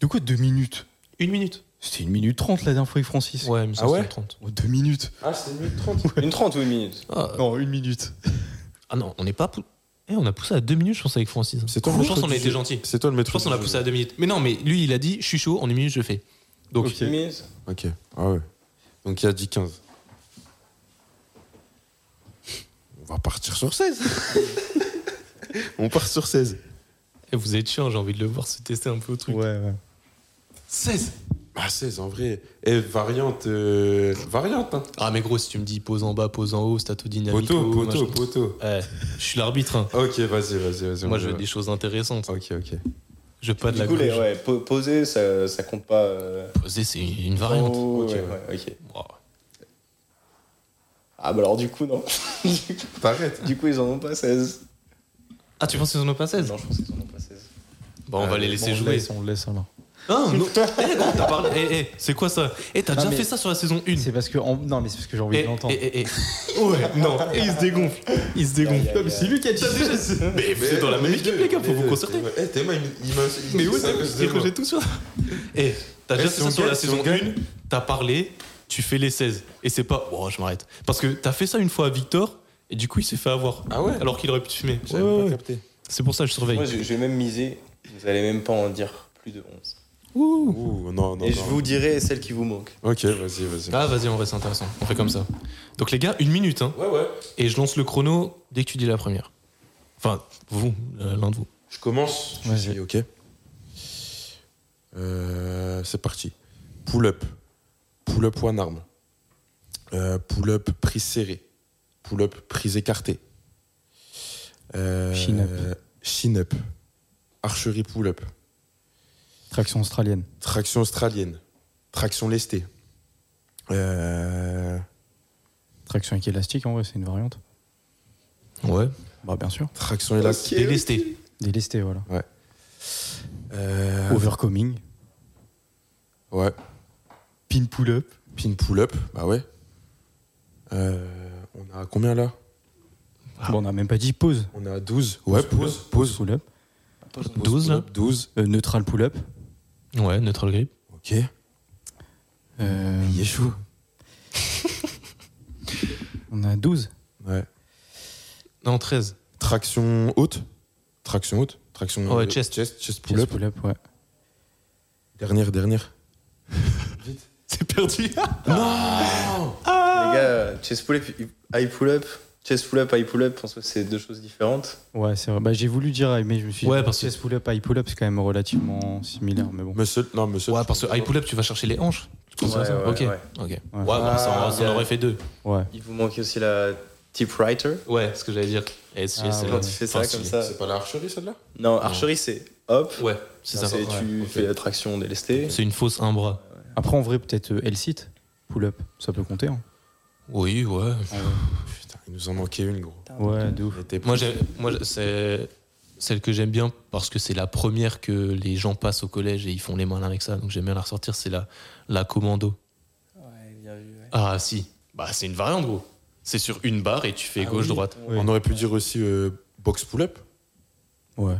De quoi 2 minutes Une minute. C'était 1 minute 30 la dernière fois avec Francis. Ouais, mais ça, Ah c'est ouais 30. 2 minutes Ah, c'est une minute 30. Une 30 ou une minute Ah, Non, 1 minute. ah non, on n'est pas. pou- Eh, on a poussé à deux minutes, je pense, avec Francis. C'est toi le Je pense maître qu'on a du été jeu. gentil. C'est toi le Je maître. pense qu'on du a jeu. poussé à deux minutes. Mais non, mais lui, il a dit, je suis chaud, en une minute, je fais. Donc, Une minute Ok, ah ouais. Donc il a dit 15. On va partir sur 16. On part sur 16. eh, vous êtes chiant, j'ai envie de le voir se tester un peu au truc. ouais. 16 Bah 16 en vrai. Et variante. euh, Variante, hein. Ah, mais gros, si tu me dis pose en bas, pose en haut, statodynamique. Poteau, dynamique poteau, poteau. Ouais, Eh, je suis l'arbitre. hein. Ok, vas-y, vas-y, vas-y. Moi, on je y veux va. des choses intéressantes. Ok, ok. Je veux pas de Du la coup, les, gauche. ouais, po- poser, ça, ça compte pas. euh, Poser, c'est une variante. oh, ok, ouais, ouais. ouais, ok. Wow. Ah, bah alors, du coup, non. T'arrêtes. du coup, ils en ont pas 16. Ah, tu penses qu'ils en ont pas 16 Non, je pense qu'ils en ont pas 16. Bon, on va Euh, les laisser jouer. Ah, on le laisse alors. Ah, non, Eh, non, t'as parlé. Eh, eh, c'est quoi ça Eh, t'as Non, déjà mais- fait ça sur la saison 1 C'est parce que. en- Non, mais c'est parce que j'ai envie Eh, de l'entendre. eh, eh, eh. Ouais, non, et il se dégonfle. Il se dégonfle. Aïe, aïe, aïe. mais lui qui a dit Mais vous êtes dans la même équipe, les gars, faut vous concerter. Eh, Théma, il il m'a. il Mais dit ouais, ça à cause de il moi. rejette tout ça. Eh, t'as Eh, déjà si fait ça on sur la gagne, si saison on 1, gagne. t'as parlé, tu fais les 16. Et c'est pas. Oh, je m'arrête. Parce que t'as fait ça une fois à Victor, et du coup, il s'est fait avoir. Ah ouais Alors qu'il aurait pu te fumer. J'avais Ouais, pas ouais. capté. C'est pour ça que je surveille. Moi, je, je vais même miser. Vous allez même pas en dire plus de 11. Ouh, non, non. Et je non. vous dirai celle qui vous manque. Ok, vas-y, vas-y. Ah, vas-y, on reste intéressant. On fait comme ça. Donc, les gars, une minute, hein. Ouais, ouais. Et je lance le chrono dès que tu dis la première. Enfin, vous, euh, l'un de vous. Je commence. Je Vas-y. suis- ok. Euh, c'est parti. Pull-up. Pull-up one arm. Euh, pull-up prise serrée. Pull-up prise écartée. Euh, Chin-up. Chin-up. Archerie pull-up. Traction australienne. Traction australienne. Traction lestée. Euh, Traction avec élastique, en vrai, c'est une variante. Ouais. Bah, bien sûr. traction élastique. Délesté. Délesté, voilà. Euh, Overcoming. ouais. Oh. Pin pull-up. Pin pull-up. Bah ouais. Euh, on a combien là Ah. Bon, on n'a même pas dit pause. On est à 12. Ouais, pause, pause. Pause pull-up. 12 là. pull-up, 12. Euh, neutral pull-up. Ouais, neutral grip. Ok. Euh, est chaud. on a 12. Ouais. Non, 13. Traction haute. Traction haute. Traction Ouais, euh, chest. chest. Chest Chest pull-up. pull-up, ouais. dernière, dernière. C'est perdu. Les gars, chest pull-up, high pull-up, chest pull-up, high pull-up, en soi, c'est deux choses différentes. Ouais, c'est vrai. Bah, j'ai voulu dire high, mais je me suis dit, Ouais, parce que- chest pull-up, high pull-up, c'est quand même relativement similaire, mais bon. Muscle. Non, muscle. Ouais, parce que high pull-up, tu vas chercher les hanches. Tu penses à Ouais, ça ouais, Ok. ouais. Ok. Ouais, Ouais. bah, ça, en- Ah. ça en aurait fait deux. Ouais. Il vous manque aussi la typewriter. Ouais, ce que j'allais dire. Et c'est- Ah, c'est- ouais. Quand tu fais ça Enfin, comme si. ça. pas l'archerie celle-là Non, archerie, c'est hop. Ouais, c'est ça. C'est- Tu Ouais, ok. fais la traction délestée. C'est une fausse un bras. Après, en vrai, peut-être euh, L-sit, pull-up, ça peut compter. Hein. Oui, ouais. Putain, il nous en manquait une, gros. Ouais, de ouf. On était- Moi, j'ai- moi j'ai- c'est celle que j'aime bien parce que c'est la première que les gens passent au collège et ils font les malins avec ça. Donc j'aime bien la ressortir. C'est la, la commando. Ouais, bien vu. ouais. Ah, si. Bah, c'est une variante, gros. C'est sur une barre et tu fais gauche-droite. Oui. On aurait pu dire aussi euh, box pull-up. Ouais.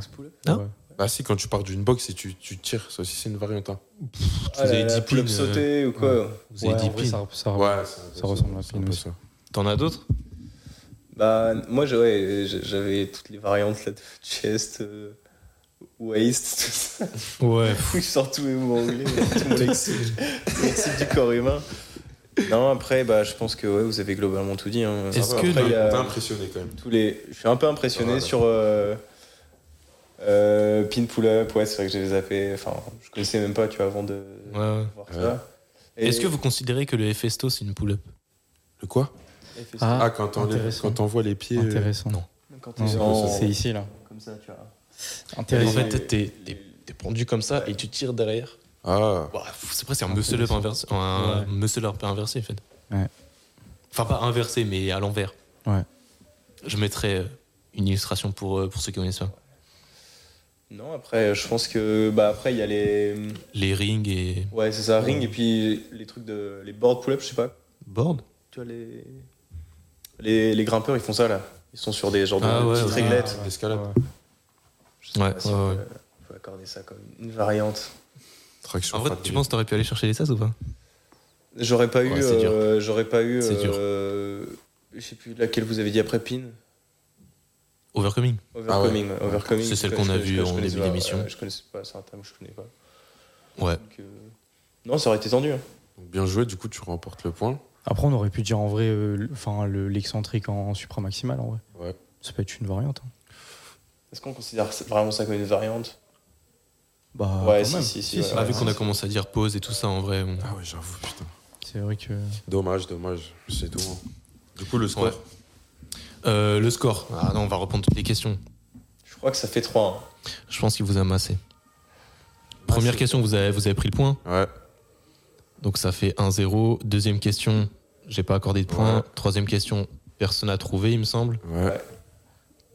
Hein Ouais. Bah si, quand tu pars d'une box et tu, tu tires, ça aussi c'est une variante. hein. Vous avez dit pull-up pin, euh, sauté ou quoi Vous avez Ouais, dit en vrai, pin. ça, Ah ça- c'est un peu ça ressemble à c'est un pin peu aussi. ça. T'en as d'autres Bah, moi, j'ai- ouais, j'ai- j'avais toutes les variantes là, de chest, euh, waist, tout ça. Ouais. Je sors tous mes mots anglais, tout mon lexique, le lexique du corps humain. Non, après, bah, je pense que ouais, vous avez globalement tout dit. hein. Est-ce Après, que Ah, après, le- il y a T'es impressionné quand même. tous les... Je suis un peu impressionné Voilà. sur euh, euh, pin pull-up. Ouais, c'est vrai que j'ai zappé. Enfin, je connaissais même pas, tu vois, avant de ouais, ouais. voir Ouais. ça. Et- Est-ce que vous considérez que le Festo c'est une pull-up Le quoi Et fait ça. Ah, Ah, quand t'enlèves- intéressant. quand t'envoies les pieds. euh, intéressant. non. Quand t'es Non, en- C'est ici, là. comme ça, tu vois. En Intéressant. fait, t'es- t'es t'es pendu comme ça et tu tires derrière. Ah, Bah, pff, c'est presque un muscle-up inversé. Un Ouais. muscle-up inversé, en fait. Ouais. Enfin, pas inversé, mais à l'envers. Ouais. Je mettrai euh, une illustration pour, euh, pour ceux qui connaissent ça. Non, après, je pense que. Bah, après, il y a les. Les rings et Ouais, c'est ça, ring, et puis les trucs de. Les board pull-up, je sais pas. board. Tu vois, les... les, les grimpeurs, ils font ça, là. Ils sont sur des genres de Ah ouais, petites ouais. réglettes. Ah, ouais. l'escalade. Ouais. Je sais Ouais, pas si ouais, on ouais. peut- on peut accorder ça comme une variante. traction. En vrai, fat tu grip. penses que t'aurais pu aller chercher les sas ou pas J'aurais pas, Ouais, eu, c'est dur. euh, j'aurais pas eu... C'est dur. Ah euh, Je sais plus laquelle vous avez dit après Pin. Overcoming. Overcoming. ouais, Overcoming. C'est celle Je- qu'on je- a je- vue je en connaissais début pas, d'émission. ouais, Je connaissais pas, c'est un terme que je connais pas. Ouais. Donc, euh, Non, ça aurait été tendu. hein. Donc, Bien joué, du coup, tu remportes le point. Après, on aurait pu dire en vrai euh, le- enfin, le- l'excentrique en supramaximal, en vrai. Ouais. Ça peut être une variante. hein. Est-ce qu'on considère ça- vraiment ça comme une variante Bah, Ouais, quand si, même. si, si, ouais, c'est Ah, vu vrai. qu'on a commencé à dire pause et tout ça, en vrai. on- Ah ouais, j'avoue, putain. C'est vrai que. Dommage, dommage. C'est tout. hein. Du coup, le score. Ouais. Euh, le score. Ah non, on va reprendre toutes les questions. Je crois que ça fait 3. hein. Je pense qu'il vous a massé. Première Massé. question, vous avez, vous avez pris le point. Ouais. Donc ça fait 1-0. Deuxième question, j'ai pas accordé de point. Ouais. Troisième question, personne a trouvé, il me semble. Ouais.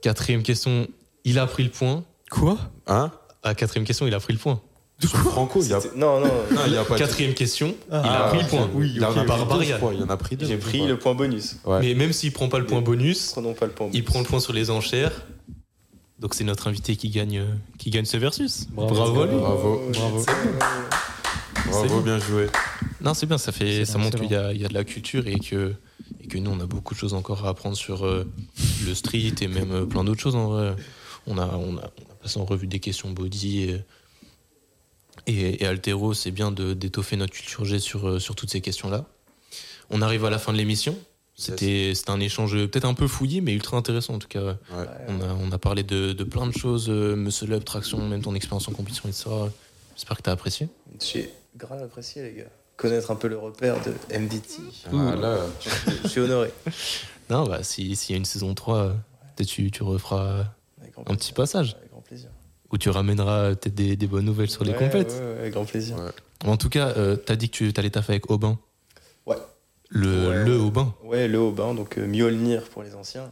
Quatrième question, il a pris le point. Quoi Hein Ah, quatrième question, il a pris le point. Sur Franco, il y a. C'était- Non, non. Non, il y a pas. Quatrième question, il Ah, a pris le point. Oui, il y en a pris deux, je Barbaria. crois. Il y en a pris deux. J'ai pris le point bonus. Ouais. Mais même s'il prend pas le point bonus, Prenons pas le point bonus. il prend le point sur les enchères. Donc c'est notre invité qui gagne, euh, qui gagne ce versus. Bravo, Bravo. à lui. Bravo, Bravo. bravo, bien joué. Non, c'est bien, ça, fait, C'est ça montre excellent. qu'il y, a- il y a de la culture et que, et que nous, on a beaucoup de choses encore à apprendre sur euh, le street et même euh, plein d'autres choses. En vrai. On, a, on, a, on a passé en revue des questions body et, et, et altéro. C'est bien de- d'étoffer notre culture G sur, euh, sur toutes ces questions-là. On arrive à la fin de l'émission. C'était c'était un échange euh, peut-être un peu fouillé, mais ultra intéressant en tout cas. Ouais. On, a, on a parlé de, de plein de choses, euh, muscle up, traction, même ton expérience en compétition, etc. J'espère que t'as apprécié. J'ai grave apprécié, les gars. Connaître un peu le repère de MDT. Ah, là, Je suis honoré. Non, bah, si- s'il y a une saison 3, euh, peut-être tu, tu referas Avec grand un petit passage. Avec grand plaisir. Ou tu ramèneras peut-être des, des bonnes nouvelles sur les Ouais, compètes. ouais, ouais, avec grand plaisir. Ouais. En tout cas, euh, t'as dit que tu allais taffer avec Aubin. Ouais. Le, Ouais. le Aubin. Ouais, le Aubin, donc euh, Mjolnir pour les anciens.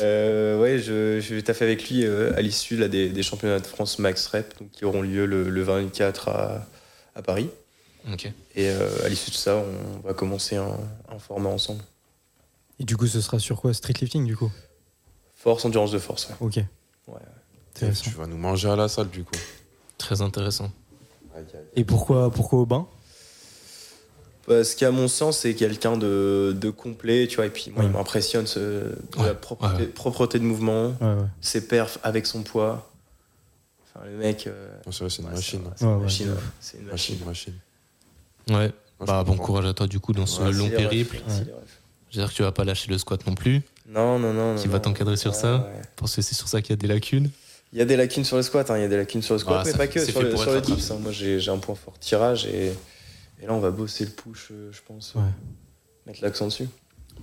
Euh, ouais, je, je taffé avec lui euh, à l'issue là, des, des championnats de France Max Rep, donc, qui auront lieu le, le 24 à, à Paris. Ok. Et euh, à l'issue de ça, on va commencer un, un format ensemble. Et du coup, ce sera sur quoi Street lifting, du coup Force, endurance de force. ouais. Ok. Ouais. Intéressant. tu vas nous manger à la salle du coup. Très intéressant. Et pourquoi, pourquoi au bain Parce qu'à mon sens, c'est quelqu'un de, de complet, tu vois. Et puis moi, Ouais. il m'impressionne ce, de la Ouais, propreté, ouais. propreté de mouvement, Ouais, ouais. ses perfs avec son poids. Enfin, le mec. euh, Non, c'est vrai, c'est une ouais, machine. c'est- hein. C'est Ouais, une ouais. machine. ouais. C'est une machine. Machine, machine. Ouais. Moi, je bah, bon comprends. courage à toi du coup dans ce Ouais, long c'est les périple. refs, c'est les refs. J'espère que tu vas pas lâcher le squat non plus. Non, non, non. Qui non, va non. t'encadrer sur Ouais, ça ouais. Parce que c'est sur ça qu'il y a des lacunes. Il y a des lacunes sur le squat, hein, il y a des lacunes sur le squat, Ah, mais ça pas fait- que c'est sur fait le, pour sur être le dips. hein. Moi, j'ai j'ai un point fort tirage et, et là, on va bosser le push, euh, je pense. Ouais. Mettre l'accent dessus.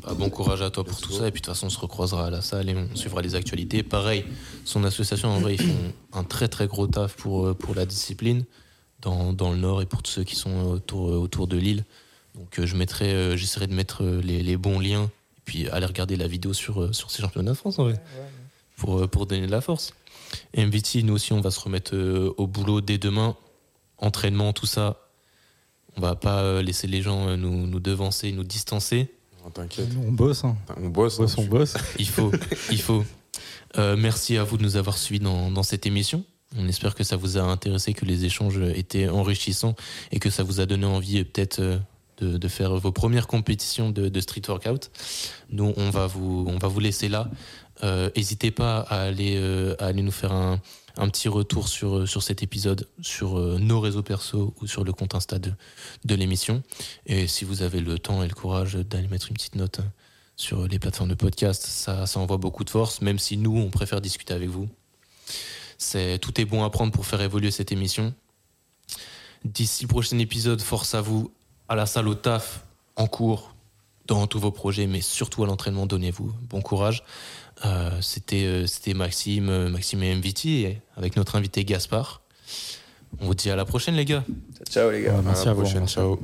Bah, bon courage à toi pour Let's tout go. ça. Et puis de toute façon, on se recroisera à la salle et on suivra les actualités. Pareil, son association, en vrai, ils font un très très gros taf pour, euh, pour la discipline dans, dans le Nord et pour tous ceux qui sont autour, euh, autour de l'île. Donc euh, je mettrai, euh, j'essaierai de mettre euh, les, les bons liens et puis aller regarder la vidéo sur, euh, sur ces championnats de France en vrai, pour, euh, pour donner de la force. Et MVT, nous aussi, on va se remettre euh, au boulot dès demain. Entraînement, tout ça. On va pas euh, laisser les gens euh, nous, nous devancer, nous distancer. Non, T'inquiète, On bosse, hein. on bosse. On hein, bosse, on tu- bosse. Il faut, il faut. Euh, merci à vous de nous avoir suivis dans, dans cette émission. On espère que ça vous a intéressé, que les échanges étaient enrichissants et que ça vous a donné envie euh, peut-être euh, de, de faire vos premières compétitions de, de street workout. Nous, on va vous, on va vous laisser là. Euh, N'hésitez pas à aller, euh, à aller nous faire un, un petit retour sur, euh, sur cet épisode, sur euh, nos réseaux perso ou sur le compte Insta de, de l'émission. Et si vous avez le temps et le courage d'aller mettre une petite note sur les plateformes de podcast. Ça, ça envoie beaucoup de force, même si nous, on préfère discuter avec vous. C'est Tout est bon à prendre pour faire évoluer cette émission. D'ici le prochain épisode, force à vous, à la salle, au taf, en cours, dans tous vos projets, mais surtout à l'entraînement, donnez-vous bon courage. Euh, C'était euh, c'était Maxime, euh, Maxime et MVT, et avec notre invité Gaspard. On vous dit à la prochaine, les gars. Ciao, les gars. Ouais, À Ah, merci la à vous. prochaine, ciao.